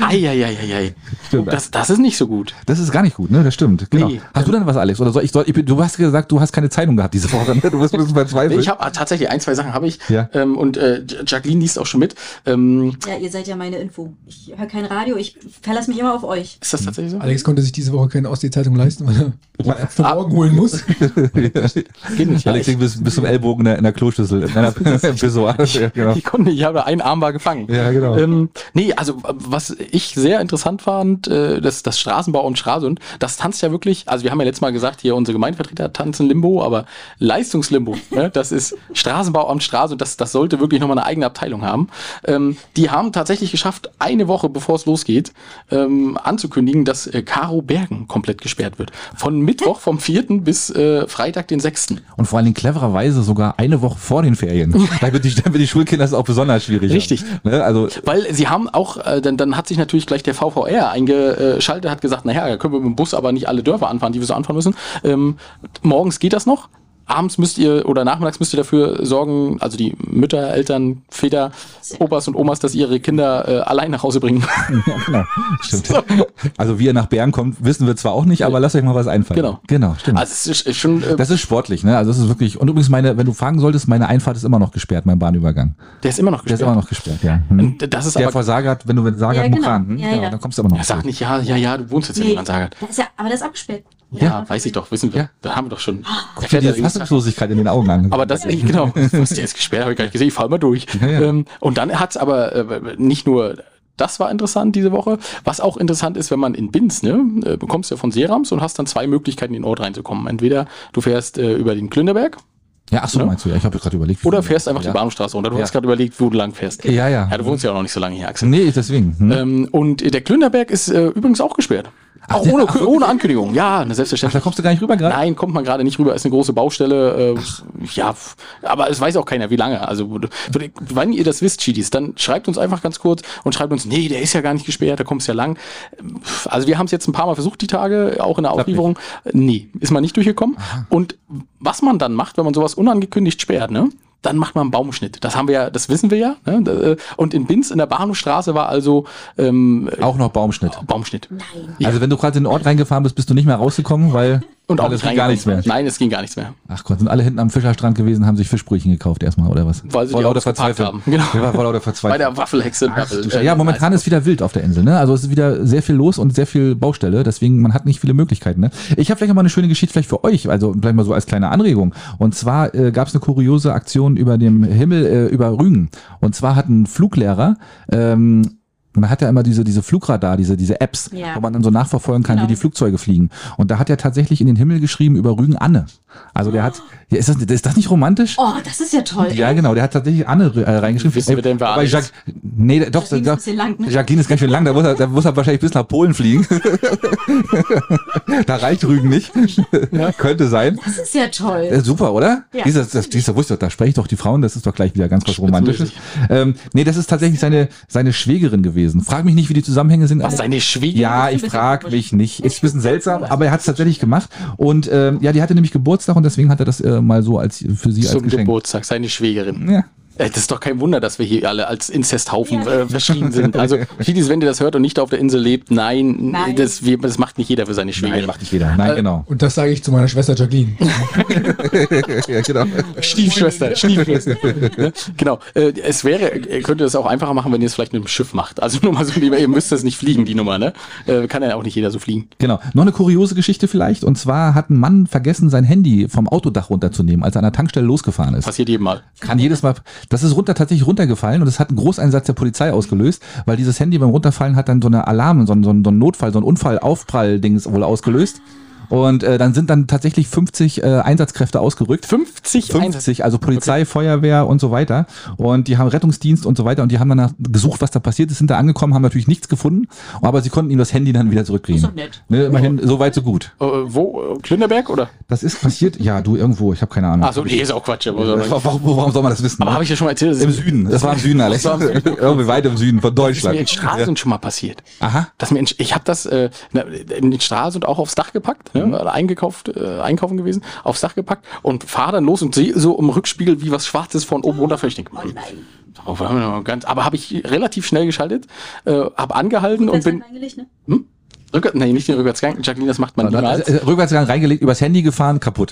Speaker 1: Eieieiei.
Speaker 2: genau. Stimmt.
Speaker 1: Das, das ist nicht so gut.
Speaker 2: Das ist gar nicht gut, ne? Das stimmt. Genau.
Speaker 1: Nee. ähm
Speaker 2: Hast du denn was, Alex? Oder soll ich, soll, ich bin, du hast gesagt, du hast keine Zeitung gehabt diese Woche. Ne? Du bist ein bisschen
Speaker 1: Nee,
Speaker 2: verzweifelt.
Speaker 1: ich habe tatsächlich ein, zwei Sachen habe ich.
Speaker 2: Ja.
Speaker 1: Ähm, und äh, Jacqueline liest auch schon mit. Ähm,
Speaker 6: Ja, ihr seid ja meine Info. Ich höre kein Radio, ich verlasse mich immer auf euch.
Speaker 1: ist das tatsächlich so?
Speaker 5: Alex konnte sich diese Woche keine Ostsee-Zeitung leisten, weil er von morgen holen muss.
Speaker 1: Geht nicht.
Speaker 2: Alex
Speaker 1: ja,
Speaker 2: liegt bis, bis zum Ellbogen in der, in der Kloschüssel. In einer Pissoir. Ja, genau.
Speaker 1: ich, ich konnte nicht, ich habe da einen Arm war gefangen.
Speaker 2: Ja, genau.
Speaker 1: Ähm, nee, also äh, was ich sehr interessant fand, äh, das, das Straßenbau und Stralsund, das tanzt ja wirklich, also wir haben ja letztes Mal gesagt, hier unsere Gemeindevertreter tanzen Limbo, aber Leistungslimbo, ne, das ist Straßenbau am Stralsund, das, das sollte wirklich nochmal eine eigene Abteilung haben. Ähm, die haben tatsächlich geschafft, eine Woche bevor es losgeht, ähm, anzukündigen, dass äh, Karo Bergen komplett gesperrt wird. Von Mittwoch vom 4. bis äh, Freitag den 6.
Speaker 2: Und vor allen Dingen clevererweise sogar eine Woche vor den Ferien. damit, die, damit die Schulkinder es auch besonders schwierig
Speaker 1: Richtig.
Speaker 2: haben. Ne? Also,
Speaker 1: Weil sie haben auch, äh, dann, dann hat sich natürlich gleich der VVR eingeschaltet, hat gesagt, naja, da können wir mit dem Bus aber nicht alle Dörfer anfahren, die wir so anfahren müssen. Ähm, morgens geht das noch. abends müsst ihr oder nachmittags müsst ihr dafür sorgen, also die Mütter, Eltern, Väter, Opas und Omas, dass ihr ihre Kinder äh, allein nach Hause bringen.
Speaker 2: genau, stimmt. Also wie ihr nach Bern kommt, wissen wir zwar auch nicht, aber lasst euch mal was einfallen.
Speaker 1: Genau.
Speaker 2: Genau, stimmt.
Speaker 1: Also es ist, ist schon, äh,
Speaker 2: das ist sportlich, ne? Also das ist wirklich. Und übrigens, meine, wenn du fragen solltest, meine Einfahrt ist immer noch gesperrt, mein Bahnübergang.
Speaker 1: der ist immer noch
Speaker 2: Der ist
Speaker 1: gesperrt.
Speaker 2: immer noch gesperrt, ja. Hm.
Speaker 1: das ist
Speaker 2: Der
Speaker 1: aber,
Speaker 2: vor Sagert, wenn du mit Sagert
Speaker 6: Ja, genau.
Speaker 2: Mokran, hm?
Speaker 6: Ja, ja.
Speaker 2: dann kommst du immer noch.
Speaker 1: ja, sag nicht, ja, ja, ja, du wohnst jetzt in
Speaker 6: Nee.
Speaker 1: Landsager.
Speaker 6: Das ist ja, aber das ist abgesperrt.
Speaker 1: Ja, weiß ich doch, wissen wir.
Speaker 2: Ja.
Speaker 1: Da haben wir doch schon.
Speaker 2: Guck dir die Fassungslosigkeit in den Augen an.
Speaker 1: Aber das, genau, was der ist gesperrt, habe ich gar nicht gesehen, ich fahr mal durch.
Speaker 2: Ja, ja.
Speaker 1: Ähm, und dann hat's aber äh, nicht nur, das war interessant diese Woche, was auch interessant ist, wenn man in Binz, ne, äh, bekommst ja von Serams und hast dann zwei Möglichkeiten, in den Ort reinzukommen. Entweder du fährst äh, über den Klünderberg
Speaker 2: ja, ach so,
Speaker 1: ne?
Speaker 2: meinst du, ja, ich habe gerade überlegt. wie
Speaker 1: oder
Speaker 2: viel-
Speaker 1: fährst einfach
Speaker 2: ja.
Speaker 1: die Bahnhofstraße runter. Du
Speaker 2: Ja.
Speaker 1: hast gerade überlegt, wo du lang fährst.
Speaker 2: Ja, ja.
Speaker 1: Ja, du wohnst ja auch noch nicht so lange hier, Axel.
Speaker 2: Nee, deswegen. Hm?
Speaker 1: Ähm, und äh, der Klünderberg ist äh, übrigens auch gesperrt. auch
Speaker 2: der-
Speaker 1: ohne,
Speaker 2: ach, wirklich?
Speaker 1: ohne Ankündigung. Ja, eine
Speaker 2: ach, da
Speaker 1: selbstverständlich.
Speaker 2: kommst du gar nicht rüber gerade?
Speaker 1: Nein, kommt man gerade nicht rüber, ist eine große Baustelle. Äh, ja, f- aber es weiß auch keiner, wie lange. Also, w- w- wenn ihr das wisst, Chidis, dann schreibt uns einfach ganz kurz und schreibt uns, nee, der ist ja gar nicht gesperrt, da kommst ja lang. Pff, Also, wir haben es jetzt ein paar Mal versucht, die Tage, auch in der Auslieferung. Nee, ist man nicht durchgekommen. Und was man dann macht, wenn man sowas unangekündigt sperrt, ne? Dann macht man einen Baumschnitt. Das haben wir ja, das wissen wir ja. Ne? Da, äh, Und in Binz in der Bahnhofstraße war also ähm,
Speaker 2: Auch noch Baumschnitt.
Speaker 1: Baumschnitt.
Speaker 2: Also wenn du gerade in den Ort reingefahren bist, bist du nicht mehr rausgekommen, weil
Speaker 1: Und auch
Speaker 2: weil es ging gar nichts
Speaker 1: reingekommen.
Speaker 2: mehr.
Speaker 1: Nein, es ging gar nichts mehr.
Speaker 2: Ach Gott, sind alle hinten am Fischerstrand gewesen, haben sich Fischbrötchen gekauft erstmal oder was?
Speaker 1: Weil sie
Speaker 2: vor
Speaker 1: die
Speaker 2: lauter
Speaker 1: ausgepackt haben,
Speaker 2: Verzweiflung.
Speaker 1: genau.
Speaker 2: Ja, vor
Speaker 1: Bei
Speaker 2: lauter Verzweiflung.
Speaker 1: der Waffelhexe.
Speaker 2: Ach,
Speaker 1: Waffel-
Speaker 2: du Sche- ja,
Speaker 1: äh,
Speaker 2: momentan ist wieder wild auf der Insel, ne? Also es ist wieder sehr viel los und sehr viel Baustelle, deswegen man hat nicht viele Möglichkeiten, ne? Ich habe vielleicht noch mal eine schöne Geschichte vielleicht für euch, also vielleicht mal so als kleine Anregung. Und zwar äh, gab es eine kuriose Aktion über dem Himmel äh, über Rügen. Und zwar hat ein Fluglehrer ähm, man hat ja immer diese, diese Flugradar, diese, diese Apps,
Speaker 6: Ja.
Speaker 2: wo man dann so nachverfolgen kann, wie die Flugzeuge fliegen. Und da hat er tatsächlich in den Himmel geschrieben über Rügen Anne. Also der hat, ja, ist, das, ist das nicht romantisch?
Speaker 6: Oh, das ist ja toll.
Speaker 2: Ja, genau, der hat tatsächlich Anne äh, reingeschrieben.
Speaker 1: Wissen wir denn, wer
Speaker 2: aber
Speaker 1: Anne ist?
Speaker 2: Jacques, Nee, doch,
Speaker 6: Jacqueline ist
Speaker 2: doch,
Speaker 6: ein bisschen lang, ne?
Speaker 2: Jacqueline ist ganz schön lang, da muss er, da muss er wahrscheinlich bis nach Polen fliegen. da reicht Rügen nicht. Könnte sein.
Speaker 6: Das ist ja toll.
Speaker 2: Äh, super, oder?
Speaker 6: Ja.
Speaker 2: Dieser, das, dieser wusste ich doch, da spreche ich doch die Frauen, das ist doch gleich wieder ganz was Romantisches. Ähm, nee, das ist tatsächlich seine, seine Schwägerin gewesen. Frag mich nicht, wie die Zusammenhänge sind.
Speaker 1: Was
Speaker 2: aber-
Speaker 1: seine Schwieger.
Speaker 2: ja, ich frag mich nicht. Ist ein bisschen seltsam, aber er hat es tatsächlich gemacht. Und ähm, ja, die hatte nämlich Geburtstag und deswegen hat er das äh, mal so als für sie als
Speaker 1: Zum
Speaker 2: Geschenk. Hm.
Speaker 1: Geburtstag, seine Schwägerin.
Speaker 2: Ja.
Speaker 1: Äh, Das ist doch kein Wunder, dass wir hier alle als Inzesthaufen äh, verschrien sind. Also, Chidis, wenn ihr das hört und nicht auf der Insel lebt, nein,
Speaker 6: Nein.
Speaker 1: Das, wir, das macht nicht jeder für seine Schwägerin.
Speaker 2: macht nicht jeder. Nein, genau.
Speaker 5: Und das sage ich zu meiner Schwester Jacqueline.
Speaker 2: ja, genau.
Speaker 1: Stiefschwester, Stiefschwester. Ne? genau. Äh, es wäre, ihr könntet das auch einfacher machen, wenn ihr es vielleicht mit dem Schiff macht. Also nur mal so, ihr müsst das nicht fliegen, die Nummer, ne? Äh, kann ja auch nicht jeder so fliegen.
Speaker 2: Genau. Noch eine kuriose Geschichte vielleicht. Und zwar hat ein Mann vergessen, sein Handy vom Autodach runterzunehmen, als er an der Tankstelle losgefahren ist.
Speaker 1: Passiert jedem mal.
Speaker 2: Kann jedes Mal. Das ist runter tatsächlich runtergefallen und es hat einen Großeinsatz der Polizei ausgelöst, weil dieses Handy beim Runterfallen hat dann so eine Alarm, so ein, so ein, so ein Notfall, so ein Unfallaufprall-Dings wohl ausgelöst. Und äh, dann sind dann tatsächlich 50 äh, Einsatzkräfte ausgerückt.
Speaker 1: 50, 50.
Speaker 2: 50, also Polizei, Feuerwehr und so weiter. Und die haben Rettungsdienst und so weiter und die haben danach gesucht, was da passiert ist, sind da angekommen, haben natürlich nichts gefunden, aber sie konnten ihm das Handy dann wieder zurückkriegen.
Speaker 6: Ist doch nett.
Speaker 2: Ne, immerhin, so weit, so gut.
Speaker 1: Äh, wo? Äh, Klünderberg oder?
Speaker 2: Das ist passiert, ja, du irgendwo, ich habe keine Ahnung.
Speaker 1: Achso, nee, ist auch Quatsch. Aber,
Speaker 2: Äh, Warum, warum soll man das wissen? ne?
Speaker 1: aber habe ich ja schon mal erzählt, dass
Speaker 2: Im
Speaker 1: es
Speaker 2: Süden, das war im Süden, Alex. Irgendwie weit im Süden
Speaker 1: mir
Speaker 2: von
Speaker 1: in
Speaker 2: Deutschland.
Speaker 1: Straßen schon mal passiert.
Speaker 2: Aha.
Speaker 1: Dass mir in, ich habe das äh, na, in Straßen und auch aufs Dach gepackt,
Speaker 2: Mhm.
Speaker 1: ne, eingekauft, äh, einkaufen gewesen, aufs Dach gepackt und fahre dann los und sehe so im Rückspiegel, wie was Schwarzes von oben runterfällt. Ich denk, hm, darauf haben wir noch ganz, aber habe ich relativ schnell geschaltet, äh, habe angehalten und
Speaker 6: Das
Speaker 1: bin
Speaker 6: hat eigentlich, ne?
Speaker 1: rückwärts, nee, nicht den Rückwärtsgang, Jacqueline, das macht man niemals.
Speaker 2: Äh, Rückwärtsgang reingelegt, übers Handy gefahren, kaputt.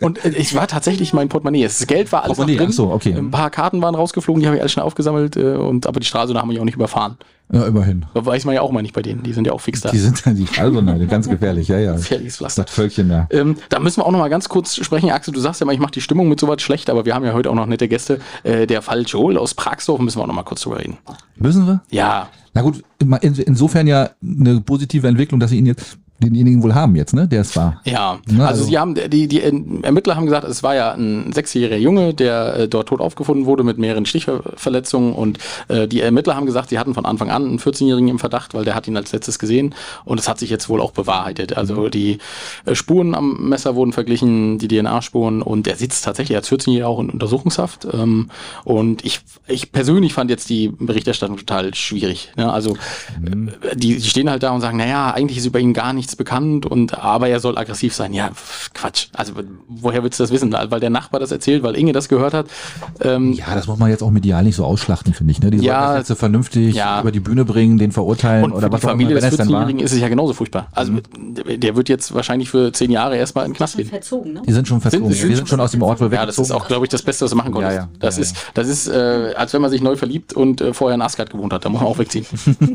Speaker 1: Und äh, ich war tatsächlich mein Portemonnaie. Das Geld war alles noch
Speaker 2: Portemonnaie,
Speaker 1: drin.
Speaker 2: ach so, okay.
Speaker 1: Ein paar Karten waren rausgeflogen, die habe ich alles schnell aufgesammelt. Äh, und, aber die Straße da haben wir auch nicht überfahren.
Speaker 2: Ja, immerhin.
Speaker 1: Da weiß man ja auch mal nicht bei denen. Die sind ja auch fix da.
Speaker 2: Die sind dann die Fallbeneide, ganz gefährlich, ja, ja.
Speaker 1: Gefährliches Pflaster.
Speaker 2: Das Völkchen da.
Speaker 1: Ähm, da müssen wir auch noch mal ganz kurz sprechen. Axel, du sagst ja mal, ich mache die Stimmung mit sowas schlecht, aber wir haben ja heute auch noch nette Gäste. Äh, der Fall Joel aus Pragsdorf, müssen wir auch noch mal kurz drüber reden.
Speaker 2: Müssen wir?
Speaker 1: Ja,
Speaker 2: Na gut, in- insofern ja eine positive Entwicklung, dass sie ihn jetzt, denjenigen wohl haben jetzt, ne? Der es war.
Speaker 1: Ja, also,
Speaker 2: Na, also-
Speaker 1: sie haben die, die Ermittler haben gesagt, es war ja ein sechsjähriger Junge, der äh, dort tot aufgefunden wurde mit mehreren Stichverletzungen und äh, die Ermittler haben gesagt, sie hatten von Anfang an einen 14-jährigen im Verdacht, weil der hat ihn als letztes gesehen und es hat sich jetzt wohl auch bewahrheitet. Also die äh, Spuren am Messer wurden verglichen, die DNA-Spuren und er sitzt tatsächlich als 14-jähriger auch in Untersuchungshaft ähm, und ich ich persönlich fand jetzt die
Speaker 2: Mhm.
Speaker 1: Berichterstattung total schwierig. Ne? Also äh, die, die stehen halt da und sagen, naja, eigentlich ist über ihn gar nichts nichts bekannt und aber er soll aggressiv sein. Ja, pf, Quatsch. Also woher willst du das wissen? Weil der Nachbar das erzählt, weil Inge das gehört hat. Ähm,
Speaker 2: Ja, das muss man jetzt auch medial nicht so ausschlachten, finde ich. Ne? Die sollten
Speaker 1: Ja.
Speaker 2: das jetzt so vernünftig
Speaker 1: Ja.
Speaker 2: über die Bühne bringen, den verurteilen
Speaker 1: und
Speaker 2: oder
Speaker 1: für die
Speaker 2: was auch
Speaker 1: Familie
Speaker 2: immer, wenn
Speaker 1: des
Speaker 2: es denn war. Mhm.
Speaker 1: 14-Jährigen ist es ja genauso furchtbar. Also der wird jetzt wahrscheinlich für zehn Jahre erstmal in den Knast
Speaker 6: Schon
Speaker 1: gehen.
Speaker 6: verzogen, ne?
Speaker 2: Die sind schon verzogen.
Speaker 1: Sind-
Speaker 2: Die
Speaker 1: sind
Speaker 2: sind, schon aus dem Ort wohl
Speaker 1: Ja, das ist auch, glaube ich, das Beste, was du machen konntest.
Speaker 2: Ja, ja.
Speaker 1: Das
Speaker 2: Ja,
Speaker 1: ist, das ist äh, als wenn man sich neu verliebt und äh, vorher in Asgard gewohnt hat. Da muss man auch wegziehen.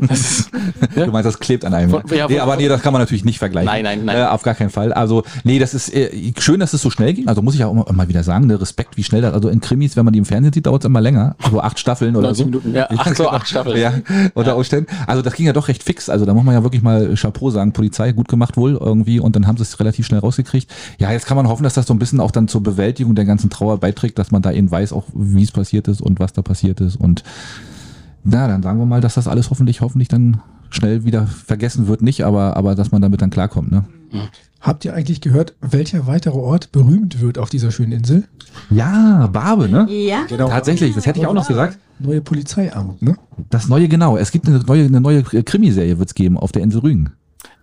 Speaker 1: Das ist,
Speaker 2: Du meinst, das klebt an einem.
Speaker 1: Von- ja,
Speaker 2: nee,
Speaker 1: von-
Speaker 2: aber nee, das kann man natürlich nicht vergleichen.
Speaker 1: Nein, nein, nein.
Speaker 2: Äh, auf gar keinen Fall. Also, nee, das ist äh, schön, dass es so schnell ging. Also muss ich auch immer mal wieder sagen, ne, Respekt, wie schnell das. Also in Krimis, wenn man die im Fernsehen sieht, dauert es immer länger. Also acht Staffeln oder
Speaker 1: 90
Speaker 2: so. genau.
Speaker 1: Minuten. Ja, acht, so acht Staffeln.
Speaker 2: Ja, unter Umständen. Also das ging ja doch recht fix. Also da muss man ja wirklich mal Chapeau sagen, Polizei, gut gemacht wohl irgendwie und dann haben sie es relativ schnell rausgekriegt. Ja, jetzt kann man hoffen, dass das so ein bisschen auch dann zur Bewältigung der ganzen Trauer beiträgt, dass man da eben weiß auch, wie es passiert ist und was da passiert ist und na, dann sagen wir mal, dass das alles hoffentlich, hoffentlich dann schnell wieder vergessen wird, nicht, aber, aber dass man damit dann klarkommt, ne?
Speaker 5: Habt ihr eigentlich gehört, welcher weitere Ort berühmt wird auf dieser schönen Insel?
Speaker 2: Ja, Barbe, ne?
Speaker 6: Ja.
Speaker 5: Genau.
Speaker 2: Tatsächlich, das hätte ich auch noch gesagt.
Speaker 5: Neue Polizeiamt, ne?
Speaker 2: Das neue, genau. Es gibt eine neue, eine neue Krimiserie, wird es geben, auf der Insel Rügen.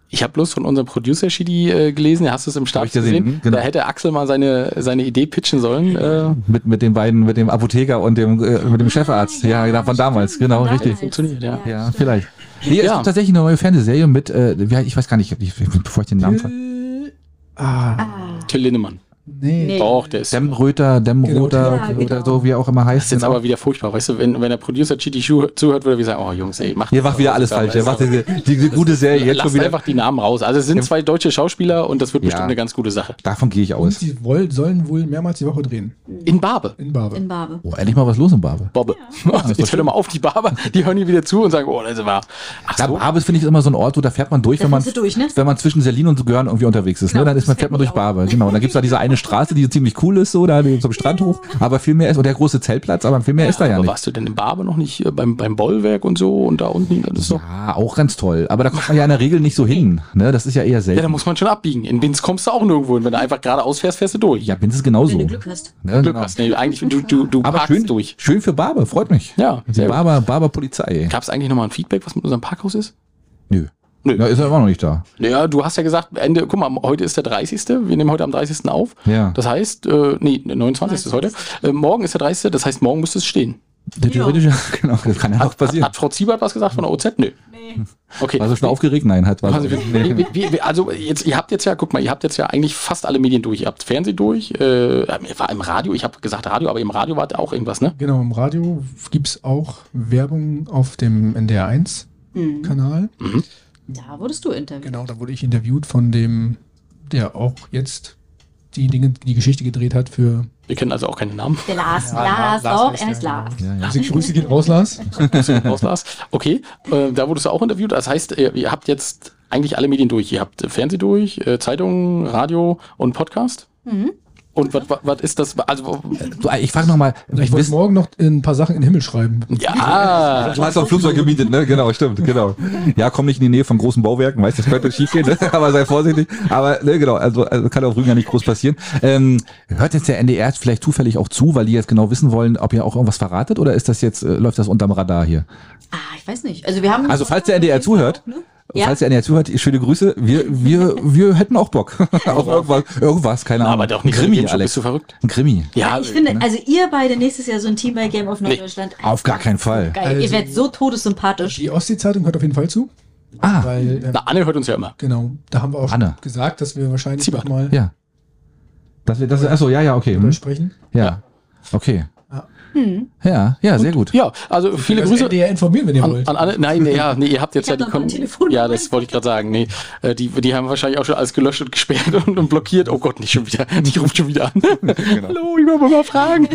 Speaker 1: Ich habe bloß von unserem Producer Shidi äh, gelesen, hast du es im Start
Speaker 2: ich gesehen,
Speaker 1: gesehen?
Speaker 2: mhm, genau.
Speaker 1: Da hätte Axel mal seine, seine Idee pitchen sollen. Äh,
Speaker 2: Mit, mit den beiden, mit dem Apotheker und dem, äh, mit dem Chefarzt. Ja, von damals, genau,
Speaker 6: Ah, damals.
Speaker 2: richtig.
Speaker 1: funktioniert, ja.
Speaker 2: Ja, vielleicht. Nee, es
Speaker 1: Ja.
Speaker 2: gibt tatsächlich eine neue Fernsehserie mit, äh, wie- ich weiß gar nicht, ich, bevor ich den Namen ver-
Speaker 5: Ah,
Speaker 1: Till Lindemann.
Speaker 5: nee.
Speaker 6: Nee.
Speaker 1: Doch, der ist.
Speaker 2: Demröter, Demroter
Speaker 6: Ja, genau.
Speaker 2: oder so, wie er auch immer heißt. Genau.
Speaker 1: Das ist jetzt aber wieder furchtbar, weißt du, wenn, wenn der Producer Chidi Shu zuhört, würde er wieder sagen, oh Jungs, ey, macht
Speaker 2: Hier macht wieder alles falsch. Ihr macht diese, die, die gute Serie jetzt
Speaker 1: Lasst
Speaker 2: schon wieder.
Speaker 1: einfach die Namen raus. Also es sind zwei deutsche Schauspieler und das wird
Speaker 2: Ja.
Speaker 1: bestimmt eine ganz gute Sache.
Speaker 2: Davon gehe ich
Speaker 5: Und
Speaker 2: aus.
Speaker 5: sie wollen, sollen wohl mehrmals die Woche drehen.
Speaker 1: In Barbe.
Speaker 5: In Barbe.
Speaker 6: In Barbe.
Speaker 2: Oh, endlich mal was los in Barbe.
Speaker 1: Bobbe. Jetzt hör doch mal auf, die Barber, die hören hier wieder zu und sagen, oh, das war. Ach
Speaker 2: Ja,
Speaker 1: so.
Speaker 2: Barbe finde ich immer so ein Ort, wo da fährt man durch,
Speaker 6: Da
Speaker 2: wenn man,
Speaker 6: fährst du durch, ne?
Speaker 2: wenn man zwischen Selin und Görn irgendwie unterwegs ist.
Speaker 1: Genau,
Speaker 2: ne? Dann ist man, fährt man durch Barbe. Genau. Und dann gibt es da diese eine Straße, die ziemlich cool ist, so, da zum Strand hoch. Aber viel mehr ist, und der große Zeltplatz, aber viel mehr ist da ja
Speaker 1: Aber
Speaker 2: nicht.
Speaker 1: warst du denn in Barbe noch nicht äh, beim, beim Bollwerk und so und da unten? Das ist doch,
Speaker 2: Ja, auch ganz toll. Aber da kommt man ja in der Regel nicht so hin. Ne? Das ist ja eher
Speaker 1: ja, da
Speaker 2: selten.
Speaker 1: muss man schon abbiegen. In Binz kommst du auch nirgendwo hin. Wenn du einfach geradeaus fährst, fährst du durch.
Speaker 2: Ja, bin es genauso.
Speaker 6: Wenn du
Speaker 2: Ne?
Speaker 6: Glück hast.
Speaker 1: Glück
Speaker 2: Genau.
Speaker 1: hast. Nee, eigentlich, du, du, du
Speaker 2: Aber
Speaker 1: parkst
Speaker 2: schön,
Speaker 1: durch.
Speaker 2: schön für Barbe, freut mich.
Speaker 1: Ja,
Speaker 2: Die
Speaker 1: sehr gut.
Speaker 2: Barber, Barber Polizei.
Speaker 1: Gab es eigentlich nochmal ein Feedback, was mit unserem Parkhaus ist?
Speaker 2: Nö.
Speaker 1: Nö.
Speaker 2: Na, ist er immer noch nicht da.
Speaker 1: Ja, du hast ja gesagt, Ende, guck mal, heute ist der 30. Wir nehmen heute am 30. auf.
Speaker 2: Ja.
Speaker 1: Das heißt, äh, nee, 29. ist heute. Äh, morgen ist der 30. Das heißt, morgen müsste es stehen.
Speaker 2: Theoretisch, genau, das kann ja auch passieren.
Speaker 1: Hat Frau Ziebert was gesagt von der OZ? Nö. Okay.
Speaker 2: War so schon aufgeregt? Nein, hat war
Speaker 1: Also, wir,
Speaker 2: nee.
Speaker 1: wir, wir- wir, also jetzt, ihr habt jetzt ja, guck mal, ihr habt jetzt ja eigentlich fast alle Medien durch. Ihr habt Fernsehen durch, äh, war im Radio, ich habe gesagt Radio, aber im Radio war auch irgendwas, ne?
Speaker 5: Genau, im Radio gibt es auch Werbung auf dem NDR1-Kanal.
Speaker 6: Mhm. Da wurdest du interviewt.
Speaker 5: Genau, da wurde ich interviewt von dem, der auch jetzt die Dinge, die Geschichte gedreht hat für
Speaker 1: Wir kennen also auch keine Namen.
Speaker 6: Der Lars,
Speaker 5: Ja,
Speaker 6: Lars, doch, er
Speaker 5: heißt
Speaker 6: ist
Speaker 5: der,
Speaker 6: Lars.
Speaker 5: genau. Also, Grüße geht raus, Lars.
Speaker 1: Auslass. Okay, äh, da wurdest du auch interviewt. Das heißt, ihr, ihr habt jetzt eigentlich alle Medien durch. Ihr habt äh, Fernsehen durch, äh, Zeitungen, Radio und Podcast. Und was- was was ist das? Also,
Speaker 2: Du, ich frage nochmal,
Speaker 5: Ich wollte
Speaker 2: du
Speaker 5: morgen noch ein paar Sachen in den Himmel schreiben.
Speaker 1: ja,
Speaker 2: hast doch Flugzeug gemietet, ne? Genau, stimmt, genau. Ja, komm nicht in die Nähe von großen Bauwerken, weißt du, das könnte schief gehen, ne? aber sei vorsichtig. Aber ne, genau, also, also kann auf Rügen ja nicht groß passieren. Ähm, hört jetzt der NDR vielleicht zufällig auch zu, weil die jetzt genau wissen wollen, ob ihr auch irgendwas verratet oder ist das jetzt, äh, läuft das unterm Radar hier?
Speaker 6: Ah, ich weiß nicht. Also wir haben.
Speaker 2: Also falls der NDR zuhört,
Speaker 6: Ne?
Speaker 2: Ja.
Speaker 6: Ja.
Speaker 2: Falls der NDR zuhört, schöne Grüße. Wir, wir, wir hätten auch Bock. auf irgendwas, irgendwas, keine Ahnung.
Speaker 1: aber doch nicht
Speaker 2: Krimi,
Speaker 1: Game Show, Bist
Speaker 2: Alex.
Speaker 1: du verrückt?
Speaker 2: Ein Krimi.
Speaker 1: Ja,
Speaker 6: ich finde, also ihr beide nächstes Jahr so ein Team bei Game of Norddeutschland.
Speaker 2: Auf gar keinen Fall.
Speaker 6: Geil. ihr
Speaker 5: Also-
Speaker 6: werdet so todessympathisch.
Speaker 5: Die Ostsee-Zeitung hört auf jeden Fall zu,
Speaker 2: Ah,
Speaker 5: weil, äh,
Speaker 1: na, Anne hört uns ja immer.
Speaker 5: genau, da haben wir auch
Speaker 2: Anne.
Speaker 5: schon gesagt, dass wir wahrscheinlich
Speaker 1: Ziebert.
Speaker 5: noch mal
Speaker 2: ja. Das, wir- das, achso, ja, ja, okay.
Speaker 5: drüber
Speaker 2: Hm.
Speaker 5: sprechen.
Speaker 2: Ja. Okay.
Speaker 5: Ja.
Speaker 2: Ja, ja, sehr gut.
Speaker 1: Ja, also viele
Speaker 5: Das
Speaker 1: Grüße.
Speaker 5: NDR informieren, wenn ihr
Speaker 1: An,
Speaker 5: wollt.
Speaker 1: an alle, nein, nee, ja, nee, ihr habt jetzt
Speaker 6: Ich
Speaker 1: ja
Speaker 6: hab
Speaker 1: die
Speaker 6: noch mein
Speaker 1: Kon
Speaker 6: Telefon.
Speaker 1: Ja, das wollte ich gerade sagen. Nee, äh, die, die haben wahrscheinlich auch schon alles gelöscht und gesperrt und, und blockiert. Oh Gott, nicht schon wieder. Die ruft schon wieder an.
Speaker 2: Genau.
Speaker 1: Hallo, ich wollte mal fragen.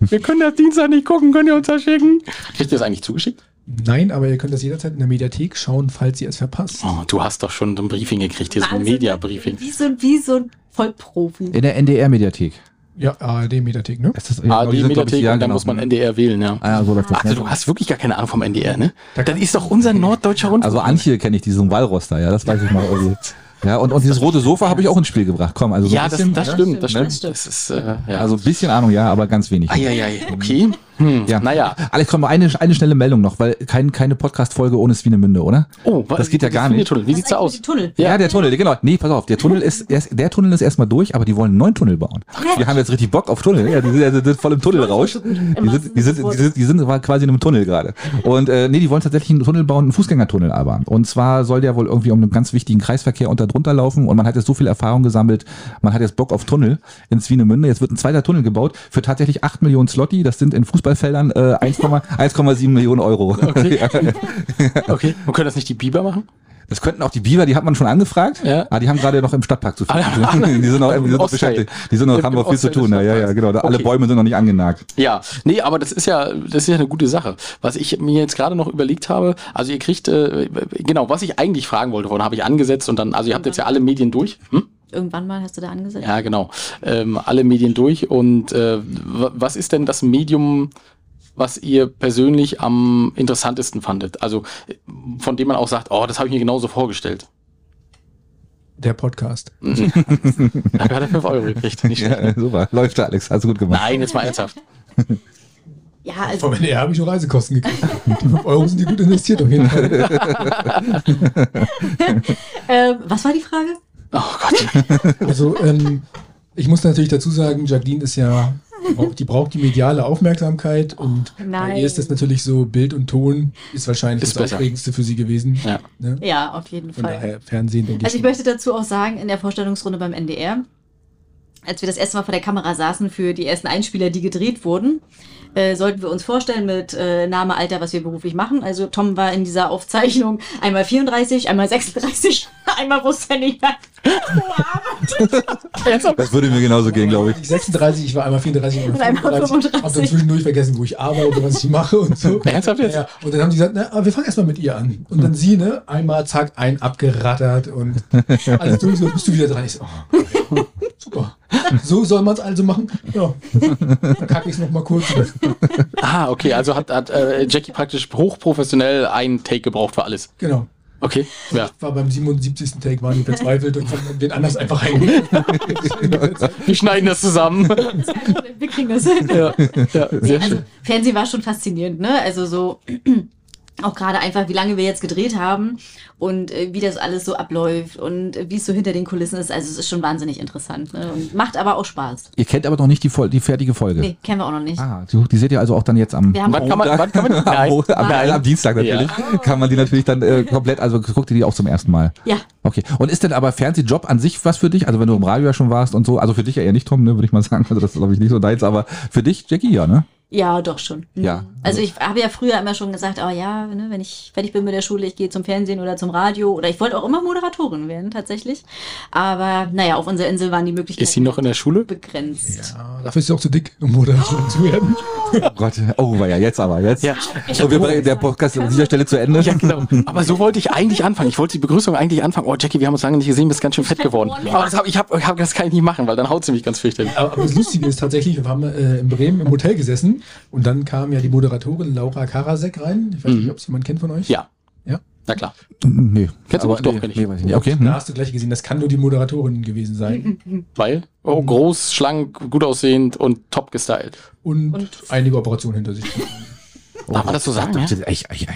Speaker 1: Wir können das Dienstag nicht gucken, könnt ihr uns das schicken? Kriegt ihr das eigentlich zugeschickt?
Speaker 5: Nein, aber ihr könnt das jederzeit in der Mediathek schauen, falls ihr es verpasst.
Speaker 1: Oh, du hast doch schon so ein Briefing gekriegt, hier so ein
Speaker 6: Wahnsinn. ne?
Speaker 1: Media-Briefing.
Speaker 6: Wie so, wie so ein Vollprofi.
Speaker 2: In der NDR-Mediathek.
Speaker 5: Ja, ARD-Mediathek, ne?
Speaker 2: Ist das- ja,
Speaker 1: Ah,
Speaker 2: genau, die
Speaker 1: die
Speaker 2: sind, glaub
Speaker 1: Mediathek,
Speaker 2: ja,
Speaker 1: und dann
Speaker 2: genau.
Speaker 1: muss man NDR wählen, ja.
Speaker 2: Ah, so läuft das.
Speaker 1: Also du
Speaker 2: ne?
Speaker 1: hast wirklich gar keine Ahnung vom NDR, ne? Das ist doch unser norddeutscher Rundfunk.
Speaker 2: Also Antje kenne ich, diesen Walross da, ja, das weiß ich mal irgendwie. Ja, und, und dieses rote Sofa habe ich auch ins Spiel gebracht. Komm, also so
Speaker 1: ja,
Speaker 2: ein
Speaker 1: das,
Speaker 2: bisschen,
Speaker 1: das stimmt, das
Speaker 2: ne?
Speaker 1: stimmt. Das ist, äh, ja.
Speaker 2: also ein bisschen Ahnung, ja, aber ganz wenig.
Speaker 1: Eieiei, okay.
Speaker 2: Ja.
Speaker 1: naja.
Speaker 2: Alex, komm mal eine, eine schnelle Meldung noch, weil kein, keine Podcast-Folge ohne Swinemünde, oder?
Speaker 1: Oh,
Speaker 2: das geht ja gar nicht.
Speaker 1: Tunnel. Wie sieht's da aus?
Speaker 6: Die Tunnel.
Speaker 2: Ja, der Tunnel, genau. Nee, pass auf, der Tunnel ist erst, der Tunnel ist erstmal durch, aber die wollen einen neuen Tunnel bauen. Wir haben jetzt richtig Bock auf Tunnel. Ja, die sind, ja- die sind voll im Tunnelrausch. Die sind, die sind, die sind, die sind quasi in einem Tunnel gerade. Und äh, nee, die wollen tatsächlich einen Tunnel bauen, einen Fußgängertunnel aber. Und zwar soll der wohl irgendwie um einen ganz wichtigen Kreisverkehr unter drunter laufen und man hat jetzt so viel Erfahrung gesammelt, man hat jetzt Bock auf Tunnel in Swinemünde. Jetzt wird ein zweiter Tunnel gebaut für tatsächlich 8 Millionen Slotti. Das sind in Fußballfeldern äh, 1,7 1,7 Millionen Euro.
Speaker 1: Okay. Und können das nicht die Biber machen?
Speaker 2: Das könnten auch die Biber, die hat man schon angefragt.
Speaker 1: Ja.
Speaker 2: Ah, die haben gerade noch im Stadtpark zu viel.
Speaker 1: Ah,
Speaker 2: die sind noch, die sind noch
Speaker 1: Ostteil.
Speaker 2: beschäftigt. Die sind noch,
Speaker 1: Im-
Speaker 2: haben
Speaker 1: im
Speaker 2: noch viel zu
Speaker 1: Ostteil
Speaker 2: tun.
Speaker 1: des
Speaker 2: Ja, ja, ja,
Speaker 1: Stadtparks.
Speaker 2: genau. Da- Alle
Speaker 1: Okay.
Speaker 2: Bäume sind noch nicht angenagt.
Speaker 1: Ja, nee, aber das ist ja, das ist ja eine gute Sache. Was ich mir jetzt gerade noch überlegt habe, also ihr kriegt, äh, genau, was ich eigentlich fragen wollte, woran habe ich angesetzt und dann, also ihr habt jetzt ja alle Medien durch. Hm?
Speaker 6: Irgendwann mal hast du da angesetzt.
Speaker 1: Ja, genau. Ähm, alle Medien durch. Und äh, w- was ist denn das Medium, was ihr persönlich am interessantesten fandet? Also äh, von dem man auch sagt, oh, das habe ich mir genauso vorgestellt.
Speaker 5: Der Podcast.
Speaker 1: Dafür hat er 5 Euro gekriegt. Nicht schlecht.
Speaker 2: Ja, super. Läuft, Alex. Hast du gut gemacht.
Speaker 1: Nein, jetzt mal ernsthaft.
Speaker 6: Ja, also
Speaker 5: Vom NDR habe ich noch Reisekosten gekriegt. Die 5 Euro sind die gut investiert auf jeden Fall.
Speaker 6: äh, was war die Frage?
Speaker 1: Oh Gott.
Speaker 5: Also, ähm, ich muss natürlich dazu sagen, Jacqueline ist ja, braucht- die braucht die mediale Aufmerksamkeit und bei
Speaker 6: Nein.
Speaker 5: ihr ist das natürlich so, Bild und Ton ist wahrscheinlich
Speaker 1: Ist
Speaker 5: das
Speaker 1: besser.
Speaker 5: Aufregendste für sie gewesen.
Speaker 1: Ja.
Speaker 5: Ne?
Speaker 6: Ja, auf jeden
Speaker 5: Von
Speaker 6: Fall.
Speaker 5: daher Fernsehen, denke
Speaker 6: Also
Speaker 5: ich.
Speaker 6: ich möchte dazu auch sagen, in der Vorstellungsrunde beim NDR, als wir das erste Mal vor der Kamera saßen für die ersten Einspieler, die gedreht wurden, äh, sollten wir uns vorstellen mit äh, Name, Alter, was wir beruflich machen. Also Tom war in dieser Aufzeichnung einmal 34, einmal 36, einmal wusste er nicht mehr.
Speaker 2: Das würde mir genauso gehen, glaube ich.
Speaker 5: Ich 36, ich war einmal 34, einmal
Speaker 6: Und einmal
Speaker 5: 35, hab dann
Speaker 6: 35.
Speaker 5: zwischendurch vergessen, wo ich arbeite, was ich mache und so.
Speaker 1: Ernsthaft jetzt?
Speaker 5: Ja, ja. Und dann haben die gesagt, na, aber wir fangen erstmal mit ihr an. Und dann sie, ne, einmal zack, ein abgerattert und alles durch, so bist du wieder dran. Ich so, oh, okay. super. So soll man es also machen? Ja. Dann kacke ich es nochmal kurz.
Speaker 1: Ah, okay. Also hat, hat äh, Jackie praktisch hochprofessionell einen Take gebraucht für alles.
Speaker 5: Genau.
Speaker 1: Okay. Ja.
Speaker 5: War beim 77. Take, waren die verzweifelt und haben den anders einfach reingekriegt.
Speaker 1: Wir schneiden das zusammen.
Speaker 6: Wir kriegen das hin.
Speaker 1: ja, ja, sehr
Speaker 6: Also
Speaker 1: schön.
Speaker 6: Fernsehen war schon faszinierend, ne? Also so auch gerade einfach, wie lange wir jetzt gedreht haben und äh, wie das alles so abläuft und äh, wie es so hinter den Kulissen ist. Also es ist schon wahnsinnig interessant ne? und macht aber auch Spaß.
Speaker 2: Ihr kennt aber noch nicht die, Voll die fertige Folge.
Speaker 6: Nee, kennen wir auch noch nicht.
Speaker 2: Ah, die, die seht ihr also auch dann jetzt am,
Speaker 6: Wir haben
Speaker 1: Wann kann man, wann kann man,
Speaker 2: am,
Speaker 1: nein,
Speaker 2: Mo- am,
Speaker 1: nein.
Speaker 2: am Dienstag natürlich. Kann man die natürlich dann äh, komplett, also guckt ihr die auch zum ersten Mal.
Speaker 6: Ja,
Speaker 2: Okay. Und ist denn aber Fernsehjob an sich was für dich? Also wenn du im Radio ja schon warst und so, also für dich ja eher nicht, Tom, ne, würde ich mal sagen. Also das ist, glaube ich, nicht so deins, aber für dich, Jackie, ja, ne?
Speaker 6: ja, doch schon. Mhm.
Speaker 2: Ja.
Speaker 6: Also ich habe ja früher immer schon gesagt, oh ja, ne, wenn ich fertig bin mit der Schule, ich gehe zum Fernsehen oder zum Radio oder ich wollte auch immer Moderatorin werden tatsächlich. Aber naja, auf unserer Insel waren die Möglichkeiten
Speaker 1: Ist sie noch in der Schule?
Speaker 6: begrenzt.
Speaker 5: Ja, dafür ist sie auch zu dick, um Moderatorin zu werden.
Speaker 2: Oh Gott, oh war ja jetzt aber, jetzt.
Speaker 1: Ja. Oh,
Speaker 2: So, wir bringen der Podcast an dieser Stelle zu Ende.
Speaker 1: Ja, genau. Aber so wollte ich eigentlich anfangen. Ich wollte die Begrüßung eigentlich anfangen. Oh, Jackie, wir haben uns lange nicht gesehen, bist ganz schön fett geworden. Aber das, hab, ich hab, ich hab, das kann ich nicht machen, weil dann haut sie mich ganz fürchterlich.
Speaker 5: Aber, aber das Lustige ist tatsächlich, wir haben äh, in Bremen im Hotel gesessen und dann kam ja die Moderatorin Laura Karasek rein. Ich weiß nicht, ob es jemand kennt von euch.
Speaker 1: Mhm. Ja.
Speaker 5: Ja.
Speaker 1: Na klar.
Speaker 2: Nee.
Speaker 1: Kennst du
Speaker 2: aber
Speaker 1: mich doch,
Speaker 2: nee,
Speaker 1: kenn ich.
Speaker 2: Nee, weiß ich nicht. Okay.
Speaker 5: Da
Speaker 2: Hm.
Speaker 5: hast du gleich gesehen, das kann nur die Moderatorin gewesen sein.
Speaker 1: Weil? Oh, groß, schlank, gut aussehend und top gestylt.
Speaker 5: Und, einige Operationen hinter sich.
Speaker 2: Oh.
Speaker 1: Darf man das so sagen? Ja?
Speaker 2: Echt, echt, echt.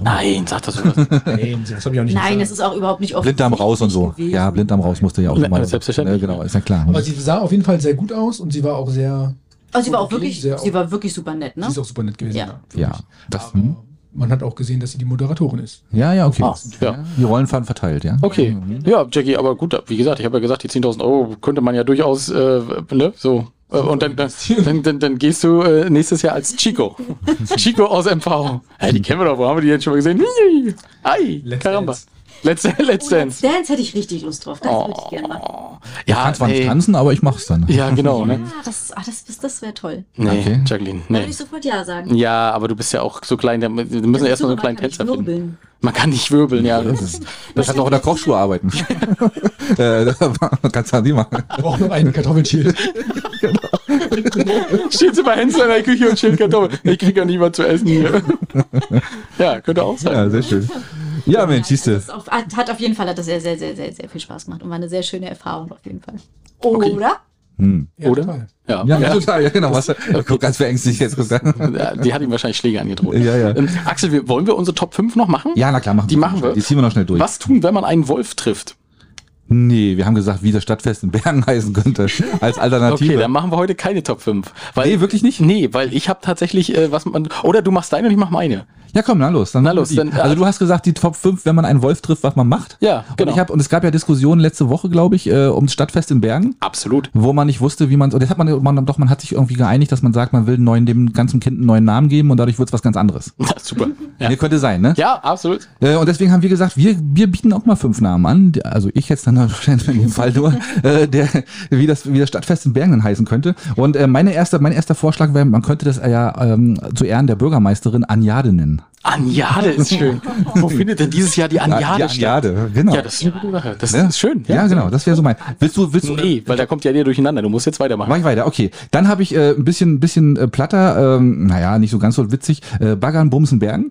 Speaker 1: Nein, sag das so.
Speaker 5: Nein, das habe ich auch nicht
Speaker 6: Nein,
Speaker 5: gesagt.
Speaker 6: das ist auch überhaupt nicht offen.
Speaker 2: Blinddarm raus und so.
Speaker 6: gewesen.
Speaker 2: Ja, Blinddarm raus musste ja auch
Speaker 1: Ja,
Speaker 2: mal.
Speaker 1: selbstverständlich.
Speaker 2: Ne, genau, ist ja klar.
Speaker 5: Aber sie sah auf jeden Fall sehr gut aus und sie war auch sehr,
Speaker 6: Also sie war auch
Speaker 5: Okay,
Speaker 6: wirklich,
Speaker 5: sehr
Speaker 6: sie war wirklich super nett, ne?
Speaker 5: sie ist auch super nett gewesen.
Speaker 6: Ja.
Speaker 5: wirklich.
Speaker 2: ja, das,
Speaker 5: Aber
Speaker 2: hm.
Speaker 5: Man hat auch gesehen, dass sie die Moderatorin ist.
Speaker 2: ja, ja, okay.
Speaker 1: Ah, ja.
Speaker 2: Die Rollen waren verteilt, ja.
Speaker 1: Okay. Ja, Jackie, aber gut, wie gesagt, ich habe ja gesagt, die 10.000 Euro könnte man ja durchaus, äh, ne, so. Äh, Und dann, dann, dann, dann, dann gehst du äh, nächstes Jahr als Chico. Chico aus MV. Hä, die kennen wir doch, wo haben wir die denn schon mal gesehen? Hihi. Ei,
Speaker 5: Let's
Speaker 1: Karamba.
Speaker 5: Dance.
Speaker 1: Let's, Oh, Let's
Speaker 6: Dance.
Speaker 1: Dance.
Speaker 6: Dance hätte ich richtig Lust drauf. Das würde ich gerne
Speaker 1: Oh.
Speaker 6: machen.
Speaker 1: Ja,
Speaker 2: Kann zwar
Speaker 1: nee.
Speaker 2: nicht tanzen, aber ich mach's dann.
Speaker 1: Ja, genau, ne?
Speaker 6: Ah, das, ah, das, das, das wäre toll.
Speaker 1: Nee,
Speaker 2: Okay.
Speaker 1: Jacqueline,
Speaker 6: Würde
Speaker 1: nee.
Speaker 6: ich sofort Ja sagen.
Speaker 1: Ja, aber du bist ja auch so klein, da mü- wir müssen ja erstmal so einen kleinen Tänzer finden. Man kann nicht wirbeln, ja. Das,
Speaker 2: Das hat noch in der Kochschuhe arbeiten. Äh, Kannst du an die machen.
Speaker 5: Ich brauche noch einen Kartoffelschild.
Speaker 1: steht sie bei Hänsler in der Küche und schält Kartoffeln. Ich krieg ja nie was zu essen hier. ja, könnte auch sein.
Speaker 2: Ja, sehr schön. Ja, Mensch, siehst du.
Speaker 6: Das auf, hat hat auf jeden Fall hat das sehr, sehr, sehr, sehr, sehr viel Spaß gemacht und war eine sehr schöne Erfahrung auf jeden Fall.
Speaker 1: Okay.
Speaker 6: Oder?
Speaker 2: Hm.
Speaker 5: Ja,
Speaker 1: Oder?
Speaker 5: total.
Speaker 1: Ja,
Speaker 2: Ja,
Speaker 1: ja.
Speaker 2: total, ja, genau. Was, guck, ganz verängstigt jetzt. guck.
Speaker 1: Ja, Die hat ihm wahrscheinlich Schläge angedroht.
Speaker 2: Ja, ja.
Speaker 1: Ähm, Axel, wir, wollen wir unsere Top 5 noch machen?
Speaker 2: Ja, na klar, machen
Speaker 1: Die machen wir.
Speaker 2: Die ziehen wir noch schnell durch.
Speaker 1: Was tun, wenn man einen Wolf trifft?
Speaker 2: Nee, wir haben gesagt, wie das Stadtfest in Bergen heißen könnte. Als Alternative.
Speaker 1: Okay, dann machen wir heute keine Top 5. Weil,
Speaker 2: Nee, wirklich nicht?
Speaker 1: Nee, weil ich habe tatsächlich äh, was man. Oder du machst deine und ich mach meine.
Speaker 2: Ja, komm, na los. Dann
Speaker 1: Na
Speaker 2: machen wir
Speaker 1: los,
Speaker 2: die.
Speaker 1: dann, äh,
Speaker 2: also du hast gesagt, die Top 5, wenn man einen Wolf trifft, was man macht.
Speaker 1: Ja, genau.
Speaker 2: Und, ich hab, und es gab ja Diskussionen letzte Woche, glaube ich, äh, ums Stadtfest in Bergen,
Speaker 1: Absolut.
Speaker 2: wo man nicht wusste, wie man Und jetzt hat man, man doch, man hat sich irgendwie geeinigt, dass man sagt, man will neuen, dem ganzen Kind einen neuen Namen geben und dadurch wird's was ganz anderes.
Speaker 1: Super.
Speaker 2: Ja.
Speaker 1: Ja.
Speaker 2: könnte sein, ne?
Speaker 1: ja, absolut.
Speaker 2: Äh, Und deswegen haben wir gesagt, wir, wir bieten auch mal fünf Namen an. Die- Also ich jetzt dann wahrscheinlich in dem Fall nur, äh, der, wie, das, wie das Stadtfest in Bergen dann heißen könnte. Und äh, meine erste, mein erster Vorschlag wäre, man könnte das äh, ja ähm, zu Ehren der Bürgermeisterin Anjade nennen.
Speaker 1: Anjade ist schön. Wo findet denn dieses Jahr die Anjade
Speaker 2: Ja, die Anjade, genau.
Speaker 1: Ja, das ist eine gute Sache. Das
Speaker 2: Ne?
Speaker 1: ist schön.
Speaker 2: Ja, genau, das wäre so mein. Willst du, willst du,
Speaker 1: Nee, weil da kommt ja der durcheinander. Du musst jetzt weitermachen.
Speaker 2: Mach ich weiter, okay. Dann habe ich äh, ein bisschen, ein bisschen äh, platter, ähm, naja, nicht so ganz so witzig, äh, Baggern Bumsenbergen.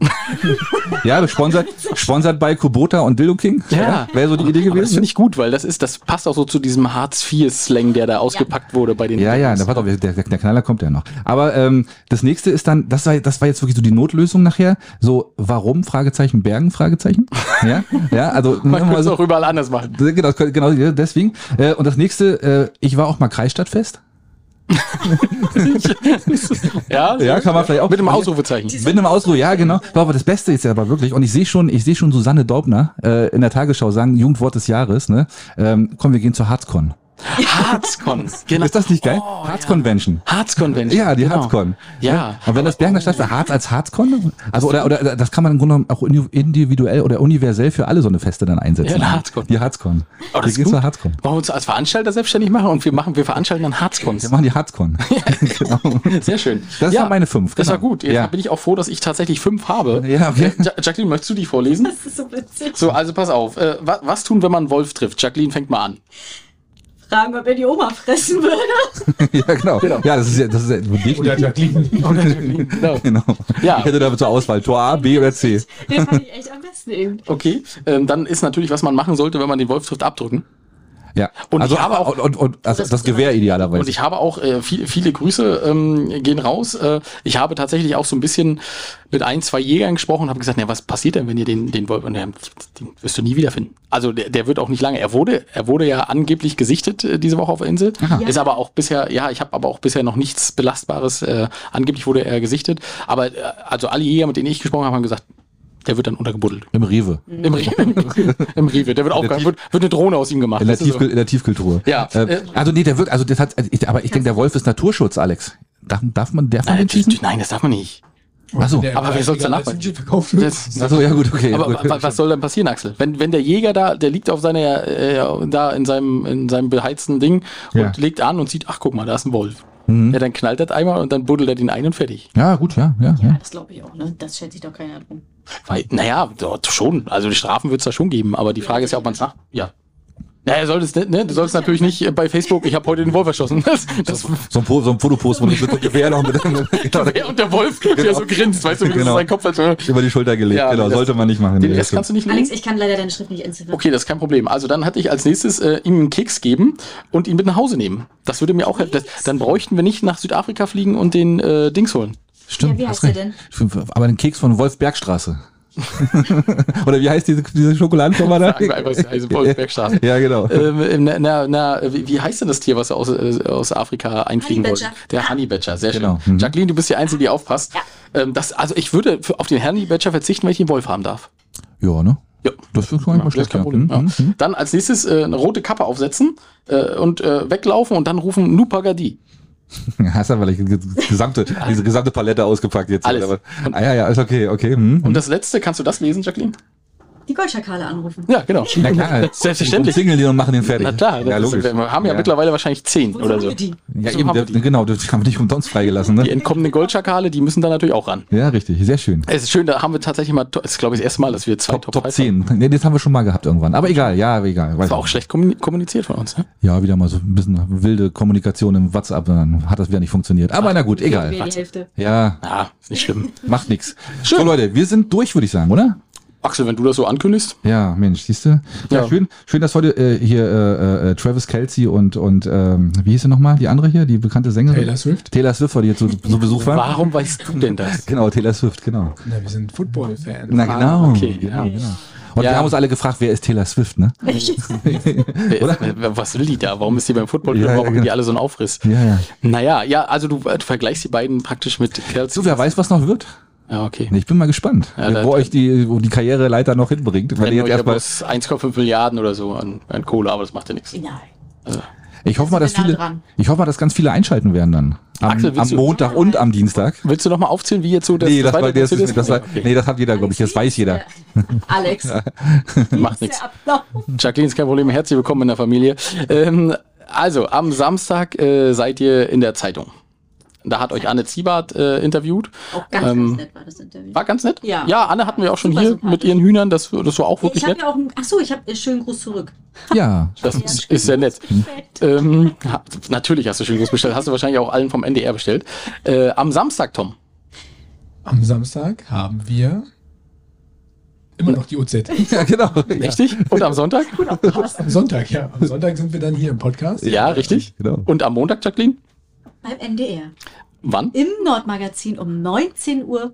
Speaker 2: ja, gesponsert, gesponsert bei Kubota und Dildo King.
Speaker 1: Ja.
Speaker 2: Wäre so die Idee
Speaker 1: Aber das
Speaker 2: gewesen.
Speaker 1: finde ich gut, weil das ist, das passt auch so zu diesem Hartz-IV-Slang, der da ausgepackt wurde bei den.
Speaker 2: Ja, ja, da, warte, auf, der, der der Knaller kommt ja noch. Aber ähm, das nächste ist dann, das war, das war jetzt wirklich so die Notlösung nachher. So, warum? Fragezeichen, Bergen? Fragezeichen. Ja, ja also
Speaker 1: Man
Speaker 2: nehmen wir
Speaker 1: könnte
Speaker 2: mal
Speaker 1: es
Speaker 2: so,
Speaker 1: auch überall anders machen.
Speaker 2: genau, das könnte- genau deswegen. Äh, und das nächste, äh, ich war auch mal Kreisstadtfest.
Speaker 1: Ja,
Speaker 2: Ja, kann man vielleicht auch.
Speaker 1: Mit einem Ausrufezeichen.
Speaker 2: Mit einem Ausruhe, ja, genau. So, Aber das Beste ist ja aber wirklich, und ich sehe schon, ich sehe schon Susanne Daubner äh, in der Tagesschau sagen, Jugendwort des Jahres, ne? Ähm, komm, wir gehen zur Harzcon.
Speaker 1: Harzcon. Genau.
Speaker 2: Ist das nicht geil?
Speaker 1: Oh,
Speaker 2: Harz Convention.
Speaker 1: Harz Convention.
Speaker 2: Ja, die Harzcon.
Speaker 1: Genau. Ja.
Speaker 2: Und wenn das Bergen der Stadt für Harz als Harzcon, also oder oder das kann man im Grunde genommen auch indi- individuell oder universell für alle so eine Feste dann einsetzen.
Speaker 1: Ja, eine Harzcon.
Speaker 2: Die Harzcon.
Speaker 1: Oh, das
Speaker 2: wir
Speaker 1: ist
Speaker 2: gehen
Speaker 1: gut.
Speaker 2: zur Harzcon.
Speaker 1: Wollen wir uns als Veranstalter selbstständig machen und wir machen, wir veranstalten dann Harzcons.
Speaker 2: Wir machen die Harzcon. genau.
Speaker 1: Sehr schön.
Speaker 2: Das waren meine fünf,
Speaker 1: Das
Speaker 2: genau.
Speaker 1: war gut. Jetzt
Speaker 2: Ja.
Speaker 1: bin ich auch froh, dass ich tatsächlich fünf habe. Äh,
Speaker 2: Ja, okay.
Speaker 1: Ja, Jacqueline, möchtest du die vorlesen?
Speaker 6: Das ist so witzig.
Speaker 1: So, also pass auf. Äh, was, was tun, wenn man einen Wolf trifft? Jacqueline fängt mal an.
Speaker 6: Fragen, ob er die Oma fressen würde.
Speaker 2: ja, genau. Ja, das ist ja, das ist ja
Speaker 5: Oder
Speaker 2: definitiv.
Speaker 5: Jacqueline.
Speaker 1: Genau.
Speaker 2: Genau.
Speaker 1: Ja.
Speaker 2: Ich hätte da zur Auswahl Tor A, B oder C.
Speaker 6: Den fand ich echt am besten eben.
Speaker 1: Okay. Ähm, dann ist natürlich, was man machen sollte, wenn man den Wolf trifft, abdrücken.
Speaker 2: Ja.
Speaker 1: Und ich habe auch-
Speaker 2: und, und, und also
Speaker 6: Das-
Speaker 2: das Gewehr idealerweise.
Speaker 1: Und ich habe auch äh, viel, viele Grüße ähm, gehen raus. Äh, ich habe tatsächlich auch so ein bisschen mit ein, zwei Jägern gesprochen und habe gesagt, na, was passiert denn, wenn ihr den, den wollt? Und der, den wirst du nie wiederfinden. Also der, der wird auch nicht lange. Er wurde, er wurde ja angeblich gesichtet äh, diese Woche auf der Insel.
Speaker 6: Ja.
Speaker 1: Ist aber auch bisher, ja, ich habe aber auch bisher noch nichts Belastbares. Äh, angeblich wurde er gesichtet. Aber äh, also alle Jäger, mit denen ich gesprochen habe, haben gesagt, der wird dann untergebuddelt.
Speaker 2: Im Rewe.
Speaker 1: Im, Rewe, Im Rewe. Der wird auch wird, wird eine Drohne aus ihm gemacht.
Speaker 2: In der,
Speaker 1: Das ist so.
Speaker 2: Tiefkühl, in der Tiefkultur.
Speaker 1: Ja,
Speaker 2: Äh,
Speaker 1: äh,
Speaker 2: also nee, der wird, also das hat, ich- aber ich denke, der Wolf ist Naturschutz, Alex. Darf, darf man, darf man
Speaker 1: Nein,
Speaker 2: den schießen?
Speaker 1: natürlich- Äh, nein, das darf man nicht.
Speaker 2: Achso.
Speaker 5: Der
Speaker 1: Aber wer soll's
Speaker 5: egal,
Speaker 1: danach
Speaker 5: als Hühnchen verkauft wird.
Speaker 1: Das,
Speaker 2: Achso, ja gut, okay.
Speaker 1: Aber
Speaker 2: gut.
Speaker 1: wa- was soll denn passieren, Axel? Wenn, wenn der Jäger da, der liegt auf seiner, äh, da in seinem, in seinem beheizten Ding und
Speaker 2: Ja. Mhm.
Speaker 1: legt an und sieht, ach guck mal, da ist ein Wolf. Ja, dann knallt das einmal und dann buddelt er den ein und fertig.
Speaker 2: ja, gut, ja, ja. ja.
Speaker 6: Das glaube ich auch, ne? Das schätze ich doch keiner drum.
Speaker 1: Weil, naja, dort schon. Also die Strafen wird es da schon geben, aber die Frage ist ja, ob man es nach. Ja. Naja, solltest, ne, ne, du sollst natürlich nicht äh, bei Facebook, ich habe heute den Wolf erschossen. Das, das,
Speaker 2: So ein, Po- so ein Fotopost, wo du mit dem Gewehr noch mit, genau,
Speaker 1: ja, und der Wolf, der so grinst, weißt du, wie
Speaker 2: Genau.
Speaker 1: sein Kopf als, äh,
Speaker 2: über die Schulter gelegt.
Speaker 1: Ja,
Speaker 2: genau,
Speaker 1: das-
Speaker 2: sollte man nicht machen.
Speaker 1: Den
Speaker 2: Nee,
Speaker 1: Rest
Speaker 2: das-
Speaker 1: kannst du nicht lesen.
Speaker 6: Alex, ich kann leider deine Schrift nicht entziffern.
Speaker 1: Mhm. Okay, das ist kein Problem. Also dann hatte ich als nächstes äh, ihm einen Keks geben und ihn mit nach Hause nehmen. Das würde mir auch helfen. Das, dann bräuchten wir nicht nach Südafrika fliegen und den äh, Dings holen.
Speaker 2: Stimmt,
Speaker 6: Ja, wie
Speaker 2: hast
Speaker 6: heißt
Speaker 2: recht.
Speaker 6: der denn?
Speaker 2: Stimmt, Aber den Keks von Wolfbergstraße. Oder wie heißt diese, diese Schokoladenfirma da?
Speaker 1: Sagen wir einfach, es heißt Wolfbergstraße.
Speaker 2: Ja, genau.
Speaker 1: Ähm, äh, na, na, na, wie, wie heißt denn das Tier, was wir aus, äh, aus Afrika einfliegen wollten?
Speaker 6: Honeybadger.
Speaker 1: Der Honeybadger, sehr schön.
Speaker 2: Genau. Mhm.
Speaker 1: Jacqueline, du bist die Einzige, die aufpasst. Ähm, das, also ich würde für, auf den Honeybadger verzichten, wenn ich den Wolf haben darf.
Speaker 2: Ja, ne?
Speaker 1: Ja.
Speaker 2: Das ist schon mal
Speaker 1: Das ist
Speaker 2: schlecht.
Speaker 1: kein
Speaker 2: ja.
Speaker 1: Problem. Ja.
Speaker 2: Mhm, mhm.
Speaker 1: Dann als nächstes äh, eine rote Kappe aufsetzen äh, und äh, weglaufen und dann rufen Nupagadi.
Speaker 2: mhm. Hast aber gleich die gesamte, diese gesamte Palette ausgepackt jetzt.
Speaker 1: Alles.
Speaker 2: Aber, ah, ja, ja, ist okay, okay. Hm.
Speaker 1: Und das letzte, kannst du das lesen, Jacqueline?
Speaker 6: Die Goldschakale anrufen.
Speaker 1: Ja, genau.
Speaker 2: Na klar,
Speaker 1: Selbstverständlich.
Speaker 2: Single die und machen den fertig.
Speaker 1: Na klar,
Speaker 2: ja,
Speaker 1: das
Speaker 2: logisch.
Speaker 1: ist, wir haben ja, mittlerweile wahrscheinlich zehn oder so.
Speaker 6: Die?
Speaker 2: Ja,
Speaker 1: so
Speaker 2: eben,
Speaker 1: haben wir
Speaker 2: der,
Speaker 1: die.
Speaker 2: genau, das haben wir nicht umsonst freigelassen.
Speaker 1: Die
Speaker 2: Ne?
Speaker 1: entkommenen Goldschakale, die müssen da natürlich auch ran.
Speaker 2: Ja, richtig, sehr schön.
Speaker 1: Es ist schön, da haben wir tatsächlich mal, es ist glaube ich das erste Mal, dass wir zwei
Speaker 2: Top, Top
Speaker 1: Five
Speaker 2: 10. Nee, das haben wir schon mal gehabt irgendwann. Aber egal, ja, egal.
Speaker 1: haben. Das war auch schlecht kommu- kommuniziert von uns, ne?
Speaker 2: Ja, wieder mal so ein bisschen wilde Kommunikation im WhatsApp, dann hat das wieder nicht funktioniert. Aber na gut, egal.
Speaker 6: die Hälfte.
Speaker 2: Ja,
Speaker 1: Ja, ist nicht schlimm.
Speaker 2: macht nichts. So Leute, wir sind durch, würde ich sagen, oder?
Speaker 1: Axel, wenn du das so ankündigst.
Speaker 2: Ja, Mensch, siehst du? Ja,
Speaker 1: Ja.
Speaker 2: Schön, schön, dass heute äh, hier äh, äh, Travis Kelsey und, und ähm, wie hieß sie nochmal, die andere hier, die bekannte Sängerin?
Speaker 5: Taylor Swift?
Speaker 2: Taylor Swift, die jetzt so, so Besuch war.
Speaker 1: Warum weißt du denn das?
Speaker 2: Genau, Taylor Swift, genau.
Speaker 5: Na, wir sind Football-Fan.
Speaker 2: Na
Speaker 1: Ah,
Speaker 2: genau.
Speaker 1: okay, ja.
Speaker 2: genau, genau. Und wir
Speaker 1: Ja.
Speaker 2: haben uns alle gefragt, wer ist Taylor Swift, ne?
Speaker 1: Wer ist- wer- Was will die da? Warum ist die beim Football?
Speaker 2: Ja,
Speaker 1: Warum
Speaker 2: ja,
Speaker 1: haben
Speaker 2: genau.
Speaker 1: die alle so einen Aufriss?
Speaker 2: Ja, ja.
Speaker 1: Naja, ja, also du, äh, du vergleichst die beiden praktisch mit Kerls.
Speaker 2: So, wer weiß, was noch wird.
Speaker 1: Ja, okay.
Speaker 2: Ich bin mal gespannt,
Speaker 1: Ja, da-
Speaker 2: wo euch die, wo die Karriereleiter noch hinbringt. Weil
Speaker 1: Wenn
Speaker 2: die jetzt
Speaker 1: euch aber
Speaker 2: erstmal,
Speaker 1: 1,5 Milliarden oder so an, an Kohle, aber das macht ja nichts.
Speaker 6: Nein.
Speaker 2: ich hoffe mal, dass
Speaker 6: sind wir nah
Speaker 2: viele,
Speaker 6: dran.
Speaker 2: ich hoffe mal, dass ganz viele einschalten werden dann. Am,
Speaker 1: Axel, willst
Speaker 2: am
Speaker 1: du-
Speaker 2: Montag und am Dienstag.
Speaker 1: Willst du nochmal aufzählen, wie jetzt so das
Speaker 2: nee, das,
Speaker 1: zweite
Speaker 2: war, das,
Speaker 1: Prozess
Speaker 2: ist, das, war,
Speaker 1: Okay.
Speaker 2: nee, das hat jeder, glaube ich. Das weiß jeder.
Speaker 6: Alex, der
Speaker 1: macht nichts.
Speaker 6: Ablauf.
Speaker 1: Jacqueline ist kein Problem. Herzlich willkommen in der Familie. Ähm, also, am Samstag äh, seid ihr in der Zeitung. Da hat euch Anne Ziebart äh, interviewt.
Speaker 6: Auch ganz,
Speaker 1: Ähm,
Speaker 6: ganz nett war das Interview.
Speaker 1: War ganz nett.
Speaker 6: Ja.
Speaker 1: ja Anne hatten wir auch schon
Speaker 6: Super
Speaker 1: hier
Speaker 6: sympathisch.
Speaker 1: mit ihren Hühnern. Das, das war auch wirklich
Speaker 6: Ich habe
Speaker 1: nett.
Speaker 6: ja auch einen, achso, ich habe schönen Gruß zurück.
Speaker 2: Ja.
Speaker 1: Das ist, ist sehr nett. Ähm, ha- natürlich hast du schön groß bestellt. Hast du wahrscheinlich auch allen vom NDR bestellt. Äh, am Samstag, Tom.
Speaker 5: Am Samstag haben wir immer noch die OZ.
Speaker 2: ja, genau.
Speaker 1: Richtig? Und am Sonntag?
Speaker 5: Am Sonntag, ja. Am Sonntag sind wir dann hier im Podcast.
Speaker 1: Ja, richtig.
Speaker 2: Genau.
Speaker 1: Und am Montag, Jacqueline?
Speaker 6: Beim NDR.
Speaker 1: Wann?
Speaker 6: Im Nordmagazin um 19.30 Uhr.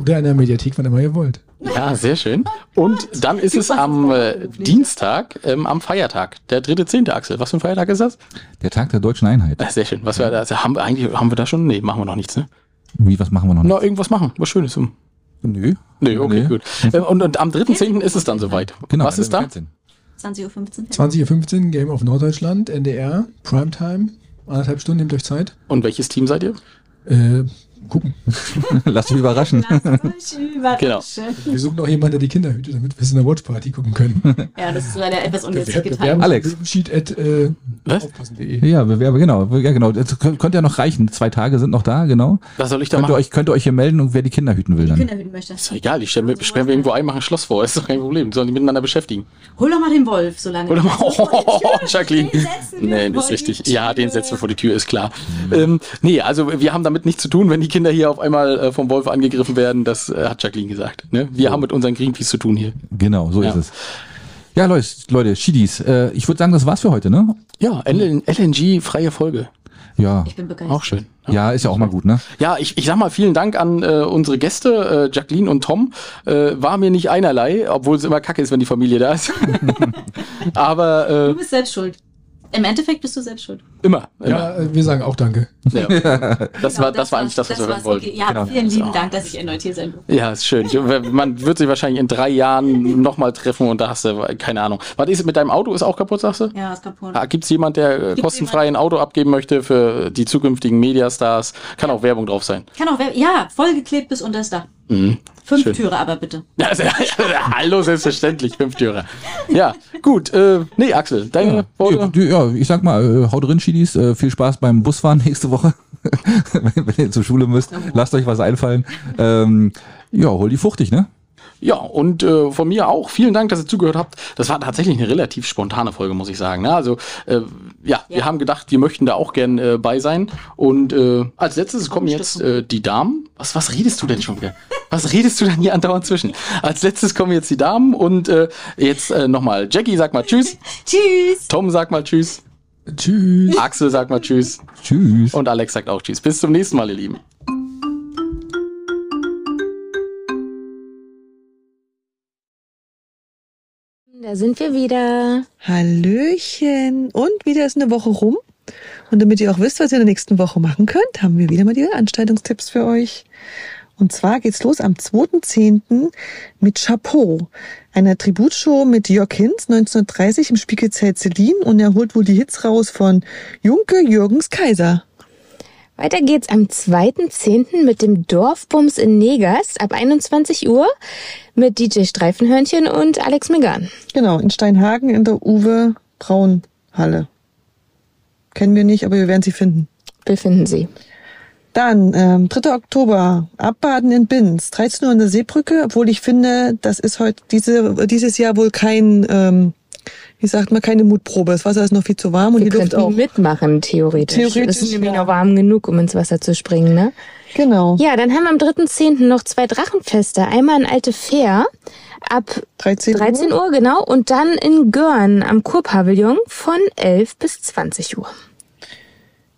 Speaker 5: Oder in der Mediathek, wann immer ihr wollt.
Speaker 1: Ja, sehr schön. Und dann ist es am äh, Dienstag, ähm, am Feiertag, der dritte Zehnte, Axel. Was für ein Feiertag ist das?
Speaker 2: Der Tag der deutschen Einheit.
Speaker 1: Ah, sehr schön. Was wir da, also haben wir eigentlich, haben wir da schon? Nee, machen wir noch nichts, ne?
Speaker 2: Wie, was machen wir noch?
Speaker 1: Na, irgendwas machen, was Schönes. Hm.
Speaker 2: Nö.
Speaker 1: Nee, okay, gut. Ähm, und, und am dritten Zehnten ist es dann soweit.
Speaker 2: Genau.
Speaker 1: was ist da?
Speaker 6: 20.15 Uhr.
Speaker 5: 20.15 Uhr, Game of Norddeutschland, NDR, Primetime. Anderthalb Stunden, nehmt euch Zeit.
Speaker 1: Und welches Team seid ihr?
Speaker 5: Äh, gucken.
Speaker 2: Lass dich überraschen.
Speaker 1: Genau.
Speaker 5: Wir suchen auch jemanden, der die Kinder hütet, damit wir es in der Watchparty gucken können.
Speaker 6: Ja, das ist leider etwas unnützig getan.
Speaker 5: Bewerbung-
Speaker 2: Alex.
Speaker 5: Sheet at, äh,
Speaker 1: Was?
Speaker 5: aufpassen.de.
Speaker 2: Ja, Bewerbe, genau. Ja, genau. Das könnt- könnte ja noch reichen. Zwei Tage sind noch da, genau.
Speaker 1: Was soll ich da
Speaker 2: Könnt ihr,
Speaker 1: machen?
Speaker 2: euch, könnt ihr euch hier melden und wer die Kinder hüten will dann.
Speaker 6: Kinder hüten möchte.
Speaker 1: Ist doch egal, ich stelle mir, sperren wir irgendwo ein, machen ein Schloss vor, ist doch kein Problem. Die sollen die miteinander beschäftigen.
Speaker 6: Hol doch mal den Wolf, solange.
Speaker 1: Oder mal, oh, oh, oh, Jacqueline.
Speaker 6: Den setzen
Speaker 1: Nee,
Speaker 6: wir
Speaker 1: das ist
Speaker 6: vor die
Speaker 1: richtig.
Speaker 6: Tür.
Speaker 1: Ja, den setzen wir vor die Tür, ist klar. Ähm, nee, also wir haben damit nichts zu tun, wenn die Kinder hier auf einmal äh, vom Wolf angegriffen werden. Das äh, hat Jacqueline gesagt. Ne? Wir haben mit unseren Greenpeace zu tun hier.
Speaker 2: Genau, so
Speaker 1: Ja.
Speaker 2: ist es. Ja, Leute, Leute, Schiedis, äh, ich würde sagen, das war's für heute, ne?
Speaker 1: Ja, LNG-freie Folge.
Speaker 2: Ja.
Speaker 6: Ich bin begeistert.
Speaker 1: Auch schön.
Speaker 2: Ja, ist ja auch mal gut, ne?
Speaker 1: Ja, ich, ich sag mal vielen Dank an äh, unsere Gäste, äh, Jacqueline und Tom. Äh, war mir nicht einerlei, obwohl es immer kacke ist, wenn die Familie da ist. Aber äh,
Speaker 6: Du bist selbst schuld. Im Endeffekt bist du selbst schuld.
Speaker 1: immer. immer.
Speaker 5: Ja, äh, wir sagen auch Danke.
Speaker 1: Ja.
Speaker 6: Genau,
Speaker 1: Das, war, das war eigentlich das, was wir hören
Speaker 6: war's.
Speaker 1: wollten.
Speaker 6: Okay. Ja, vielen lieben Dank, dass ich erneut hier sein durfte.
Speaker 1: Ja, ist schön. Ich, äh, man wird sich wahrscheinlich in drei Jahren nochmal treffen und da hast du, äh, keine Ahnung. Was ist mit deinem Auto? Ist auch kaputt, sagst du?
Speaker 6: Ja, ist kaputt.
Speaker 1: Ah, Gibt es jemand, der äh, kostenfrei ein Auto abgeben möchte für die zukünftigen Mediastars? Kann auch Werbung drauf sein.
Speaker 6: Kann auch, wer- ja, vollgeklebt bis unter das Dach.
Speaker 1: Mhm.
Speaker 6: Fünf Türe aber bitte.
Speaker 1: Also, Hallo, selbstverständlich, fünf Türe. Ja, gut. Äh, nee, Axel, deine
Speaker 2: Ja,
Speaker 1: Worte?
Speaker 2: die- ja, ich sag mal, äh, haut drin, Schiedis. Äh, viel Spaß beim Busfahren nächste Woche. wenn, wenn ihr zur Schule müsst, lasst euch was einfallen. Ähm, ja, hol die fuchtig, ne?
Speaker 1: Ja, und äh, von mir auch. Vielen Dank, dass ihr zugehört habt. Das war tatsächlich eine relativ spontane Folge, muss ich sagen. ne? also, äh, ja, wir haben gedacht, wir möchten da auch gern äh, bei sein. Und äh, als letztes kommen jetzt äh, die Damen. Was, was redest du denn schon wieder? Was redest du denn hier andauernd zwischen? Als letztes kommen jetzt die Damen und äh, jetzt äh, nochmal Jackie, sag mal Tschüss.
Speaker 6: Tschüss.
Speaker 1: Tom, sag mal Tschüss.
Speaker 5: Tschüss.
Speaker 1: Axel, sag mal Tschüss.
Speaker 2: Tschüss.
Speaker 1: Und Alex sagt auch Tschüss. Bis zum nächsten Mal, ihr Lieben.
Speaker 7: Da sind wir wieder.
Speaker 8: Hallöchen. Und wieder ist eine Woche rum. Und damit ihr auch wisst, was ihr in der nächsten Woche machen könnt, haben wir wieder mal die Veranstaltungstipps für euch. Und zwar geht's los am 2.10. mit Chapeau, einer Tributshow mit Jörg Hinz 1930 im Spiegelzelt Celine und er holt wohl die Hits raus von Junke Jürgens Kaiser.
Speaker 7: Weiter geht's am 2.10. mit dem Dorfbums in Negers ab 21 Uhr mit DJ Streifenhörnchen und Alex Megan.
Speaker 8: Genau, in Steinhagen in der Uwe Braun Halle. Kennen wir nicht, aber wir werden sie finden.
Speaker 7: Befinden Sie.
Speaker 8: Dann, ähm, 3. Oktober, Abbaden in Binz, 13 Uhr an der Seebrücke, obwohl ich finde, das ist heute diese, dieses Jahr wohl kein, ähm, wie wie sagt man, keine Mutprobe. Das Wasser ist noch viel zu warm und
Speaker 7: Wir
Speaker 8: die Luft
Speaker 7: könnten
Speaker 8: auch.
Speaker 7: mitmachen, theoretisch.
Speaker 8: Theoretisch,
Speaker 7: Das ist nämlich
Speaker 8: ja.
Speaker 7: noch warm genug, um ins Wasser zu springen, ne?
Speaker 8: Genau.
Speaker 7: Ja, dann haben wir am 3.10. noch zwei Drachenfeste. Einmal in Alte Fähr ab
Speaker 8: 13,
Speaker 7: 13
Speaker 8: Uhr.
Speaker 7: Uhr, genau. Und dann in Görn am Kurpavillon von 11 bis 20 Uhr.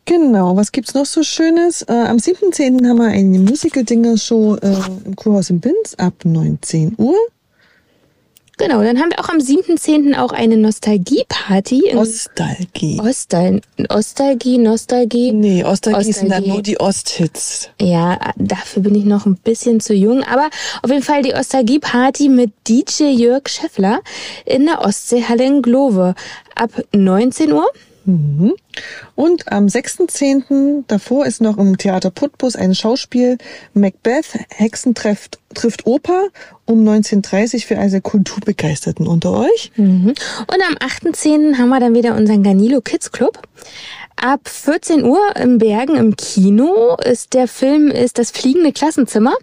Speaker 8: Genau. Was gibt's noch so Schönes? Äh, am 7.10. haben wir eine Musical-Dinger-Show äh, im Kurhaus in Binz ab 19 Uhr.
Speaker 7: Genau, dann haben wir auch am 7.10. auch eine Nostalgie-Party. in
Speaker 8: Mhm. Ostalgie.
Speaker 7: Ostal Ostalgie, Nostalgie.
Speaker 8: Nee, Ostalgie sind dann
Speaker 7: Ostalgie.
Speaker 8: nur die Osthits.
Speaker 7: Ja, dafür bin ich noch ein bisschen zu jung. Aber auf jeden Fall die Ostalgie-Party mit DJ Jörg Scheffler in der Ostseehalle in Glove ab 19 Uhr.
Speaker 8: Und am 6.10. davor ist noch im Theater Putbus ein Schauspiel Macbeth, Hexen trifft, trifft Oper um 19.30 Uhr für alle Kulturbegeisterten unter euch.
Speaker 7: Mhm. Und am 8.10. haben wir dann wieder unseren Ganilo Kids Club. Ab 14 Uhr im Bergen im Kino ist der Film ist das fliegende Klassenzimmer.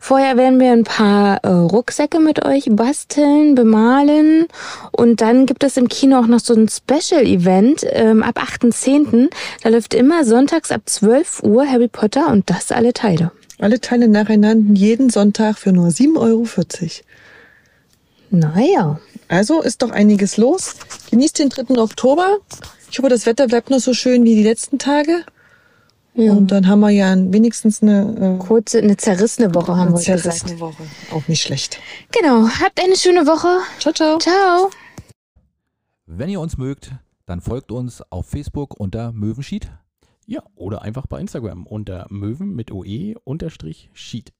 Speaker 7: Vorher werden wir ein paar äh, Rucksäcke mit euch basteln, bemalen und dann gibt es im Kino auch noch so ein Special Event ähm, ab 8.10. Da läuft immer sonntags ab 12 Uhr Harry Potter und das alle Teile.
Speaker 8: Alle Teile nacheinander jeden Sonntag für nur 7,40 Euro.
Speaker 7: Naja.
Speaker 8: Also ist doch einiges los. Genießt den 3. Oktober. Ich hoffe, das Wetter bleibt noch so schön wie die letzten Tage.
Speaker 7: Ja.
Speaker 8: Und dann haben wir ja wenigstens eine, äh,
Speaker 7: Kurze, eine zerrissene Woche haben wir heute gesagt.
Speaker 8: zerrissene Woche. Auch nicht schlecht.
Speaker 7: Genau. Habt eine schöne Woche.
Speaker 8: Ciao, ciao.
Speaker 7: Ciao.
Speaker 3: Wenn ihr uns mögt, dann folgt uns auf Facebook unter Möwenschied.
Speaker 1: Ja, oder einfach bei Instagram unter Möwen mit OE E unterstrich Sheet.